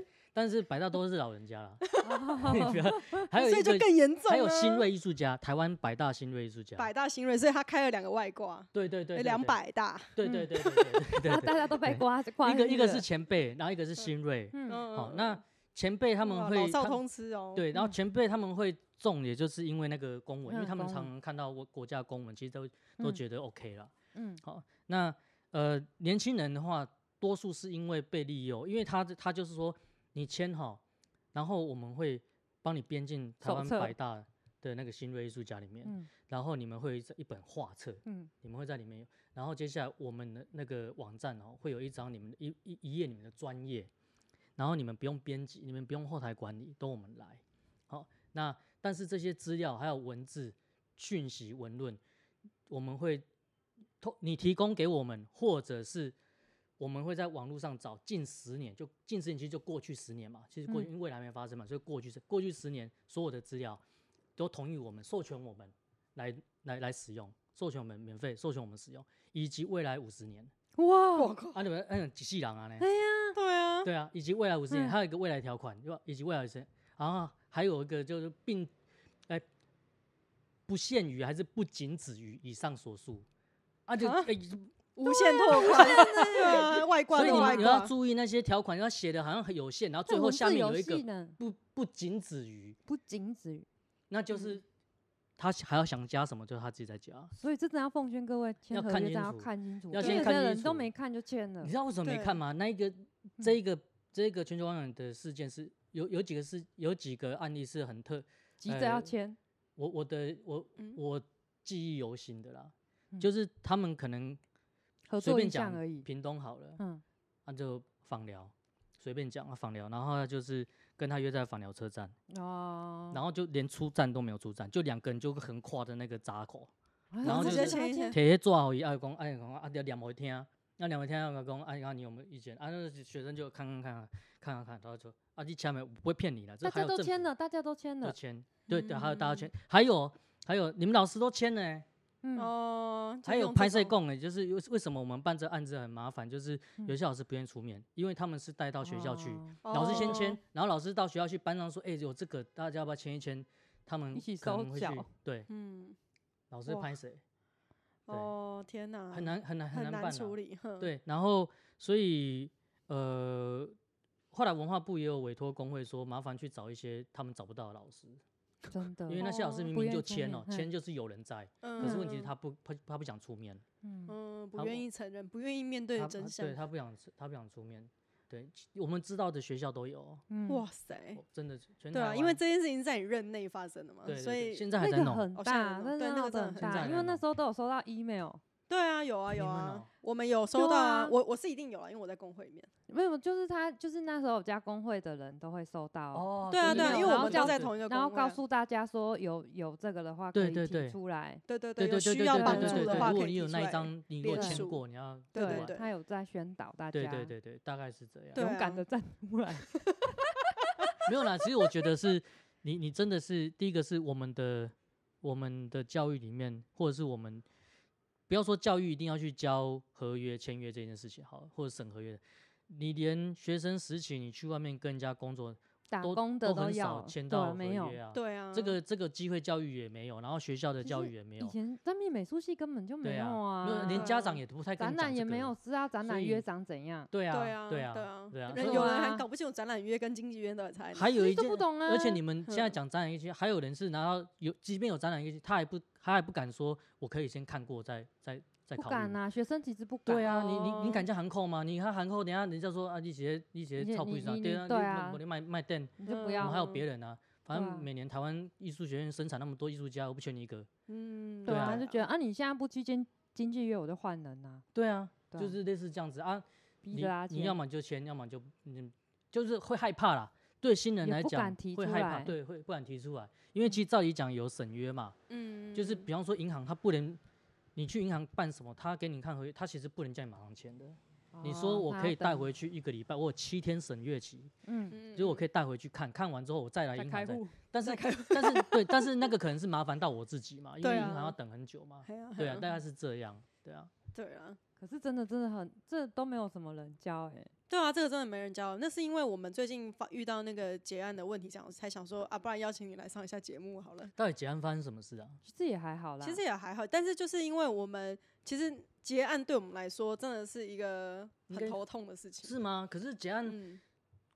[SPEAKER 3] 对，，但是百大都是老人家了，
[SPEAKER 1] 哦
[SPEAKER 3] 你不
[SPEAKER 2] [laughs]
[SPEAKER 3] 要还有
[SPEAKER 2] 所
[SPEAKER 3] 一
[SPEAKER 2] 以就
[SPEAKER 3] 个
[SPEAKER 2] 更严重、啊。
[SPEAKER 3] 还有新锐艺术家，台湾百大新锐艺术家，
[SPEAKER 2] 百大新锐，所以他开了两个外挂，哎
[SPEAKER 3] 对对对，对
[SPEAKER 2] 两，百嗯大，
[SPEAKER 3] 对对对对对对
[SPEAKER 2] [laughs]
[SPEAKER 3] 对对
[SPEAKER 1] 大大家都被
[SPEAKER 3] 对
[SPEAKER 1] 刮刮
[SPEAKER 3] 一个
[SPEAKER 1] 晕
[SPEAKER 3] 一个
[SPEAKER 1] 了
[SPEAKER 3] 是前辈，然后一个是新锐，
[SPEAKER 1] 嗯，
[SPEAKER 2] 嗯，
[SPEAKER 3] 好，那前辈他们
[SPEAKER 2] 哇
[SPEAKER 3] 会
[SPEAKER 2] 老少
[SPEAKER 3] 他
[SPEAKER 2] 通吃哦，， [laughs]
[SPEAKER 3] 对，然后
[SPEAKER 1] 嗯
[SPEAKER 3] 前辈他们会中，也就是因为那个公文，因为
[SPEAKER 1] 嗯
[SPEAKER 3] 他们
[SPEAKER 1] 公
[SPEAKER 3] 常
[SPEAKER 1] 文
[SPEAKER 3] 常看到我国家的公文，其实都都
[SPEAKER 1] 嗯
[SPEAKER 3] 觉得 OK 了。
[SPEAKER 1] 嗯
[SPEAKER 3] 好，那呃，年轻人的话，多数是因为被利用，因为他他就是说，你签好，然后我们会帮你编进台
[SPEAKER 1] 手
[SPEAKER 3] 湾
[SPEAKER 1] 册
[SPEAKER 3] 百大的那个新锐艺术家里面，
[SPEAKER 1] 嗯
[SPEAKER 3] 然后你们会在一本画册，
[SPEAKER 1] 嗯，
[SPEAKER 3] 你们会在里面有，然后接下来我们的那个网站哦，会有一张你们的一一一页你们的专业，然后你们不用编辑，你们不用后台管理，都我们来。好，那但是这些资料还有文字、讯息、文论，我们会通你提供给我们，或者是我们会在网络上找近十年，就近十年其实就过去十年嘛，其实过去、因为未来还没发生嘛，所以过去十过去十年所有的资料都同意我们授权我们来来来使用，授权我们免费授权我们使用，以及未来五十年
[SPEAKER 1] 哇，
[SPEAKER 2] 靠！
[SPEAKER 3] 啊，你们嗯几细郎啊呢？
[SPEAKER 2] 对
[SPEAKER 1] [laughs]
[SPEAKER 2] 啊，
[SPEAKER 3] [laughs] 对啊，以及未来五十
[SPEAKER 1] 嗯
[SPEAKER 3] 年，还有一个未来条款，对吧？以及未来十年，然后还有一个就是并，哎、不限于还是不仅止于以上所述，啊就、
[SPEAKER 2] 啊
[SPEAKER 3] 哎
[SPEAKER 2] 无限拓 [laughs] 宽，对
[SPEAKER 3] [laughs]
[SPEAKER 2] 啊，外挂
[SPEAKER 3] 所以
[SPEAKER 2] 的
[SPEAKER 3] 你
[SPEAKER 2] 外
[SPEAKER 3] 们你要
[SPEAKER 2] 挂，
[SPEAKER 3] 注意那些条款，要写的好像很有限，然后 [laughs] 最
[SPEAKER 1] 那
[SPEAKER 3] 后
[SPEAKER 1] 文
[SPEAKER 3] 下
[SPEAKER 1] 字
[SPEAKER 3] 面
[SPEAKER 1] 游
[SPEAKER 3] 有一
[SPEAKER 1] 戏
[SPEAKER 3] 个
[SPEAKER 1] 呢，
[SPEAKER 3] 不不仅止于，
[SPEAKER 1] 不仅止于，
[SPEAKER 3] 那就是
[SPEAKER 1] 嗯
[SPEAKER 3] 他还要想加什么，就是他自己再加。
[SPEAKER 1] 所以这真的要奉劝各位签
[SPEAKER 3] 要
[SPEAKER 1] 合
[SPEAKER 3] 看
[SPEAKER 1] 约，真
[SPEAKER 3] 清
[SPEAKER 1] 的要
[SPEAKER 3] 楚
[SPEAKER 1] 看清楚，
[SPEAKER 3] 要
[SPEAKER 1] 因
[SPEAKER 2] 先
[SPEAKER 1] 为有
[SPEAKER 3] 看
[SPEAKER 1] 些
[SPEAKER 3] 清
[SPEAKER 1] 人都
[SPEAKER 3] 楚
[SPEAKER 1] 没看就签了
[SPEAKER 3] 你知，道为什么没
[SPEAKER 2] 对
[SPEAKER 3] 看吗？那一个
[SPEAKER 1] 嗯
[SPEAKER 3] 这一个这一个全球网友的事件是有有几个是有几个案例是很特
[SPEAKER 1] 急着要
[SPEAKER 3] 呃
[SPEAKER 1] 签，
[SPEAKER 3] 我我的我、
[SPEAKER 2] 嗯
[SPEAKER 3] 我记忆犹新的啦，
[SPEAKER 1] 嗯
[SPEAKER 3] 就是他们可能
[SPEAKER 1] 合
[SPEAKER 3] 随
[SPEAKER 1] 作
[SPEAKER 3] 便
[SPEAKER 1] 印象
[SPEAKER 3] 讲
[SPEAKER 1] 而已。
[SPEAKER 3] 屏东好了，
[SPEAKER 1] 嗯，
[SPEAKER 3] 那、就访聊，随便讲啊访聊，然后他就是跟他约在访聊车站，
[SPEAKER 1] 哦，
[SPEAKER 3] 然后就连出站都没有出站，就两个人就横跨的那个闸口，
[SPEAKER 1] 然
[SPEAKER 3] 然后
[SPEAKER 2] 直
[SPEAKER 3] 就
[SPEAKER 2] 接
[SPEAKER 3] 是
[SPEAKER 2] 签一签，
[SPEAKER 3] 贴些抓好伊，啊讲啊讲啊要念回听，要念回听，啊讲啊啊你有没有意见？啊那学生就看看看啊看看看，然后就啊你签没有？不会骗你的，这
[SPEAKER 1] 大
[SPEAKER 3] 还
[SPEAKER 1] 家
[SPEAKER 3] 有
[SPEAKER 1] 都
[SPEAKER 3] 政
[SPEAKER 1] 签
[SPEAKER 3] 府
[SPEAKER 1] 了，大嗯家都签
[SPEAKER 3] 都
[SPEAKER 1] 了，
[SPEAKER 3] 签，对对，还有大家签，还有还有你们老师都签了、欸。
[SPEAKER 1] 嗯，
[SPEAKER 2] 哦，就
[SPEAKER 3] 还有
[SPEAKER 2] 用
[SPEAKER 3] 拍
[SPEAKER 2] 这种，
[SPEAKER 3] 摄
[SPEAKER 2] 嗯
[SPEAKER 3] 供诶，欸就是为为什么我们办这案子很麻烦，就是有些老师不愿意出面，因为他们是带到学校去，
[SPEAKER 1] 哦
[SPEAKER 3] [laughs] 老师先签
[SPEAKER 2] 哦，，
[SPEAKER 3] 然后老师到学校去班上说，哎、有这个，大家要不要签一签？他们
[SPEAKER 1] 一起
[SPEAKER 3] 可能
[SPEAKER 1] 收
[SPEAKER 3] 会去
[SPEAKER 1] 缴，
[SPEAKER 2] [laughs]
[SPEAKER 3] 对，
[SPEAKER 2] 嗯，
[SPEAKER 3] 老师
[SPEAKER 2] 哇
[SPEAKER 3] 拍谁，对
[SPEAKER 2] 哦，天哪，
[SPEAKER 3] 很难很难
[SPEAKER 2] 很
[SPEAKER 3] 难办、啊，
[SPEAKER 2] 处理，哼，
[SPEAKER 3] 对，然后所以呃，后来文化部也有委托工会说，麻烦去找一些他们找不到的老师，
[SPEAKER 1] 真的，
[SPEAKER 3] 因为那些老师
[SPEAKER 2] 哦
[SPEAKER 3] 明
[SPEAKER 1] 不
[SPEAKER 3] 明
[SPEAKER 1] 愿
[SPEAKER 3] 就
[SPEAKER 1] 出
[SPEAKER 3] 签
[SPEAKER 1] 面
[SPEAKER 3] 了，
[SPEAKER 1] 嗯
[SPEAKER 3] 签就是有人在，
[SPEAKER 2] 嗯，
[SPEAKER 3] 可是问题是他不他他不想出面。
[SPEAKER 1] 嗯，
[SPEAKER 2] 嗯，不
[SPEAKER 3] 他
[SPEAKER 2] 愿意承认，不愿意面对
[SPEAKER 3] 他
[SPEAKER 2] 真
[SPEAKER 3] 他
[SPEAKER 2] 相
[SPEAKER 3] 对。他不想出，他不想出面。对，其我们知道的学校都有哦，
[SPEAKER 1] 嗯
[SPEAKER 2] 哇，塞，
[SPEAKER 3] 哦真的是全
[SPEAKER 2] 对啊，
[SPEAKER 3] 台
[SPEAKER 2] 因为
[SPEAKER 3] 湾
[SPEAKER 2] 这件事情在你任内发生的嘛
[SPEAKER 3] 对，对
[SPEAKER 2] 所
[SPEAKER 3] 对
[SPEAKER 2] 以
[SPEAKER 3] 现在还
[SPEAKER 1] 那
[SPEAKER 3] 在
[SPEAKER 1] 个
[SPEAKER 3] 弄，
[SPEAKER 1] 很
[SPEAKER 2] 哦现在
[SPEAKER 1] 大，
[SPEAKER 2] 弄
[SPEAKER 1] 但
[SPEAKER 2] 对
[SPEAKER 1] 是
[SPEAKER 2] 那
[SPEAKER 1] 闹得
[SPEAKER 2] 个真的
[SPEAKER 1] 很
[SPEAKER 2] 很
[SPEAKER 1] 大，
[SPEAKER 3] 大
[SPEAKER 1] 因为那
[SPEAKER 3] 弄
[SPEAKER 1] 时候都有收到 email，
[SPEAKER 2] 对啊，有啊有
[SPEAKER 3] 你们
[SPEAKER 2] 啊
[SPEAKER 3] 哦，
[SPEAKER 2] 我们有收
[SPEAKER 1] 对
[SPEAKER 2] 到
[SPEAKER 1] 啊
[SPEAKER 2] 啊，我我是一定有啊，因为我在工会里面。
[SPEAKER 1] 没有，就是他就是那时候有加工会的人都会收到，
[SPEAKER 3] 哦
[SPEAKER 2] 对啊
[SPEAKER 1] 对
[SPEAKER 2] 对
[SPEAKER 1] 啊
[SPEAKER 2] 啊，因为
[SPEAKER 1] 然
[SPEAKER 2] 我
[SPEAKER 1] 后
[SPEAKER 2] 们
[SPEAKER 1] 这
[SPEAKER 2] 都
[SPEAKER 1] 样
[SPEAKER 2] 在
[SPEAKER 3] 子
[SPEAKER 2] 同一个工
[SPEAKER 1] 然后
[SPEAKER 2] 会
[SPEAKER 1] 告
[SPEAKER 2] 啊
[SPEAKER 1] 诉大家说有有这个的话可以
[SPEAKER 3] 对对
[SPEAKER 1] 提
[SPEAKER 3] 对
[SPEAKER 1] 出来，
[SPEAKER 2] 对对
[SPEAKER 3] 对
[SPEAKER 2] 有
[SPEAKER 3] 对对
[SPEAKER 2] 需
[SPEAKER 3] 对
[SPEAKER 2] 要
[SPEAKER 3] 对
[SPEAKER 2] 帮
[SPEAKER 3] 对
[SPEAKER 2] 助
[SPEAKER 3] 对，
[SPEAKER 2] 的
[SPEAKER 3] 如
[SPEAKER 2] 话可
[SPEAKER 3] 果
[SPEAKER 2] 以
[SPEAKER 3] 你
[SPEAKER 2] 提
[SPEAKER 3] 有
[SPEAKER 2] 出
[SPEAKER 3] 那一
[SPEAKER 2] 来。
[SPEAKER 3] 张，你如果
[SPEAKER 2] 脸
[SPEAKER 3] 签
[SPEAKER 2] 书
[SPEAKER 3] 过，你要
[SPEAKER 2] 对
[SPEAKER 3] 出
[SPEAKER 2] 对
[SPEAKER 3] 来
[SPEAKER 2] 对
[SPEAKER 1] 他有在宣导大家，
[SPEAKER 3] 对对对对，大概是这
[SPEAKER 2] 对
[SPEAKER 3] 样。
[SPEAKER 1] 勇敢
[SPEAKER 2] 啊
[SPEAKER 1] 的站出
[SPEAKER 2] [laughs]
[SPEAKER 1] 来，
[SPEAKER 3] 没有啦，其实我觉得是你你真的是第一个是我们的我们的教育里面，或者是我们不要说教育一定要去教合约签约这件事情好了，或者审合约，你连学生时期你去外面跟人家工作，
[SPEAKER 1] 打
[SPEAKER 3] 都
[SPEAKER 1] 工的
[SPEAKER 3] 都很
[SPEAKER 1] 要
[SPEAKER 3] 少签到
[SPEAKER 1] 对，
[SPEAKER 3] 合
[SPEAKER 1] 没有。
[SPEAKER 3] 约啊。
[SPEAKER 2] 对啊，
[SPEAKER 3] 这个这个机会教育也没有，然后学校的
[SPEAKER 1] 其
[SPEAKER 3] 教
[SPEAKER 1] 实
[SPEAKER 3] 育也没
[SPEAKER 1] 以
[SPEAKER 3] 有，
[SPEAKER 1] 前在面美术系根本就
[SPEAKER 3] 对
[SPEAKER 1] 没有
[SPEAKER 3] 啊，
[SPEAKER 1] 啊，
[SPEAKER 3] 没有连
[SPEAKER 2] 对
[SPEAKER 3] 家
[SPEAKER 2] 啊
[SPEAKER 3] 长也不太跟
[SPEAKER 1] 展
[SPEAKER 3] 你讲
[SPEAKER 1] 览
[SPEAKER 3] 这
[SPEAKER 1] 也没
[SPEAKER 3] 个
[SPEAKER 1] 有，，是啊，展
[SPEAKER 3] 所
[SPEAKER 1] 览
[SPEAKER 3] 以
[SPEAKER 1] 约长怎样？
[SPEAKER 3] 对
[SPEAKER 2] 对
[SPEAKER 3] 啊
[SPEAKER 2] 啊，
[SPEAKER 3] 对
[SPEAKER 2] 啊，
[SPEAKER 3] 对啊，
[SPEAKER 2] 人
[SPEAKER 3] 所以
[SPEAKER 1] 有
[SPEAKER 2] 有
[SPEAKER 3] 我
[SPEAKER 2] 人
[SPEAKER 1] 啊
[SPEAKER 2] 还搞不清楚展览约跟经纪约到底差在哪
[SPEAKER 3] 还有一
[SPEAKER 1] 都
[SPEAKER 3] 件
[SPEAKER 1] 不，懂啊，
[SPEAKER 3] 而且你们现在
[SPEAKER 2] 嗯
[SPEAKER 3] 讲展览一些，还有人是拿到有，即便有展览一些，他还不他还不敢说，我可以先看过再再再
[SPEAKER 1] 不
[SPEAKER 3] 考
[SPEAKER 1] 敢
[SPEAKER 3] 虑。
[SPEAKER 1] 啊，学生其实不敢。
[SPEAKER 3] 对啊，你你你敢
[SPEAKER 2] 哦
[SPEAKER 3] 叫函扣吗？你看函扣，等下人家说啊，你些你些
[SPEAKER 1] 你
[SPEAKER 3] 超不
[SPEAKER 1] 你
[SPEAKER 3] 上，
[SPEAKER 1] 你
[SPEAKER 3] 对
[SPEAKER 1] 你
[SPEAKER 3] 啊，
[SPEAKER 1] 对
[SPEAKER 3] 你
[SPEAKER 1] 啊
[SPEAKER 3] 我你卖卖店，
[SPEAKER 1] 你就不
[SPEAKER 3] 我
[SPEAKER 1] 要
[SPEAKER 3] 们还有
[SPEAKER 2] 嗯
[SPEAKER 3] 别人啊。反
[SPEAKER 1] 对
[SPEAKER 3] 正
[SPEAKER 1] 啊
[SPEAKER 3] 每年台湾艺术学院生产那么多艺术家，我不缺你一个。
[SPEAKER 2] 嗯，
[SPEAKER 1] 对
[SPEAKER 3] 对
[SPEAKER 1] 啊，
[SPEAKER 3] 啊
[SPEAKER 1] 就觉得啊，你现在不去经经纪约，我就换人啊，
[SPEAKER 3] 对啊，
[SPEAKER 1] 对
[SPEAKER 3] 就
[SPEAKER 1] 啊
[SPEAKER 3] 是类似这样子啊。
[SPEAKER 1] 逼着他
[SPEAKER 3] 你你要
[SPEAKER 1] 签
[SPEAKER 3] 么就签，要么就你就是会害怕啦。对新人
[SPEAKER 1] 也
[SPEAKER 3] 来
[SPEAKER 1] 不敢
[SPEAKER 3] 讲
[SPEAKER 1] 提，
[SPEAKER 3] 会
[SPEAKER 1] 出
[SPEAKER 3] 害怕，
[SPEAKER 1] 来
[SPEAKER 3] 对，会不敢提出来，因为其实照理讲有审约嘛，
[SPEAKER 2] 嗯，
[SPEAKER 3] 就是比方说银行，它不能你去银行办什么，他给你看合约，他其实不能叫你马上签的。你
[SPEAKER 1] 哦
[SPEAKER 3] 说我
[SPEAKER 1] 那
[SPEAKER 3] 可
[SPEAKER 1] 要
[SPEAKER 3] 以带
[SPEAKER 1] 等
[SPEAKER 3] 回去一个礼拜，我有七天审阅期，
[SPEAKER 1] 嗯，
[SPEAKER 2] 嗯，
[SPEAKER 3] 就是我可以带回去看看完之后我再来
[SPEAKER 2] 再
[SPEAKER 3] 银行
[SPEAKER 2] 开
[SPEAKER 3] 再，
[SPEAKER 2] 户，
[SPEAKER 3] 但是
[SPEAKER 2] 再开
[SPEAKER 3] 但是对，但是那个可能是麻烦到我自己嘛，因为
[SPEAKER 2] 对
[SPEAKER 3] 银行
[SPEAKER 2] 啊
[SPEAKER 3] 要等很久嘛，
[SPEAKER 2] 哎呀
[SPEAKER 1] 嗯
[SPEAKER 3] 对啊，
[SPEAKER 2] 哎呀
[SPEAKER 3] 大概是这样，对啊，
[SPEAKER 2] 对啊，
[SPEAKER 1] 可是真的真的很，这都没有什么人教哎，
[SPEAKER 2] 对啊，这个真的没人教。那是因为我们最近发遇到那个结案的问题，想才想说啊，不然邀请你来上一下节目好了。
[SPEAKER 3] 到底结案发生什么事啊？
[SPEAKER 1] 其实也还好啦。
[SPEAKER 2] 其实也还好，但是就是因为我们其实结案对我们来说真的是一个
[SPEAKER 3] 应
[SPEAKER 2] 很
[SPEAKER 3] 该
[SPEAKER 2] 头痛的事情。
[SPEAKER 3] 是吗？可是结案
[SPEAKER 2] 嗯，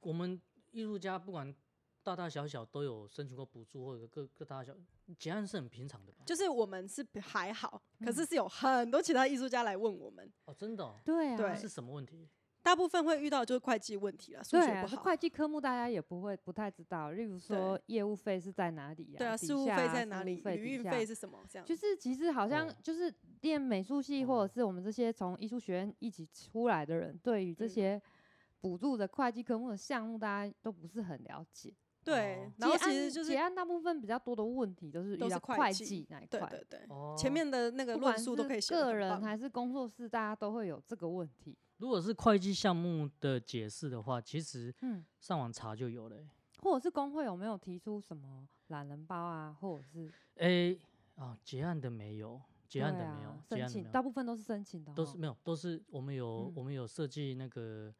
[SPEAKER 3] 我们艺术家不管大大小小都有申请过补助，或者各各大小结案是很平常的吧？
[SPEAKER 2] 就是我们是还好，可是
[SPEAKER 1] 嗯
[SPEAKER 2] 是有很多其他艺术家来问我们，
[SPEAKER 3] 哦，真的、哦，
[SPEAKER 1] 对啊，
[SPEAKER 3] 那
[SPEAKER 2] 对
[SPEAKER 3] 是什么问题？
[SPEAKER 2] 大部分会遇到就是会计问题了，数
[SPEAKER 1] 对
[SPEAKER 2] 学
[SPEAKER 1] 啊，
[SPEAKER 2] 不
[SPEAKER 1] 这
[SPEAKER 2] 好，
[SPEAKER 1] 会计科目大家也不会不太知道，例如说业务费是在哪里呀？
[SPEAKER 2] 对啊，
[SPEAKER 1] 底
[SPEAKER 2] 事务费
[SPEAKER 1] 下
[SPEAKER 2] 在
[SPEAKER 1] 事
[SPEAKER 2] 哪
[SPEAKER 1] 务
[SPEAKER 2] 里，
[SPEAKER 1] 费
[SPEAKER 2] 旅
[SPEAKER 1] 底
[SPEAKER 2] 运
[SPEAKER 1] 下
[SPEAKER 2] 费是什么这样？
[SPEAKER 1] 啊就是其实好像
[SPEAKER 3] 哦
[SPEAKER 1] 就是练美术系
[SPEAKER 3] 嗯
[SPEAKER 1] 或者是我们这些从艺术学院一起出来的人，对于这
[SPEAKER 2] 嗯
[SPEAKER 1] 些补助的会计科目的项目，大家都不是很了解。
[SPEAKER 2] 对
[SPEAKER 3] 哦，
[SPEAKER 2] 然后
[SPEAKER 1] 结
[SPEAKER 2] 其实
[SPEAKER 1] 案
[SPEAKER 2] 就是
[SPEAKER 1] 结案大部分比较多的问题都是
[SPEAKER 2] 都
[SPEAKER 1] 遇
[SPEAKER 2] 是
[SPEAKER 1] 到
[SPEAKER 2] 会
[SPEAKER 1] 会
[SPEAKER 2] 计
[SPEAKER 1] 计那一
[SPEAKER 2] 对
[SPEAKER 1] 块，
[SPEAKER 2] 对对，
[SPEAKER 3] 哦，
[SPEAKER 2] 前面的那个
[SPEAKER 1] 不
[SPEAKER 2] 论
[SPEAKER 1] 管
[SPEAKER 2] 述都
[SPEAKER 1] 是
[SPEAKER 2] 可以写得
[SPEAKER 1] 个
[SPEAKER 2] 很
[SPEAKER 1] 人
[SPEAKER 2] 棒。
[SPEAKER 1] 还是工作室，大家都会有这个问题。
[SPEAKER 3] 如果是会计项目的解释的话，其实
[SPEAKER 1] 嗯，
[SPEAKER 3] 上网查就有了欸、
[SPEAKER 1] 或者是工会有没有提出什么懒人包啊，或者是
[SPEAKER 3] 诶、啊，结案的没有，结案
[SPEAKER 1] 对
[SPEAKER 3] 的
[SPEAKER 1] 啊
[SPEAKER 3] 没有，结
[SPEAKER 1] 申
[SPEAKER 3] 案的
[SPEAKER 1] 请，
[SPEAKER 3] 没有
[SPEAKER 1] 大，部分都是申请的哦，
[SPEAKER 3] 都是没有，都是我们有、我
[SPEAKER 1] 嗯
[SPEAKER 3] 们有设计那个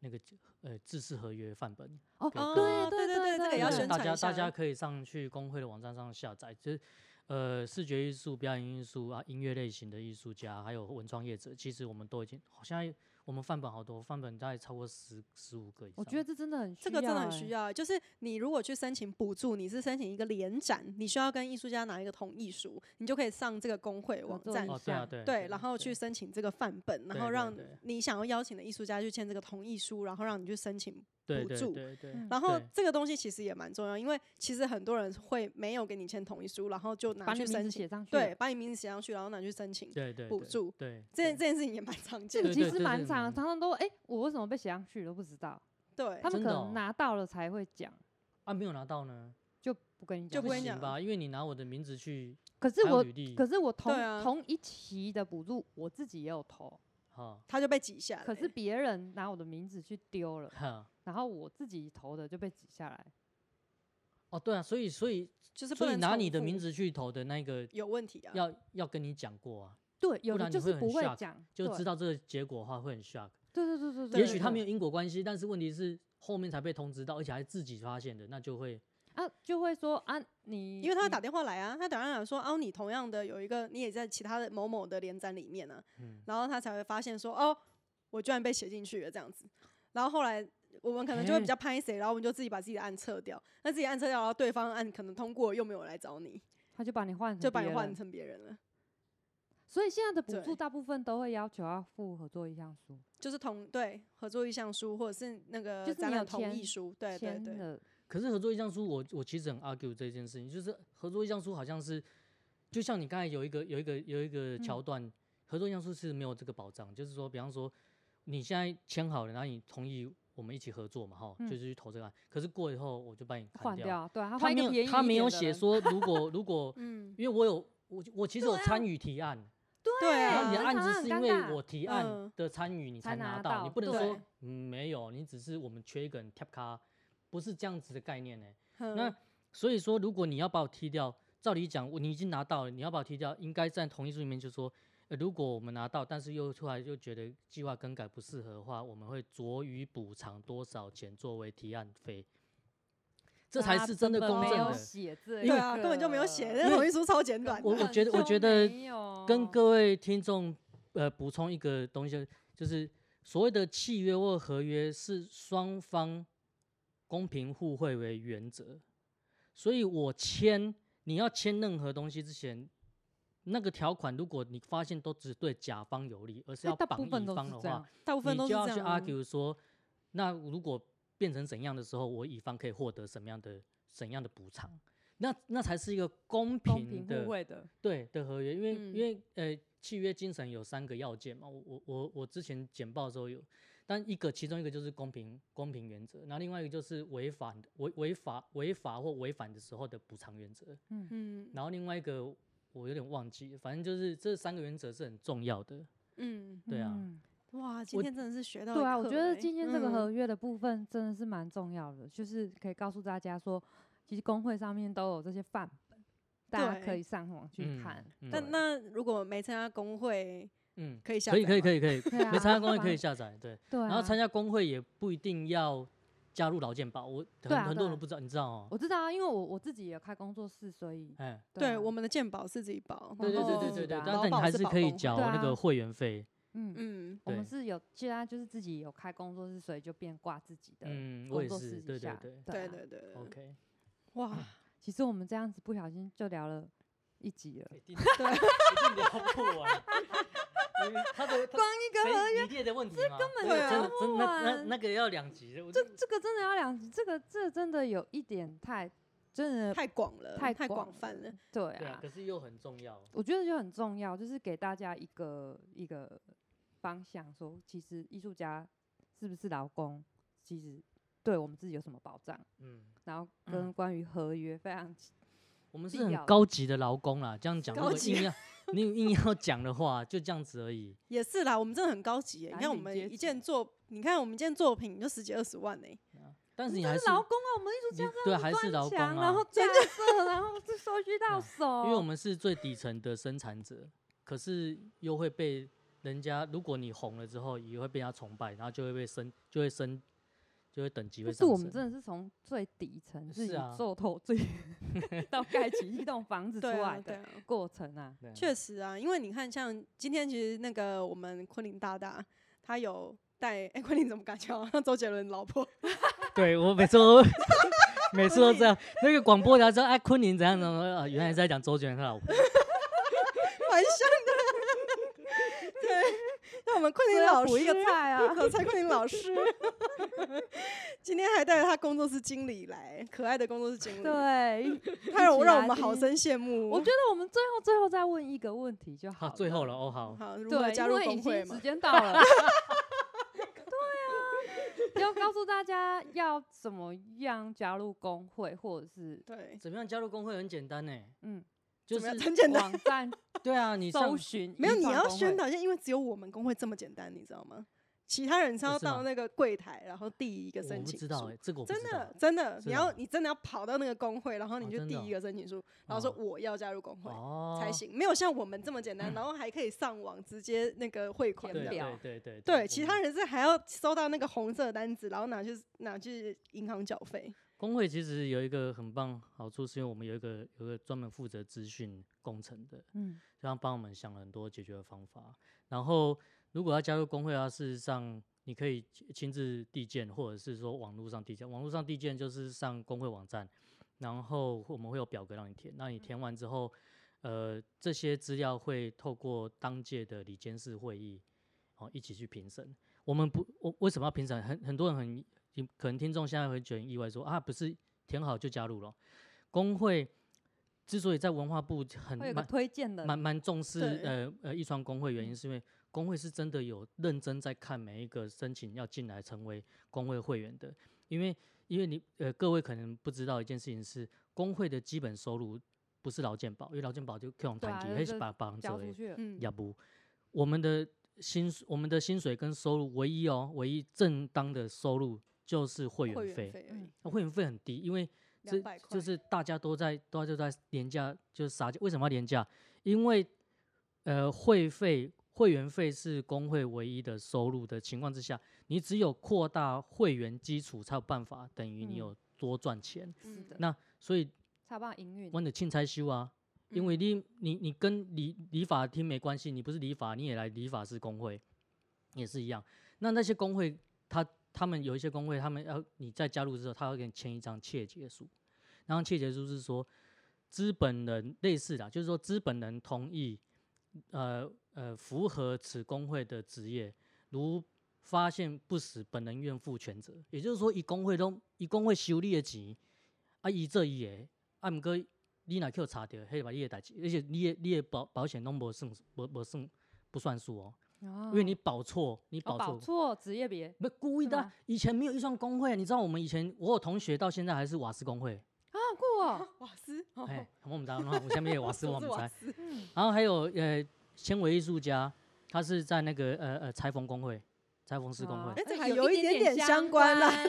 [SPEAKER 3] 那个呃制式合约范本，
[SPEAKER 1] 哦，
[SPEAKER 3] 给各
[SPEAKER 1] 对
[SPEAKER 2] 位
[SPEAKER 1] 对
[SPEAKER 2] 啊对对对这个也
[SPEAKER 3] 对
[SPEAKER 2] 要
[SPEAKER 3] 对
[SPEAKER 2] 宣
[SPEAKER 3] 大
[SPEAKER 2] 传
[SPEAKER 3] 家
[SPEAKER 2] 一
[SPEAKER 3] 大
[SPEAKER 2] 下
[SPEAKER 3] 家可以上去工会的网站上下载，就是呃视觉艺术、表演艺术啊、音乐类型的艺术家，还有文创业者，其实我们都已经好现在我们范本好多，范本大概超过十十五个以上。
[SPEAKER 1] 我觉得这真的很需
[SPEAKER 2] 这个真的很需
[SPEAKER 1] 要欸，
[SPEAKER 2] 要，就是你如果去申请补助，你是申请一个联展，你需要跟艺术家拿一个同意书，你就可以上这个工会
[SPEAKER 1] 合
[SPEAKER 2] 网
[SPEAKER 1] 作
[SPEAKER 2] 站
[SPEAKER 1] 意，
[SPEAKER 3] 哦，对啊，
[SPEAKER 1] 向
[SPEAKER 3] 对
[SPEAKER 2] 对，然后去
[SPEAKER 3] 对
[SPEAKER 2] 申请这个范本，然
[SPEAKER 3] 对
[SPEAKER 2] 后
[SPEAKER 3] 对
[SPEAKER 2] 让
[SPEAKER 3] 对
[SPEAKER 2] 你想要邀请的艺术家去签这个同意书，然后让你去申请。
[SPEAKER 3] 对
[SPEAKER 2] 补
[SPEAKER 3] 对
[SPEAKER 2] 助
[SPEAKER 3] 对对，
[SPEAKER 1] 嗯
[SPEAKER 2] 然后
[SPEAKER 3] 对
[SPEAKER 2] 这个东西其实也蛮重要，因为其实很多人会没有给你签同意书，然后就
[SPEAKER 1] 把
[SPEAKER 2] 拿
[SPEAKER 1] 你
[SPEAKER 2] 去
[SPEAKER 1] 名字
[SPEAKER 2] 申
[SPEAKER 1] 写
[SPEAKER 2] 请，
[SPEAKER 1] 上去，
[SPEAKER 2] 对，，把你名字写上去，然后拿去申请。
[SPEAKER 3] 对对
[SPEAKER 2] 补
[SPEAKER 3] 对
[SPEAKER 2] 助
[SPEAKER 3] 对
[SPEAKER 2] 这
[SPEAKER 3] 对
[SPEAKER 2] 这件事情也蛮常见
[SPEAKER 1] 这个
[SPEAKER 3] 对
[SPEAKER 2] 的，
[SPEAKER 1] 其
[SPEAKER 3] 对
[SPEAKER 1] 实
[SPEAKER 3] 这
[SPEAKER 1] 蛮
[SPEAKER 3] 是
[SPEAKER 1] 常，
[SPEAKER 3] 蛮
[SPEAKER 1] 常常都哎，我为什么被写上去都不知道，
[SPEAKER 2] 对
[SPEAKER 1] 他，们
[SPEAKER 3] 真
[SPEAKER 1] 可
[SPEAKER 3] 的
[SPEAKER 1] 能
[SPEAKER 3] 哦
[SPEAKER 1] 拿到了才会讲，
[SPEAKER 3] 啊没有拿到呢，
[SPEAKER 1] 就不跟你
[SPEAKER 2] 就
[SPEAKER 1] 讲
[SPEAKER 2] 不
[SPEAKER 3] 不
[SPEAKER 2] 会
[SPEAKER 1] 了。
[SPEAKER 2] 跟你
[SPEAKER 3] 行
[SPEAKER 2] 讲
[SPEAKER 3] 吧？因为你拿我的名字去，
[SPEAKER 1] 可是
[SPEAKER 3] 还有
[SPEAKER 1] 我
[SPEAKER 3] 履历，
[SPEAKER 1] 可是我同、
[SPEAKER 2] 啊
[SPEAKER 1] 同一期的补助，我自己也有投，
[SPEAKER 3] 哈
[SPEAKER 2] 他就被挤下来。
[SPEAKER 1] 可是别人拿我的名字去丢了，
[SPEAKER 3] 哈
[SPEAKER 1] 然后我自己投的就被挤下来。
[SPEAKER 3] 哦，对啊，所以所以
[SPEAKER 2] 就是不
[SPEAKER 3] 所以
[SPEAKER 2] 能
[SPEAKER 3] 拿
[SPEAKER 2] 重
[SPEAKER 3] 你的名
[SPEAKER 2] 复
[SPEAKER 3] 字去投的那个
[SPEAKER 2] 有问题啊，
[SPEAKER 3] 要要跟你讲过啊，
[SPEAKER 1] 对，有
[SPEAKER 3] 不
[SPEAKER 1] 的
[SPEAKER 3] 然
[SPEAKER 1] 就
[SPEAKER 3] 你会
[SPEAKER 1] 是不
[SPEAKER 3] 很
[SPEAKER 1] 会
[SPEAKER 3] shock，
[SPEAKER 1] 讲，
[SPEAKER 3] 就
[SPEAKER 1] 对
[SPEAKER 3] 知。道这个结果的话会很 shock。
[SPEAKER 1] 对对对对对。
[SPEAKER 3] 也许他没
[SPEAKER 1] 有
[SPEAKER 3] 有因果关系，但是问题是后面才被通知到，而且还自己发现的，那就会
[SPEAKER 1] 啊，就会说啊，你
[SPEAKER 2] 因为他会打
[SPEAKER 1] 你
[SPEAKER 2] 电话来啊，他打电话来说，哦，你同样的有一个，你也在其他的某某的连展里面呢、啊，
[SPEAKER 3] 嗯
[SPEAKER 2] 然后他才会发现说，哦，我居然被写进去了这样子，然后后来。我们可能就会比
[SPEAKER 3] 嘿
[SPEAKER 2] 较拍谁，然后我们就自己把自己的按撤掉。那自己按撤掉，然后对方按可能通过，又没有来找你，
[SPEAKER 1] 他就把你换成
[SPEAKER 2] 就把你
[SPEAKER 1] 别
[SPEAKER 2] 换
[SPEAKER 1] 人。
[SPEAKER 2] 成别人了。
[SPEAKER 1] 所以现在的补
[SPEAKER 2] 对
[SPEAKER 1] 助大部分都会要求要附合作意向书，
[SPEAKER 2] 就是同对合作意向书，或者是那个
[SPEAKER 1] 就是
[SPEAKER 2] 展
[SPEAKER 1] 你有
[SPEAKER 2] 览同意
[SPEAKER 1] 签
[SPEAKER 2] 书，对对
[SPEAKER 1] 签
[SPEAKER 2] 对，
[SPEAKER 1] 了
[SPEAKER 3] 可是合作意向书我，我其实很 argue 这件事情，就是合作意向书好像是，就像你刚才有一个有一个有一
[SPEAKER 1] 嗯
[SPEAKER 3] 个桥段，合作意向书是没有这个保障，就是说，比方说你现在签好了，然后你同意我们一起合作嘛，哈，
[SPEAKER 1] 嗯
[SPEAKER 3] 就是去投这个案，可是过以后我就把你砍
[SPEAKER 1] 换掉，对啊，他
[SPEAKER 3] 他
[SPEAKER 1] 换一
[SPEAKER 3] 没
[SPEAKER 1] 个便宜
[SPEAKER 3] 有他
[SPEAKER 1] 一
[SPEAKER 3] 没
[SPEAKER 1] 点
[SPEAKER 3] 有
[SPEAKER 1] 的
[SPEAKER 3] 写
[SPEAKER 1] 人
[SPEAKER 3] 说
[SPEAKER 1] [laughs]
[SPEAKER 3] 如果如果，
[SPEAKER 2] 嗯，
[SPEAKER 3] 因为我有我我其实有参与提案，
[SPEAKER 2] 对
[SPEAKER 1] 啊
[SPEAKER 3] 然后你的
[SPEAKER 1] 这
[SPEAKER 2] 啊，
[SPEAKER 3] 案
[SPEAKER 1] 常常
[SPEAKER 3] 子是
[SPEAKER 1] 很
[SPEAKER 3] 因
[SPEAKER 1] 尴
[SPEAKER 3] 为
[SPEAKER 1] 尬
[SPEAKER 3] 我提案
[SPEAKER 2] 嗯
[SPEAKER 3] 的参与你
[SPEAKER 1] 才
[SPEAKER 3] 才
[SPEAKER 1] 拿
[SPEAKER 3] 拿到，你
[SPEAKER 1] 到
[SPEAKER 3] 不能
[SPEAKER 2] 对
[SPEAKER 3] 说嗯没有，你只是我们缺一个人 tap 卡，不是这样子的概念呢、那
[SPEAKER 2] 嗯
[SPEAKER 3] 所以说，如果你要把我踢掉，照理讲，我你已经拿到了，你要把我踢掉，应该在同意书里面就说，呃，如果我们拿到，但是又突然又觉得计划更改不适合的话，我们会酌予补偿多少钱作为提案费，这才
[SPEAKER 1] 他
[SPEAKER 3] 是真的
[SPEAKER 1] 根本
[SPEAKER 3] 公
[SPEAKER 1] 没
[SPEAKER 3] 正
[SPEAKER 1] 有
[SPEAKER 3] 的。
[SPEAKER 1] 写这
[SPEAKER 2] 对啊，根本就没有
[SPEAKER 1] 个
[SPEAKER 2] 写，那同意书超简短的。
[SPEAKER 3] 我
[SPEAKER 1] 根
[SPEAKER 3] 觉得我
[SPEAKER 1] 本
[SPEAKER 3] 觉
[SPEAKER 1] 就
[SPEAKER 3] 得
[SPEAKER 1] 没有
[SPEAKER 3] 跟各位听众呃补充一个东西，就是所谓的契约或合约是双方公平互惠为原则，所以我签你要签任何东西之前。那个条款，如果你发现都只对甲方有利，而是
[SPEAKER 1] 所以
[SPEAKER 3] 要
[SPEAKER 1] 大
[SPEAKER 3] 绑
[SPEAKER 1] 部
[SPEAKER 3] 乙
[SPEAKER 1] 分都
[SPEAKER 3] 方
[SPEAKER 1] 是
[SPEAKER 3] 的
[SPEAKER 1] 这样
[SPEAKER 3] 话，，
[SPEAKER 2] 大部分都
[SPEAKER 3] 你
[SPEAKER 2] 是
[SPEAKER 3] 就要
[SPEAKER 2] 这
[SPEAKER 3] 去
[SPEAKER 2] 样啊。
[SPEAKER 3] argue 说，那如果变成怎样的时候，我乙方可以获得什么样的怎样的补偿？那那才是一个公
[SPEAKER 1] 公平
[SPEAKER 3] 平的
[SPEAKER 1] 互惠的，
[SPEAKER 3] 对的合约，因为、
[SPEAKER 2] 嗯
[SPEAKER 3] 因为呃，契约精神有三个要件嘛，我我我我之前简报的时候有，但一个其中一个就是公平公平原则，那另外一个就是违反违违法违法或违反的时候的补偿原则，
[SPEAKER 2] 嗯
[SPEAKER 3] 然后另外一个我有点忘记了，反正就是这三个原则是很重要的。
[SPEAKER 2] 嗯，
[SPEAKER 3] 对啊
[SPEAKER 1] 嗯
[SPEAKER 2] 哇，今
[SPEAKER 3] 我
[SPEAKER 2] 天真的是学到
[SPEAKER 1] 对啊，
[SPEAKER 2] 一
[SPEAKER 1] 我
[SPEAKER 2] 课
[SPEAKER 1] 觉得
[SPEAKER 2] 欸
[SPEAKER 1] 今天这个
[SPEAKER 2] 嗯
[SPEAKER 1] 合约的部分真的是蛮重要的，就是可以告诉大家说，其实工会上面都有这些范本，大家可
[SPEAKER 2] 对
[SPEAKER 1] 以上网去
[SPEAKER 2] [laughs]
[SPEAKER 3] 嗯
[SPEAKER 1] 看。
[SPEAKER 3] 嗯
[SPEAKER 2] 但那如果没参加工会，
[SPEAKER 3] 嗯，
[SPEAKER 2] 可以下
[SPEAKER 3] 可以
[SPEAKER 2] 载
[SPEAKER 3] 可以
[SPEAKER 2] 吗
[SPEAKER 3] 可以可
[SPEAKER 1] [laughs]
[SPEAKER 3] 以，
[SPEAKER 1] 对啊
[SPEAKER 3] 没参加工会
[SPEAKER 1] 吧
[SPEAKER 3] 可以下载，对，
[SPEAKER 1] 对啊，
[SPEAKER 3] 然后参加工会也不一定要加入劳健保，我很、
[SPEAKER 1] 对啊
[SPEAKER 3] 很
[SPEAKER 1] 对
[SPEAKER 3] 多人
[SPEAKER 1] 啊
[SPEAKER 3] 都不知道，你知道哦，
[SPEAKER 1] 我知道啊，因为我我自己也开工作室，所以
[SPEAKER 3] 哎。
[SPEAKER 2] 对
[SPEAKER 1] 啊
[SPEAKER 2] 我们的健保是自己保，
[SPEAKER 3] 对对
[SPEAKER 2] 然
[SPEAKER 3] 对
[SPEAKER 2] 后
[SPEAKER 3] 对
[SPEAKER 1] 自
[SPEAKER 3] 对
[SPEAKER 1] 己的
[SPEAKER 3] 对
[SPEAKER 1] 啊，
[SPEAKER 3] 但
[SPEAKER 2] 劳
[SPEAKER 3] 是你
[SPEAKER 2] 保
[SPEAKER 3] 还
[SPEAKER 2] 是
[SPEAKER 3] 是
[SPEAKER 2] 保
[SPEAKER 3] 可以
[SPEAKER 2] 公
[SPEAKER 3] 缴
[SPEAKER 1] 对
[SPEAKER 3] 那
[SPEAKER 1] 啊
[SPEAKER 3] 个会员费。
[SPEAKER 1] 嗯。
[SPEAKER 2] 嗯，
[SPEAKER 1] 我们
[SPEAKER 3] 对
[SPEAKER 1] 是有，现在就是自己有开工作室，所以就变挂自己的
[SPEAKER 3] 嗯，我
[SPEAKER 1] 工
[SPEAKER 3] 也
[SPEAKER 1] 作
[SPEAKER 3] 是，
[SPEAKER 1] 室
[SPEAKER 3] 对
[SPEAKER 1] 底
[SPEAKER 3] 对
[SPEAKER 1] 下。
[SPEAKER 3] 对
[SPEAKER 2] 对
[SPEAKER 1] 啊
[SPEAKER 2] 对对 [laughs] 对
[SPEAKER 3] ，OK。
[SPEAKER 2] 哇，
[SPEAKER 1] 其实我们这样子不小心就聊了一集了，
[SPEAKER 3] 一定对，一定聊不完。他的光一个合约，你列的问题吗？
[SPEAKER 1] 根本
[SPEAKER 2] 对
[SPEAKER 1] 就
[SPEAKER 2] 啊
[SPEAKER 3] 真
[SPEAKER 1] 聊
[SPEAKER 3] 的
[SPEAKER 1] 不
[SPEAKER 3] 真的那那
[SPEAKER 1] 完
[SPEAKER 3] 那个要两集，我
[SPEAKER 1] 这
[SPEAKER 3] 就
[SPEAKER 1] 这个真的要两集，这个这真的有一点太真的
[SPEAKER 2] 太广了，
[SPEAKER 1] 太
[SPEAKER 2] 太
[SPEAKER 1] 广
[SPEAKER 2] 广泛了。
[SPEAKER 1] 对
[SPEAKER 3] 对啊
[SPEAKER 1] 啊，
[SPEAKER 3] 可，是又很重要。
[SPEAKER 1] 我觉得就很重要，就是给大家一个一个方向，说其实艺术家是不是劳工，其实对我们自己有什么保障，
[SPEAKER 3] 嗯，
[SPEAKER 1] 然后跟关于合约非常
[SPEAKER 3] 我们
[SPEAKER 1] 必
[SPEAKER 3] 是很
[SPEAKER 1] 要的
[SPEAKER 3] 高级的劳工啦，这样讲，如
[SPEAKER 2] 高
[SPEAKER 3] 果
[SPEAKER 2] 级
[SPEAKER 3] 硬要 [laughs] 你硬要讲的话，就这样子而已。
[SPEAKER 2] 也是啦，我们真的很高级耶、
[SPEAKER 1] 蓝
[SPEAKER 2] 你看我
[SPEAKER 1] 领
[SPEAKER 2] 们
[SPEAKER 1] 阶
[SPEAKER 2] 一
[SPEAKER 1] 级啊
[SPEAKER 2] 件作，你看我们一件作品就十几二十万呢、
[SPEAKER 3] 但是
[SPEAKER 1] 你
[SPEAKER 3] 你
[SPEAKER 1] 就
[SPEAKER 3] 还
[SPEAKER 1] 是劳工啊，我们艺术
[SPEAKER 3] 你
[SPEAKER 1] 家
[SPEAKER 3] 对还是
[SPEAKER 1] 专
[SPEAKER 3] 劳工
[SPEAKER 1] 强然
[SPEAKER 3] 啊
[SPEAKER 1] 后，价色，然后就收集到
[SPEAKER 3] 啊
[SPEAKER 1] 手，
[SPEAKER 3] 因
[SPEAKER 2] 哦
[SPEAKER 3] 为我们是最底层的生产者，可是又会被人家，如果你红了之后，也会被人家崇拜，然后就会被升，就会升，就会等级会
[SPEAKER 1] 但
[SPEAKER 3] 上
[SPEAKER 1] 是
[SPEAKER 3] 升。
[SPEAKER 1] 我们真的是从最底层自
[SPEAKER 3] 是
[SPEAKER 1] 己
[SPEAKER 3] 啊
[SPEAKER 1] 做透最 [laughs] 到盖起一栋房子出
[SPEAKER 2] 对啊
[SPEAKER 1] 来，
[SPEAKER 2] 对
[SPEAKER 1] 的
[SPEAKER 2] 啊，
[SPEAKER 1] 过程啊，
[SPEAKER 3] 对啊
[SPEAKER 2] 确实啊，因为你看，像今天其实那个我们昆凌大大，他有带，哎、 [laughs] 昆凌怎么敢讲？周杰伦老婆， [laughs]
[SPEAKER 3] 对我每次都每次都这样。那个广播聊知道哎，昆凌怎样怎样，呃原来是在讲周杰伦他老
[SPEAKER 2] [laughs]
[SPEAKER 3] 婆。
[SPEAKER 2] 蛮像的。对，那我们昆凌老
[SPEAKER 1] 补
[SPEAKER 2] 师，
[SPEAKER 1] 一个菜
[SPEAKER 2] [laughs]
[SPEAKER 3] [laughs]
[SPEAKER 1] 啊，
[SPEAKER 2] 蔡昆凌老师，今天还带了他工作室经理来，可爱的工作室经理，
[SPEAKER 1] 对，啊
[SPEAKER 2] 他有
[SPEAKER 1] 一起
[SPEAKER 2] 让我
[SPEAKER 1] 来
[SPEAKER 2] 们好
[SPEAKER 1] 听
[SPEAKER 2] 生羡慕。
[SPEAKER 1] 我觉得我们最后最后再问一个问题就好
[SPEAKER 3] 好，
[SPEAKER 1] 了，
[SPEAKER 3] 最后了哦，好，
[SPEAKER 2] 好，如何
[SPEAKER 1] 对，
[SPEAKER 2] 加
[SPEAKER 1] 因
[SPEAKER 2] 入
[SPEAKER 1] 为已
[SPEAKER 2] 工会
[SPEAKER 1] 经
[SPEAKER 2] 嘛
[SPEAKER 1] 时？间到
[SPEAKER 2] [laughs]
[SPEAKER 1] 了。对啊，要告诉大家要怎么样加入工会，或者是
[SPEAKER 2] 对，
[SPEAKER 3] 怎么样加入工会很简单呢？欸
[SPEAKER 1] 嗯，
[SPEAKER 3] 就
[SPEAKER 2] 怎么样
[SPEAKER 3] 是
[SPEAKER 2] 很简单。
[SPEAKER 1] 网站
[SPEAKER 3] 对啊， [laughs] 你上
[SPEAKER 1] 搜寻。
[SPEAKER 2] 没有，
[SPEAKER 1] 一
[SPEAKER 2] 你
[SPEAKER 1] 创
[SPEAKER 2] 要
[SPEAKER 1] 工
[SPEAKER 2] 宣
[SPEAKER 1] 会
[SPEAKER 2] 导一下，因为只有我们工会这么简单，你知道吗？其他人是
[SPEAKER 3] 哦
[SPEAKER 2] 要
[SPEAKER 3] 是吗
[SPEAKER 2] 到那个柜台，然后递一个
[SPEAKER 3] 我
[SPEAKER 2] 申
[SPEAKER 3] 不
[SPEAKER 2] 请
[SPEAKER 3] 知道
[SPEAKER 2] 书
[SPEAKER 3] 哎，。这个我不
[SPEAKER 2] 真
[SPEAKER 3] 知道
[SPEAKER 2] 的，真的，
[SPEAKER 3] 是
[SPEAKER 2] 你要
[SPEAKER 3] 哦
[SPEAKER 2] 你真的要跑到那个工会，然后你
[SPEAKER 3] 哦
[SPEAKER 2] 就
[SPEAKER 3] 真
[SPEAKER 2] 递
[SPEAKER 3] 的
[SPEAKER 2] 一个申请书，然后说
[SPEAKER 3] 哦
[SPEAKER 2] 我要加入工会
[SPEAKER 3] 哦，嗯
[SPEAKER 2] 才行，没有像我们这么简单，然后还可以上网直接那个汇款
[SPEAKER 1] 填
[SPEAKER 3] 对
[SPEAKER 2] 的。
[SPEAKER 1] 表
[SPEAKER 3] 对对对
[SPEAKER 2] 对，其
[SPEAKER 3] 我
[SPEAKER 2] 他
[SPEAKER 3] 们
[SPEAKER 2] 人是还要收到那个红色的单子，然后拿去拿去银行缴费。
[SPEAKER 3] 工会其实有一个很棒好处，是因为我们有一个有一个专门负责资讯工程的，
[SPEAKER 1] 嗯，
[SPEAKER 3] 这样帮我们想了很多解决的方法。然后如果要加入工会啊，事实上你可以亲亲自递件，或者是说网络上递件。网络上递件就是上工会网站，然后我们会有表格让你填。那你填完之后，呃，这些资料会透过当届的里监事会议，哦，一起去评审。我们不，我为什么要评审？很很多人很，可能听众现在会觉得很意外说啊，不是填好就加入了。工会之所以在文化部很
[SPEAKER 1] 嗯会有
[SPEAKER 3] 慢。
[SPEAKER 1] 个推荐的
[SPEAKER 3] 蛮蛮重视
[SPEAKER 2] 对
[SPEAKER 3] 呃呃艺创工会，原因
[SPEAKER 1] 嗯
[SPEAKER 3] 是因为工会是真的有认真在看每一个申请要进来成为工会会员的，因为因为你呃各位可能不知道一件事情是工会的基本收入不是劳健保，因为劳健保就可以用
[SPEAKER 1] 对啊
[SPEAKER 3] 弹
[SPEAKER 1] 就
[SPEAKER 3] 吉，还是
[SPEAKER 1] 是
[SPEAKER 3] 把把人
[SPEAKER 1] 交
[SPEAKER 3] 作
[SPEAKER 1] 出
[SPEAKER 3] 为
[SPEAKER 1] 去了。
[SPEAKER 2] 嗯，
[SPEAKER 3] 呃要不我们的薪水我们的薪水跟收入唯一哦唯一正当的收入就是会
[SPEAKER 2] 会
[SPEAKER 3] 员
[SPEAKER 2] 员
[SPEAKER 3] 费，
[SPEAKER 2] 费而
[SPEAKER 1] 嗯
[SPEAKER 2] 已，
[SPEAKER 3] 那会员费很低，因为这
[SPEAKER 2] 两百块。
[SPEAKER 3] 就是大家都在都就在廉价，就是杀价。为什么要廉价？因为呃，会费会员费是工会唯一的收入的情况之下，你只有扩大会员基础，才有办法等于你
[SPEAKER 1] 嗯
[SPEAKER 3] 有多赚钱。
[SPEAKER 1] 是
[SPEAKER 2] 嗯
[SPEAKER 1] 的，
[SPEAKER 3] 那所以
[SPEAKER 1] 差不多营运。
[SPEAKER 3] 我的钦差修啊，因为你你你跟理理发厅没关系，你不是理发，你也来理发师工会，也是一样。那那些工会，他他们有一些工会，他们要你在加入之后，他会给你签一张切结书，然后切结书是说资本人类似的，就是说资本人同意，呃呃，符合此工会的职业，如发现不实，本人愿负全责。也就是说，以工会中以工会修理的钱，啊，伊这伊的，啊，毋过你若去查着，迄把你的代志，而且你的你的保保险拢无算，无无算不算数哦，
[SPEAKER 1] 因
[SPEAKER 3] 因为你保错，你
[SPEAKER 1] 啊哦
[SPEAKER 3] 保错。
[SPEAKER 1] 保错职业别，
[SPEAKER 3] 不故意
[SPEAKER 1] 是
[SPEAKER 3] 的
[SPEAKER 1] 吗
[SPEAKER 3] 啊，以前没有预算工会，你知道我们以前我有同学到现在还是瓦斯工会，
[SPEAKER 1] 啊，好酷
[SPEAKER 3] [laughs]
[SPEAKER 1] 哦，
[SPEAKER 2] 瓦斯，
[SPEAKER 3] 哎，我们当然我下面有瓦斯，
[SPEAKER 2] 什么
[SPEAKER 3] 我
[SPEAKER 2] 是
[SPEAKER 3] 们
[SPEAKER 2] 瓦
[SPEAKER 3] 猜，
[SPEAKER 2] 斯，
[SPEAKER 1] 嗯，
[SPEAKER 3] 然后还有呃，纤维艺术家，他是在那个呃呃裁缝工会、裁缝师工
[SPEAKER 1] 哦
[SPEAKER 3] 会。
[SPEAKER 2] 哎这
[SPEAKER 1] 哎
[SPEAKER 2] 还有
[SPEAKER 1] 有
[SPEAKER 2] 一点点
[SPEAKER 1] 点
[SPEAKER 2] 相
[SPEAKER 1] 关
[SPEAKER 2] 关啦 [laughs]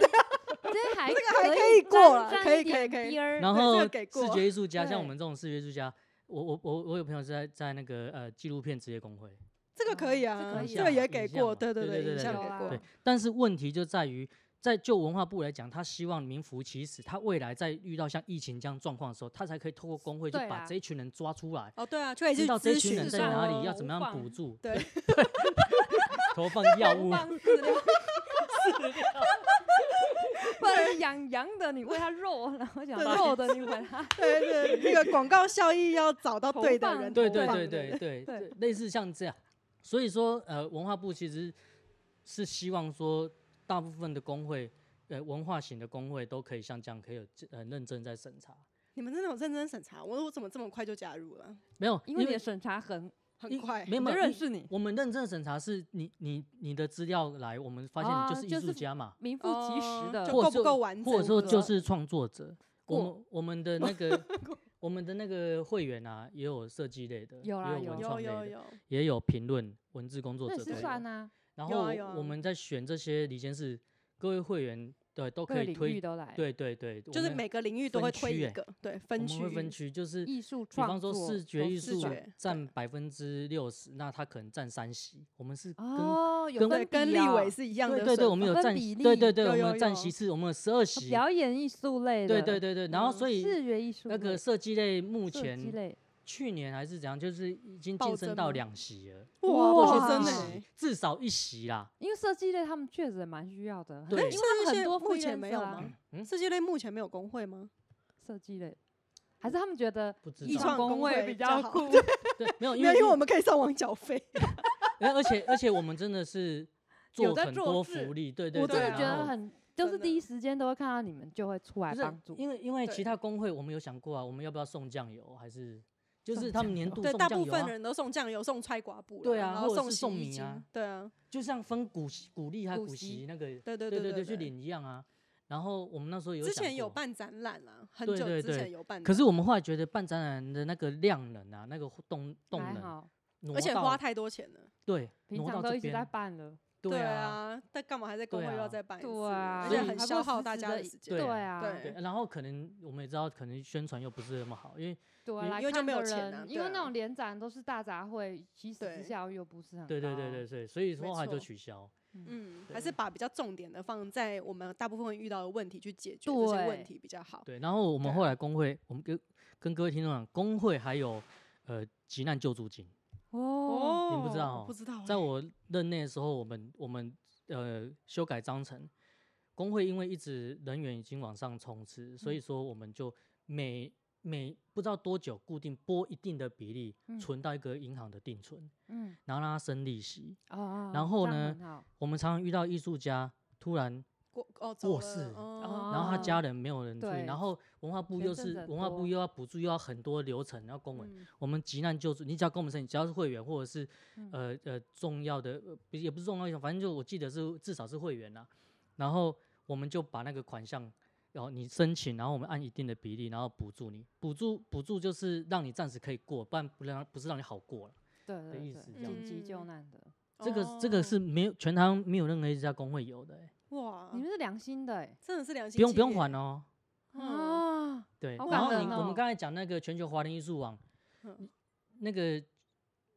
[SPEAKER 1] 这还这个
[SPEAKER 2] 还可
[SPEAKER 1] 可
[SPEAKER 2] 以过
[SPEAKER 1] 了
[SPEAKER 2] 啦，可以可以可以
[SPEAKER 1] 哎
[SPEAKER 3] 然
[SPEAKER 2] 对这
[SPEAKER 3] 后
[SPEAKER 2] 个给
[SPEAKER 3] 视
[SPEAKER 2] 过
[SPEAKER 3] 觉艺术家，像我
[SPEAKER 1] 对
[SPEAKER 3] 们这种视觉艺术家，我我我我有朋友是在在那个呃纪录片职业工会，
[SPEAKER 2] 这个可以
[SPEAKER 1] 哦这可
[SPEAKER 3] 嗯
[SPEAKER 2] 啊，
[SPEAKER 1] 以
[SPEAKER 2] 这个
[SPEAKER 1] 啊
[SPEAKER 2] 也
[SPEAKER 3] 影
[SPEAKER 2] 给
[SPEAKER 3] 像
[SPEAKER 2] 过，
[SPEAKER 3] 嘛
[SPEAKER 2] 对
[SPEAKER 3] 对
[SPEAKER 2] 对，
[SPEAKER 3] 对
[SPEAKER 2] 影
[SPEAKER 3] 对
[SPEAKER 2] 像
[SPEAKER 1] 有
[SPEAKER 2] 给
[SPEAKER 1] 啊
[SPEAKER 2] 过
[SPEAKER 3] 对，但是问题就在于，在就文化部来讲，他希望名副其实，他未来在遇到像疫情这样状况的时候，他才可以透过工会去
[SPEAKER 1] 对
[SPEAKER 3] 把
[SPEAKER 1] 啦
[SPEAKER 3] 这一群人抓出来，
[SPEAKER 2] 哦对啊，就可以
[SPEAKER 3] 知
[SPEAKER 2] 去
[SPEAKER 3] 道这
[SPEAKER 2] 咨
[SPEAKER 3] 一群人
[SPEAKER 2] 询
[SPEAKER 1] 是吧
[SPEAKER 3] 在哪
[SPEAKER 1] 哦
[SPEAKER 3] 里，要怎么
[SPEAKER 1] 投
[SPEAKER 3] 样
[SPEAKER 1] 放
[SPEAKER 3] 补助，
[SPEAKER 2] 对，
[SPEAKER 3] [laughs] 投放药物。 [laughs]
[SPEAKER 1] 不然养羊的你喂它肉，然后养
[SPEAKER 2] 对
[SPEAKER 1] 肉的你喂
[SPEAKER 3] [laughs]
[SPEAKER 1] 它，
[SPEAKER 2] 对对，对那个广告效益要找到
[SPEAKER 1] 投
[SPEAKER 2] 对的
[SPEAKER 1] 放
[SPEAKER 2] 人，
[SPEAKER 3] 对
[SPEAKER 2] 投
[SPEAKER 3] 对
[SPEAKER 2] 放
[SPEAKER 3] 对
[SPEAKER 2] 的人
[SPEAKER 3] 对对
[SPEAKER 1] 对
[SPEAKER 3] 对，类似像这样。所以说，呃，文化部其实是希望说，大部分的工会，呃，文化型的工会都可以像这样，可以有这很认真在审查。
[SPEAKER 2] 你们真的有认真审查？我我怎么这么快就加入了？
[SPEAKER 3] 没有，
[SPEAKER 1] 因为
[SPEAKER 3] 因
[SPEAKER 1] 你的
[SPEAKER 3] 为
[SPEAKER 1] 审查很
[SPEAKER 2] 很快。
[SPEAKER 3] 没有
[SPEAKER 1] 我
[SPEAKER 3] 没
[SPEAKER 1] 就
[SPEAKER 3] 有
[SPEAKER 1] 认
[SPEAKER 3] 一
[SPEAKER 1] 识你，
[SPEAKER 3] 我们认证审查是你你你的资料来，我们发现
[SPEAKER 1] 啊
[SPEAKER 3] 你就是
[SPEAKER 1] 就
[SPEAKER 3] 艺
[SPEAKER 1] 是
[SPEAKER 3] 术家嘛，
[SPEAKER 1] 名副其实
[SPEAKER 2] 哦
[SPEAKER 1] 的
[SPEAKER 2] 就。
[SPEAKER 3] 或
[SPEAKER 2] 够
[SPEAKER 3] 者
[SPEAKER 2] 不够完整，
[SPEAKER 3] 或者说就
[SPEAKER 1] 了
[SPEAKER 3] 是创作者。我
[SPEAKER 1] 过
[SPEAKER 3] 们我们的那个我们的那个会员啊，也有设计类的，
[SPEAKER 1] 有啦
[SPEAKER 3] 也
[SPEAKER 1] 有
[SPEAKER 3] 文
[SPEAKER 2] 有
[SPEAKER 3] 创类
[SPEAKER 2] 有
[SPEAKER 3] 的，
[SPEAKER 2] 有，
[SPEAKER 3] 也有评论文字工作
[SPEAKER 1] 那
[SPEAKER 3] 者
[SPEAKER 1] 也
[SPEAKER 3] 都
[SPEAKER 1] 是
[SPEAKER 3] 有
[SPEAKER 1] 算啊，
[SPEAKER 3] 然
[SPEAKER 2] 有
[SPEAKER 3] 后
[SPEAKER 2] 啊有啊
[SPEAKER 3] 我们在选这些离间是各位会员对都
[SPEAKER 1] 各
[SPEAKER 3] 可以
[SPEAKER 1] 领域
[SPEAKER 3] 推，
[SPEAKER 1] 都来，，
[SPEAKER 3] 对对对，我
[SPEAKER 2] 就是
[SPEAKER 3] 们
[SPEAKER 2] 每个领域都
[SPEAKER 3] 分
[SPEAKER 2] 会推
[SPEAKER 3] 区
[SPEAKER 2] 一
[SPEAKER 3] 欸
[SPEAKER 2] 个，对，
[SPEAKER 3] 我
[SPEAKER 2] 分
[SPEAKER 3] 们
[SPEAKER 2] 区
[SPEAKER 3] 会分区，就是
[SPEAKER 1] 艺术
[SPEAKER 3] 比
[SPEAKER 1] 创
[SPEAKER 3] 方
[SPEAKER 1] 作都
[SPEAKER 3] 说
[SPEAKER 1] 是
[SPEAKER 3] 视觉艺术
[SPEAKER 2] 算对
[SPEAKER 3] 占百分之六十，那它可能占三十，我们是跟、
[SPEAKER 1] 哦，有
[SPEAKER 3] 跟
[SPEAKER 1] 分
[SPEAKER 2] 对，跟
[SPEAKER 1] 比
[SPEAKER 2] 立
[SPEAKER 1] 哦
[SPEAKER 2] 委是一样的
[SPEAKER 3] 啊对
[SPEAKER 2] 算法，
[SPEAKER 3] 对对，我们有
[SPEAKER 1] 分
[SPEAKER 3] 占
[SPEAKER 1] 比
[SPEAKER 3] 席对
[SPEAKER 1] 例
[SPEAKER 3] 对对，
[SPEAKER 2] 有
[SPEAKER 3] 我
[SPEAKER 2] 有
[SPEAKER 3] 们占
[SPEAKER 2] 有
[SPEAKER 3] 席次，我们有十二席，
[SPEAKER 1] 表演艺术类的，
[SPEAKER 3] 对对对对，然后所以
[SPEAKER 1] 视觉艺术
[SPEAKER 3] 那个
[SPEAKER 1] 类
[SPEAKER 3] 设计类目
[SPEAKER 1] 设计
[SPEAKER 3] 前
[SPEAKER 1] 类，
[SPEAKER 3] 去年还是怎样，就是已经
[SPEAKER 2] 暴
[SPEAKER 3] 晋
[SPEAKER 2] 增
[SPEAKER 3] 升到
[SPEAKER 2] 吗
[SPEAKER 3] 两席了，
[SPEAKER 2] 哇，我
[SPEAKER 1] 哇
[SPEAKER 2] 觉得真
[SPEAKER 3] 一
[SPEAKER 2] 的
[SPEAKER 1] 欸
[SPEAKER 3] 席至少一席啦，
[SPEAKER 1] 因为设计类他们确实蛮需要的，很
[SPEAKER 3] 对
[SPEAKER 1] 因为
[SPEAKER 2] 设
[SPEAKER 1] 他
[SPEAKER 2] 计
[SPEAKER 1] 们很
[SPEAKER 2] 类
[SPEAKER 1] 多
[SPEAKER 2] 目前没有
[SPEAKER 1] freelancer 啊
[SPEAKER 2] 吗？
[SPEAKER 3] 嗯
[SPEAKER 2] 设计类目前没有工会吗？
[SPEAKER 1] 设计类，还是他们觉得
[SPEAKER 3] 不知
[SPEAKER 1] 艺
[SPEAKER 2] 艺
[SPEAKER 1] 创
[SPEAKER 3] 道
[SPEAKER 2] 创
[SPEAKER 1] 工
[SPEAKER 2] 工
[SPEAKER 1] 会
[SPEAKER 2] 会
[SPEAKER 1] 比
[SPEAKER 2] 比较
[SPEAKER 1] 较
[SPEAKER 2] 好
[SPEAKER 1] 酷，
[SPEAKER 3] 对，没有因
[SPEAKER 2] 没有，
[SPEAKER 3] 为
[SPEAKER 2] 因为我们可以上网缴费。
[SPEAKER 3] 而而且而且我们真的是
[SPEAKER 1] [laughs] 有
[SPEAKER 3] 做
[SPEAKER 1] 在
[SPEAKER 3] 很
[SPEAKER 1] 做
[SPEAKER 3] 多
[SPEAKER 1] 事
[SPEAKER 3] 福利，对对
[SPEAKER 1] 我
[SPEAKER 3] 对，
[SPEAKER 1] 真的
[SPEAKER 3] 然
[SPEAKER 1] 觉得
[SPEAKER 3] 后
[SPEAKER 1] 很，就是
[SPEAKER 2] 真的
[SPEAKER 1] 第一时间都会看到你们就会出来
[SPEAKER 3] 不
[SPEAKER 1] 帮
[SPEAKER 3] 是
[SPEAKER 1] 助，
[SPEAKER 3] 因为因为其
[SPEAKER 2] 对
[SPEAKER 3] 他工会我们有想过啊，我们要不要送酱油，还是就
[SPEAKER 1] 送
[SPEAKER 3] 是他们
[SPEAKER 1] 酱
[SPEAKER 3] 年
[SPEAKER 1] 油
[SPEAKER 3] 度
[SPEAKER 2] 对，
[SPEAKER 3] 送
[SPEAKER 2] 大
[SPEAKER 3] 酱
[SPEAKER 2] 部
[SPEAKER 3] 油
[SPEAKER 2] 分
[SPEAKER 3] 啊，
[SPEAKER 2] 人都送酱油、送菜瓜布啦，
[SPEAKER 3] 对啊
[SPEAKER 2] 然
[SPEAKER 3] 或
[SPEAKER 2] 后
[SPEAKER 3] 者
[SPEAKER 2] 送
[SPEAKER 3] 是
[SPEAKER 2] 洗
[SPEAKER 3] 送
[SPEAKER 2] 衣
[SPEAKER 3] 米
[SPEAKER 2] 机
[SPEAKER 3] 啊，
[SPEAKER 2] 对啊，
[SPEAKER 3] 就像分股息股利还
[SPEAKER 1] 股
[SPEAKER 3] 股息
[SPEAKER 1] 息
[SPEAKER 3] 那个，
[SPEAKER 2] 对对
[SPEAKER 3] 对
[SPEAKER 2] 对
[SPEAKER 3] 对，去
[SPEAKER 2] 对。
[SPEAKER 3] 领一样啊。然后我们那时候有
[SPEAKER 2] 之
[SPEAKER 3] 想
[SPEAKER 2] 前有
[SPEAKER 3] 过
[SPEAKER 2] 办展览啦，很
[SPEAKER 3] 对
[SPEAKER 2] 久
[SPEAKER 3] 对
[SPEAKER 2] 之
[SPEAKER 3] 对
[SPEAKER 2] 前有办展，
[SPEAKER 3] 可是我们后来觉得办展览的那个量能啊，那个动动
[SPEAKER 1] 还
[SPEAKER 3] 能，
[SPEAKER 1] 好，
[SPEAKER 3] 挪
[SPEAKER 2] 而且
[SPEAKER 3] 到
[SPEAKER 2] 花太多钱了。
[SPEAKER 3] 对，
[SPEAKER 1] 平
[SPEAKER 3] 挪
[SPEAKER 1] 常都
[SPEAKER 3] 到这
[SPEAKER 1] 一直在
[SPEAKER 3] 边，
[SPEAKER 1] 办了，
[SPEAKER 3] 对啊，
[SPEAKER 2] 啊，但干嘛还在工
[SPEAKER 3] 对
[SPEAKER 2] 会又要
[SPEAKER 3] 啊
[SPEAKER 2] 再办一次？
[SPEAKER 1] 对啊，
[SPEAKER 2] 而
[SPEAKER 3] 所
[SPEAKER 2] 且
[SPEAKER 3] 以
[SPEAKER 2] 很
[SPEAKER 1] 还不
[SPEAKER 2] 消
[SPEAKER 1] 如
[SPEAKER 2] 耗
[SPEAKER 1] 实
[SPEAKER 2] 大
[SPEAKER 1] 时
[SPEAKER 2] 家
[SPEAKER 1] 地
[SPEAKER 2] 的
[SPEAKER 1] 一
[SPEAKER 2] 时间。
[SPEAKER 3] 对
[SPEAKER 1] 对
[SPEAKER 3] 啊
[SPEAKER 1] 啊，
[SPEAKER 3] 对
[SPEAKER 2] 对。
[SPEAKER 3] 然后可能我们也知道，可能宣传又不是那么好，因为
[SPEAKER 1] 对啊，
[SPEAKER 3] 因
[SPEAKER 1] 来
[SPEAKER 2] 因为就
[SPEAKER 1] 看
[SPEAKER 2] 没有
[SPEAKER 1] 的
[SPEAKER 2] 钱
[SPEAKER 1] 人
[SPEAKER 2] 啊
[SPEAKER 1] 因
[SPEAKER 2] 对
[SPEAKER 1] 为那
[SPEAKER 2] 啊
[SPEAKER 1] 种连展都是大杂烩，其实
[SPEAKER 2] 对
[SPEAKER 1] 之效又不是很
[SPEAKER 3] 对对对
[SPEAKER 1] 高
[SPEAKER 3] 对，对，所以
[SPEAKER 2] 没
[SPEAKER 3] 说后来就
[SPEAKER 2] 错
[SPEAKER 3] 取消。
[SPEAKER 2] 嗯，还
[SPEAKER 3] 对
[SPEAKER 2] 是把比较重点的放在我们大部分遇到的问题去解决这些
[SPEAKER 1] 对
[SPEAKER 2] 问题比较好。
[SPEAKER 3] 对，然后我
[SPEAKER 2] 对
[SPEAKER 3] 们
[SPEAKER 2] 啊
[SPEAKER 3] 后来工会，我们跟跟各位听众讲，工会还有呃急难救助金，
[SPEAKER 1] 哦，
[SPEAKER 3] 你们不知道
[SPEAKER 2] 我
[SPEAKER 3] 哦
[SPEAKER 2] 不知道欸，
[SPEAKER 3] 在我任内的时候，我们我们呃修改章程，工会因为一直人员已经往上冲刺，
[SPEAKER 1] 嗯
[SPEAKER 3] 所以说我们就每每不知道多久固定拨一定的比例
[SPEAKER 1] 嗯
[SPEAKER 3] 存到一个银行的定存，
[SPEAKER 1] 嗯
[SPEAKER 3] 然后让它生利息。
[SPEAKER 1] 哦哦，
[SPEAKER 3] 然后
[SPEAKER 1] 这样
[SPEAKER 3] 呢
[SPEAKER 1] 很好，
[SPEAKER 3] 我们常常遇到艺术家突然，
[SPEAKER 2] 过哦走
[SPEAKER 3] 卧
[SPEAKER 2] 了
[SPEAKER 3] 室
[SPEAKER 2] 哦，
[SPEAKER 3] 然后他
[SPEAKER 1] 哦
[SPEAKER 3] 家人没有人注意，
[SPEAKER 1] 对
[SPEAKER 3] 然后文化部
[SPEAKER 1] 前
[SPEAKER 3] 又
[SPEAKER 1] 阵
[SPEAKER 3] 是
[SPEAKER 1] 子很
[SPEAKER 3] 文化部
[SPEAKER 1] 多
[SPEAKER 3] 又要补助，又要很多流程，要公文。
[SPEAKER 2] 嗯
[SPEAKER 3] 我们急难救助，你只要跟我们申请，只要是会员或者是
[SPEAKER 1] 嗯
[SPEAKER 3] 呃呃重要的，呃不是也不是重要的，反正就我记得是至少是会员啦。然后我们就把那个款项，然后你申请，然后我们按一定的比例，然后补助你，补助补助就是让你暂时可以过，不然不让不是让你好过了。
[SPEAKER 1] 对对
[SPEAKER 3] 意
[SPEAKER 1] 对
[SPEAKER 3] 思这样
[SPEAKER 1] 紧急救
[SPEAKER 2] 嗯
[SPEAKER 1] 难的，
[SPEAKER 3] 这个这个
[SPEAKER 2] 哦
[SPEAKER 3] 是没有全台湾没有任何一家工会有的欸、
[SPEAKER 2] 哇
[SPEAKER 1] 你，们是良心的哎
[SPEAKER 2] 真的是良心，
[SPEAKER 3] 不用不用还。哦。
[SPEAKER 2] 嗯，
[SPEAKER 1] 啊，
[SPEAKER 3] 对，
[SPEAKER 1] 好
[SPEAKER 3] 然
[SPEAKER 1] 感
[SPEAKER 3] 后
[SPEAKER 1] 人
[SPEAKER 3] 你我们
[SPEAKER 1] 哦
[SPEAKER 3] 刚才讲那个全球华人艺术网
[SPEAKER 2] 嗯，
[SPEAKER 3] 那个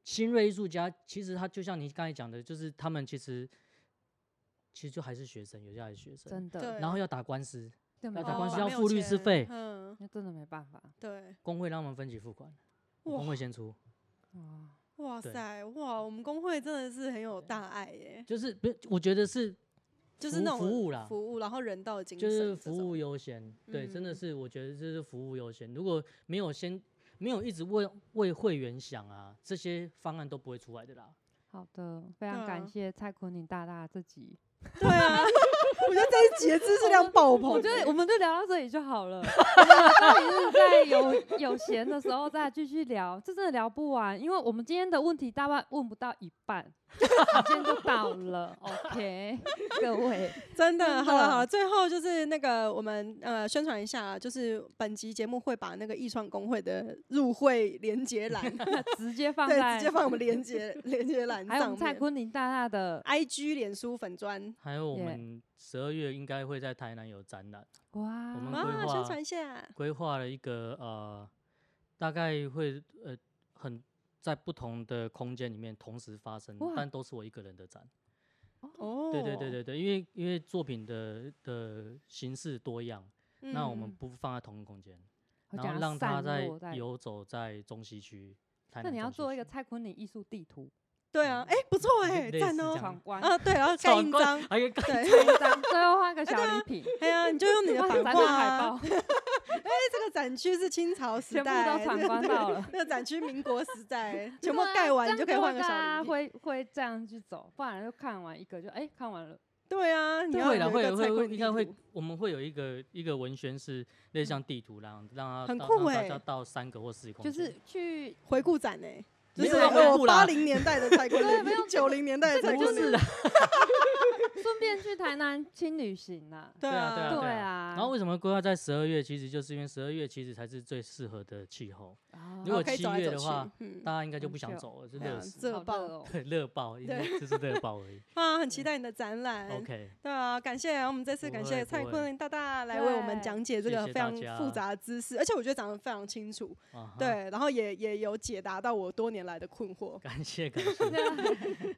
[SPEAKER 3] 新锐艺术家，其实他就像你刚才讲的，就是他们其实其实就还是学生，有些还是学生，
[SPEAKER 1] 真的，
[SPEAKER 2] 对哦
[SPEAKER 3] 然后要打官司，
[SPEAKER 1] 对没
[SPEAKER 3] 要打
[SPEAKER 1] 办
[SPEAKER 3] 官司
[SPEAKER 1] 法
[SPEAKER 3] 要
[SPEAKER 2] 没有
[SPEAKER 3] 付律师
[SPEAKER 2] 钱
[SPEAKER 3] 费
[SPEAKER 2] 嗯，
[SPEAKER 1] 那真的没办法
[SPEAKER 2] 对，
[SPEAKER 3] 工会让他们分期付款，我工
[SPEAKER 2] 哇
[SPEAKER 3] 会先出，
[SPEAKER 1] 哇，
[SPEAKER 2] 哇
[SPEAKER 3] 对
[SPEAKER 2] 塞，哇，我们工会真的是很有大爱耶，
[SPEAKER 3] 就是不是，我觉得是
[SPEAKER 2] 就是
[SPEAKER 3] 服
[SPEAKER 2] 那种
[SPEAKER 3] 服务啦
[SPEAKER 2] 服务，然后人道的精
[SPEAKER 3] 就
[SPEAKER 2] 神这
[SPEAKER 3] 是
[SPEAKER 2] 种，
[SPEAKER 3] 服务优先，对，真的
[SPEAKER 2] 嗯
[SPEAKER 3] 是我觉得这是服务优先，如果没有先。没有一直为为会员想啊，这些方案都不会出来的啦。
[SPEAKER 1] 好的，非常
[SPEAKER 2] 对啊
[SPEAKER 1] 感谢蔡坤宁大大这集，
[SPEAKER 2] 对啊，我觉得这一集的知识量爆棚欸。
[SPEAKER 1] 我觉得我们就聊到这里就好了， [laughs] 我们到底是在有 [laughs] 有闲的时候再继续聊，这真的聊不完，因为我们今天的问题大概问不到一半，时间就到
[SPEAKER 2] [laughs]
[SPEAKER 1] 了，OK，各位，
[SPEAKER 2] 真的，
[SPEAKER 1] 真
[SPEAKER 2] 好了
[SPEAKER 1] 的
[SPEAKER 2] 好了，最后就是那个我们呃宣传一下啊，就是本集节目会把那个艺创工会的入会连接栏，
[SPEAKER 1] 直接放
[SPEAKER 2] [laughs] 对，
[SPEAKER 1] 在
[SPEAKER 2] 直接放我们连接连接栏
[SPEAKER 1] 还有我
[SPEAKER 2] 上
[SPEAKER 1] 们蔡
[SPEAKER 2] 面。啊
[SPEAKER 1] 坤宁大大的
[SPEAKER 2] IG、脸书粉砖，
[SPEAKER 3] 还有我
[SPEAKER 1] 耶
[SPEAKER 3] 们十二月应该会在台南有展览，
[SPEAKER 1] 哇，
[SPEAKER 3] 我们规
[SPEAKER 2] 哇，啊宣
[SPEAKER 3] 划
[SPEAKER 2] 传一下，
[SPEAKER 3] 规划了一个呃，大概会呃很在不同的空间里面同时发生
[SPEAKER 1] 哇，
[SPEAKER 3] 但都是我一个人的展。
[SPEAKER 2] 哦，
[SPEAKER 3] 对对对对对，因为因为作品的的形式多样，
[SPEAKER 2] 嗯，
[SPEAKER 3] 那我们
[SPEAKER 1] 嗯
[SPEAKER 3] 不放在同一个空间，
[SPEAKER 1] 我
[SPEAKER 3] 然
[SPEAKER 1] 讲
[SPEAKER 3] 后
[SPEAKER 1] 它
[SPEAKER 3] 让它
[SPEAKER 1] 散
[SPEAKER 3] 在
[SPEAKER 1] 落在
[SPEAKER 3] 游走在中西区。台
[SPEAKER 1] 那
[SPEAKER 3] 南
[SPEAKER 1] 你要
[SPEAKER 3] 中西
[SPEAKER 1] 做一个 [laughs]
[SPEAKER 3] 区
[SPEAKER 1] 蔡坤宁艺术地图，
[SPEAKER 2] 对啊，哎，不错哎，
[SPEAKER 3] 类
[SPEAKER 2] 赞
[SPEAKER 3] 似这
[SPEAKER 2] 哦，
[SPEAKER 3] 样
[SPEAKER 1] 闯关，
[SPEAKER 2] 啊，对，然后盖
[SPEAKER 3] 闯 [laughs]
[SPEAKER 2] 印
[SPEAKER 3] 关
[SPEAKER 2] 章，
[SPEAKER 3] 还有盖
[SPEAKER 2] 对，
[SPEAKER 1] 盖印章，最后画个小礼品，
[SPEAKER 2] 哎呀，你就用你的
[SPEAKER 1] 画
[SPEAKER 2] 版
[SPEAKER 1] 展
[SPEAKER 2] 画
[SPEAKER 1] 览海
[SPEAKER 2] 啊
[SPEAKER 1] 报，，
[SPEAKER 2] 这个展区是清朝时
[SPEAKER 1] 全部都
[SPEAKER 2] 代，
[SPEAKER 1] 闯关到了。
[SPEAKER 2] 那个展区民国时
[SPEAKER 1] [laughs]
[SPEAKER 2] 代，全部
[SPEAKER 1] 对啊
[SPEAKER 2] 盖
[SPEAKER 1] 这
[SPEAKER 2] 完你
[SPEAKER 1] 样
[SPEAKER 2] 就可以
[SPEAKER 1] 子
[SPEAKER 2] 换个
[SPEAKER 1] 大
[SPEAKER 2] 小
[SPEAKER 1] 家
[SPEAKER 2] 礼品。
[SPEAKER 1] 会会这样去走，不然就看完一个就哎、看完了，
[SPEAKER 2] 对啊，你要
[SPEAKER 3] 会啦
[SPEAKER 2] 有一
[SPEAKER 3] 会
[SPEAKER 2] 个
[SPEAKER 3] 会
[SPEAKER 2] 蔡
[SPEAKER 3] 会
[SPEAKER 2] 坤
[SPEAKER 3] 应
[SPEAKER 2] 地
[SPEAKER 3] 该会
[SPEAKER 2] 图，
[SPEAKER 3] 我们会有一个一个文宣是类似像地图啦，让让它
[SPEAKER 2] 很
[SPEAKER 3] 到
[SPEAKER 2] 酷
[SPEAKER 3] 让大
[SPEAKER 2] 欸
[SPEAKER 3] 家到三个或四个空
[SPEAKER 1] 就
[SPEAKER 3] 间，
[SPEAKER 1] 是去
[SPEAKER 2] 回顾展呢、就
[SPEAKER 3] 没
[SPEAKER 2] 是
[SPEAKER 3] 有要恢复
[SPEAKER 2] 八
[SPEAKER 3] 啦
[SPEAKER 2] 零年代的蔡坤
[SPEAKER 1] [laughs] 对没有
[SPEAKER 2] 林，九零年代的蔡
[SPEAKER 1] 这就
[SPEAKER 2] 坤
[SPEAKER 1] 是
[SPEAKER 2] 林，
[SPEAKER 3] 的，
[SPEAKER 1] 顺便去台南轻旅行呐、
[SPEAKER 2] 对
[SPEAKER 3] 啊， [laughs] 对啊，
[SPEAKER 1] 对啊
[SPEAKER 3] 啊。然后为什么规划在十二月？其实就是因为十二月其实才是最适合的气候，
[SPEAKER 1] 啊。
[SPEAKER 3] 如
[SPEAKER 2] 然后
[SPEAKER 3] 果
[SPEAKER 2] 可以
[SPEAKER 3] 七
[SPEAKER 2] 走来
[SPEAKER 3] 月
[SPEAKER 2] 走
[SPEAKER 3] 的
[SPEAKER 2] 去
[SPEAKER 3] 话，
[SPEAKER 2] 嗯
[SPEAKER 3] 大家应该就
[SPEAKER 1] 很
[SPEAKER 3] 不想
[SPEAKER 1] 久
[SPEAKER 3] 走了，就
[SPEAKER 2] 对啊
[SPEAKER 3] 热死，
[SPEAKER 2] 热
[SPEAKER 1] 好
[SPEAKER 2] 爆 [laughs]
[SPEAKER 1] 热哦
[SPEAKER 3] 对，热爆，因为就是热爆而已。
[SPEAKER 2] 啊，很期待你的展览。
[SPEAKER 3] OK，
[SPEAKER 2] [laughs] 对啊，感谢我们这次
[SPEAKER 3] 不
[SPEAKER 2] 感
[SPEAKER 3] 会
[SPEAKER 2] 谢
[SPEAKER 3] 不
[SPEAKER 2] 蔡
[SPEAKER 3] 会
[SPEAKER 2] 坤大大来为我们
[SPEAKER 1] 对
[SPEAKER 2] 讲解这
[SPEAKER 3] 谢
[SPEAKER 2] 个
[SPEAKER 3] 谢
[SPEAKER 2] 非
[SPEAKER 3] 大
[SPEAKER 2] 常
[SPEAKER 3] 家
[SPEAKER 2] 复杂的知识，而且我觉得讲的非常清楚。
[SPEAKER 3] 啊哈，
[SPEAKER 2] 对，然后也也有解答到我多年来的困惑。
[SPEAKER 3] 感谢
[SPEAKER 2] [laughs]
[SPEAKER 3] 感谢。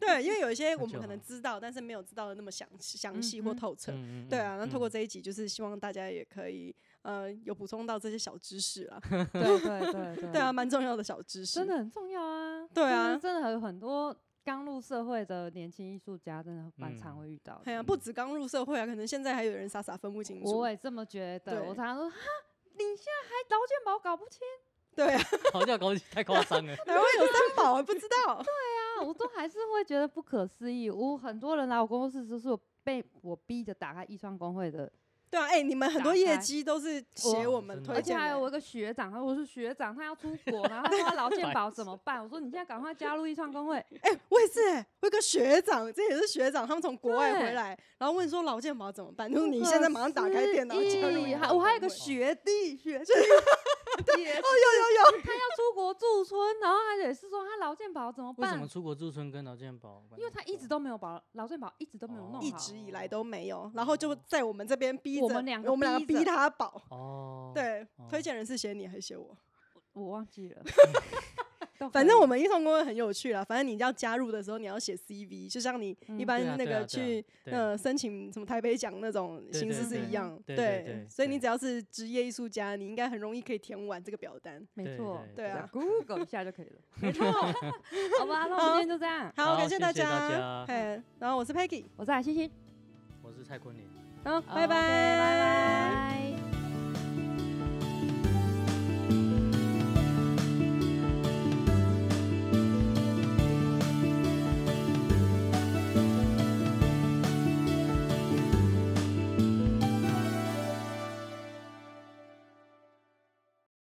[SPEAKER 2] 对，因为有
[SPEAKER 1] [laughs]
[SPEAKER 2] 一些
[SPEAKER 3] 那
[SPEAKER 2] 我们
[SPEAKER 3] 就
[SPEAKER 2] 可能
[SPEAKER 3] 好
[SPEAKER 2] 知道，但是没有知道的那么详详细
[SPEAKER 1] 嗯
[SPEAKER 2] 或
[SPEAKER 1] 哼
[SPEAKER 2] 透彻。
[SPEAKER 3] 嗯
[SPEAKER 2] 对啊，那透过
[SPEAKER 3] 嗯
[SPEAKER 2] 这一集，就是希望大家也可以呃有补充到这些小知识
[SPEAKER 1] [laughs]
[SPEAKER 2] 啊，
[SPEAKER 1] 对对对对，
[SPEAKER 2] [laughs] 对啊，，蛮重要的小知识。
[SPEAKER 1] 真的很重要啊。
[SPEAKER 2] 对
[SPEAKER 1] 就是
[SPEAKER 2] 啊
[SPEAKER 1] 真的有很多刚入社会的年轻艺术家，真的蛮常
[SPEAKER 3] 嗯
[SPEAKER 1] 会遇到的。
[SPEAKER 2] 哎呀，不止刚入社会啊，可能现在还有人傻傻分不清楚
[SPEAKER 1] 我。也这么觉得，我
[SPEAKER 2] 对
[SPEAKER 1] 常常说哈，你现在还劳健保搞不清
[SPEAKER 2] 对啊，
[SPEAKER 3] 好像搞太夸张
[SPEAKER 2] [laughs]
[SPEAKER 3] 了。
[SPEAKER 2] 台湾有三宝，我不知道。
[SPEAKER 1] 啊，我都还是会觉得不可思议。我很多人来我工作室，就是我被我逼着打开艺创工会的，
[SPEAKER 2] 对啊，哎，你们很多
[SPEAKER 1] 打
[SPEAKER 2] 业
[SPEAKER 1] 开
[SPEAKER 2] 绩都是写
[SPEAKER 3] 哇
[SPEAKER 2] 我们
[SPEAKER 3] 真的
[SPEAKER 2] 推
[SPEAKER 1] 而且
[SPEAKER 2] 荐
[SPEAKER 1] 还有我
[SPEAKER 2] 的。
[SPEAKER 1] 一个学长，他说我是学长，他要出国，然后他说他劳
[SPEAKER 3] 哎
[SPEAKER 1] 健保怎么办？我说你现在赶快加入艺创工
[SPEAKER 2] [laughs]
[SPEAKER 1] 会，
[SPEAKER 2] 哎，我也是哎，我有个学长，这也是学长，他们从国外
[SPEAKER 1] 对
[SPEAKER 2] 回来，然后问说劳健保怎么办？就是
[SPEAKER 1] 不
[SPEAKER 2] 你
[SPEAKER 1] 可
[SPEAKER 2] 现在马上打开
[SPEAKER 1] 思
[SPEAKER 2] 电脑加入
[SPEAKER 1] 议
[SPEAKER 2] 你的
[SPEAKER 1] 还我还有一个
[SPEAKER 2] 工会
[SPEAKER 1] 学弟，学弟
[SPEAKER 2] [laughs]
[SPEAKER 1] 也是
[SPEAKER 2] 哦，有有有，
[SPEAKER 1] 他要出国驻村，然后他也是说他劳健保怎么
[SPEAKER 3] 为什
[SPEAKER 1] 办
[SPEAKER 3] 么？出国驻村跟劳健保有关系？
[SPEAKER 1] 因为他一直都没有保劳健保，一直都没有哦弄好。
[SPEAKER 2] 哦
[SPEAKER 1] 哦
[SPEAKER 2] 一直以来都没有，然后就在我们这边逼着，
[SPEAKER 1] 我们两个
[SPEAKER 2] 我们两个
[SPEAKER 1] 逼着
[SPEAKER 2] 逼他保。
[SPEAKER 3] 哦，，
[SPEAKER 2] 对，推
[SPEAKER 3] 哦
[SPEAKER 2] 荐人是写你还是写
[SPEAKER 1] 哦
[SPEAKER 2] 我？
[SPEAKER 1] 我忘记
[SPEAKER 3] [laughs]
[SPEAKER 1] 了，都
[SPEAKER 2] 反
[SPEAKER 1] 可
[SPEAKER 2] 正
[SPEAKER 1] 以
[SPEAKER 2] 我们运动工会很有趣啦，反正你要加入的时候，你要写 CV，就像你一
[SPEAKER 1] 嗯
[SPEAKER 2] 般
[SPEAKER 3] 对啊
[SPEAKER 2] 那
[SPEAKER 3] 对啊
[SPEAKER 2] 个
[SPEAKER 3] 对啊
[SPEAKER 2] 去
[SPEAKER 3] 对
[SPEAKER 2] 呃申请什么台北奖那种
[SPEAKER 3] 对
[SPEAKER 2] 形式
[SPEAKER 1] 对
[SPEAKER 2] 是
[SPEAKER 1] 对
[SPEAKER 2] 一样。
[SPEAKER 3] 对对对
[SPEAKER 2] 所以你
[SPEAKER 3] 对
[SPEAKER 2] 只要是职业艺术家，你应该很容易可以填完这个表单。
[SPEAKER 1] 没
[SPEAKER 3] 对
[SPEAKER 1] 错，
[SPEAKER 2] 对
[SPEAKER 3] 对
[SPEAKER 1] 只要
[SPEAKER 2] 啊
[SPEAKER 1] ，Google 一下就可以
[SPEAKER 2] [laughs]
[SPEAKER 1] 了。没错，好吧，那我们今天就这样。
[SPEAKER 2] 好，感
[SPEAKER 3] 好
[SPEAKER 2] 谢
[SPEAKER 3] 谢
[SPEAKER 2] 大
[SPEAKER 3] 谢大
[SPEAKER 2] 家
[SPEAKER 3] 家。
[SPEAKER 2] 嘿，然后我是 Peggy，
[SPEAKER 1] 我是海星星，嗯
[SPEAKER 3] 我是蔡坤林。
[SPEAKER 2] 然后
[SPEAKER 1] 好，OK，拜
[SPEAKER 2] 拜
[SPEAKER 1] 拜。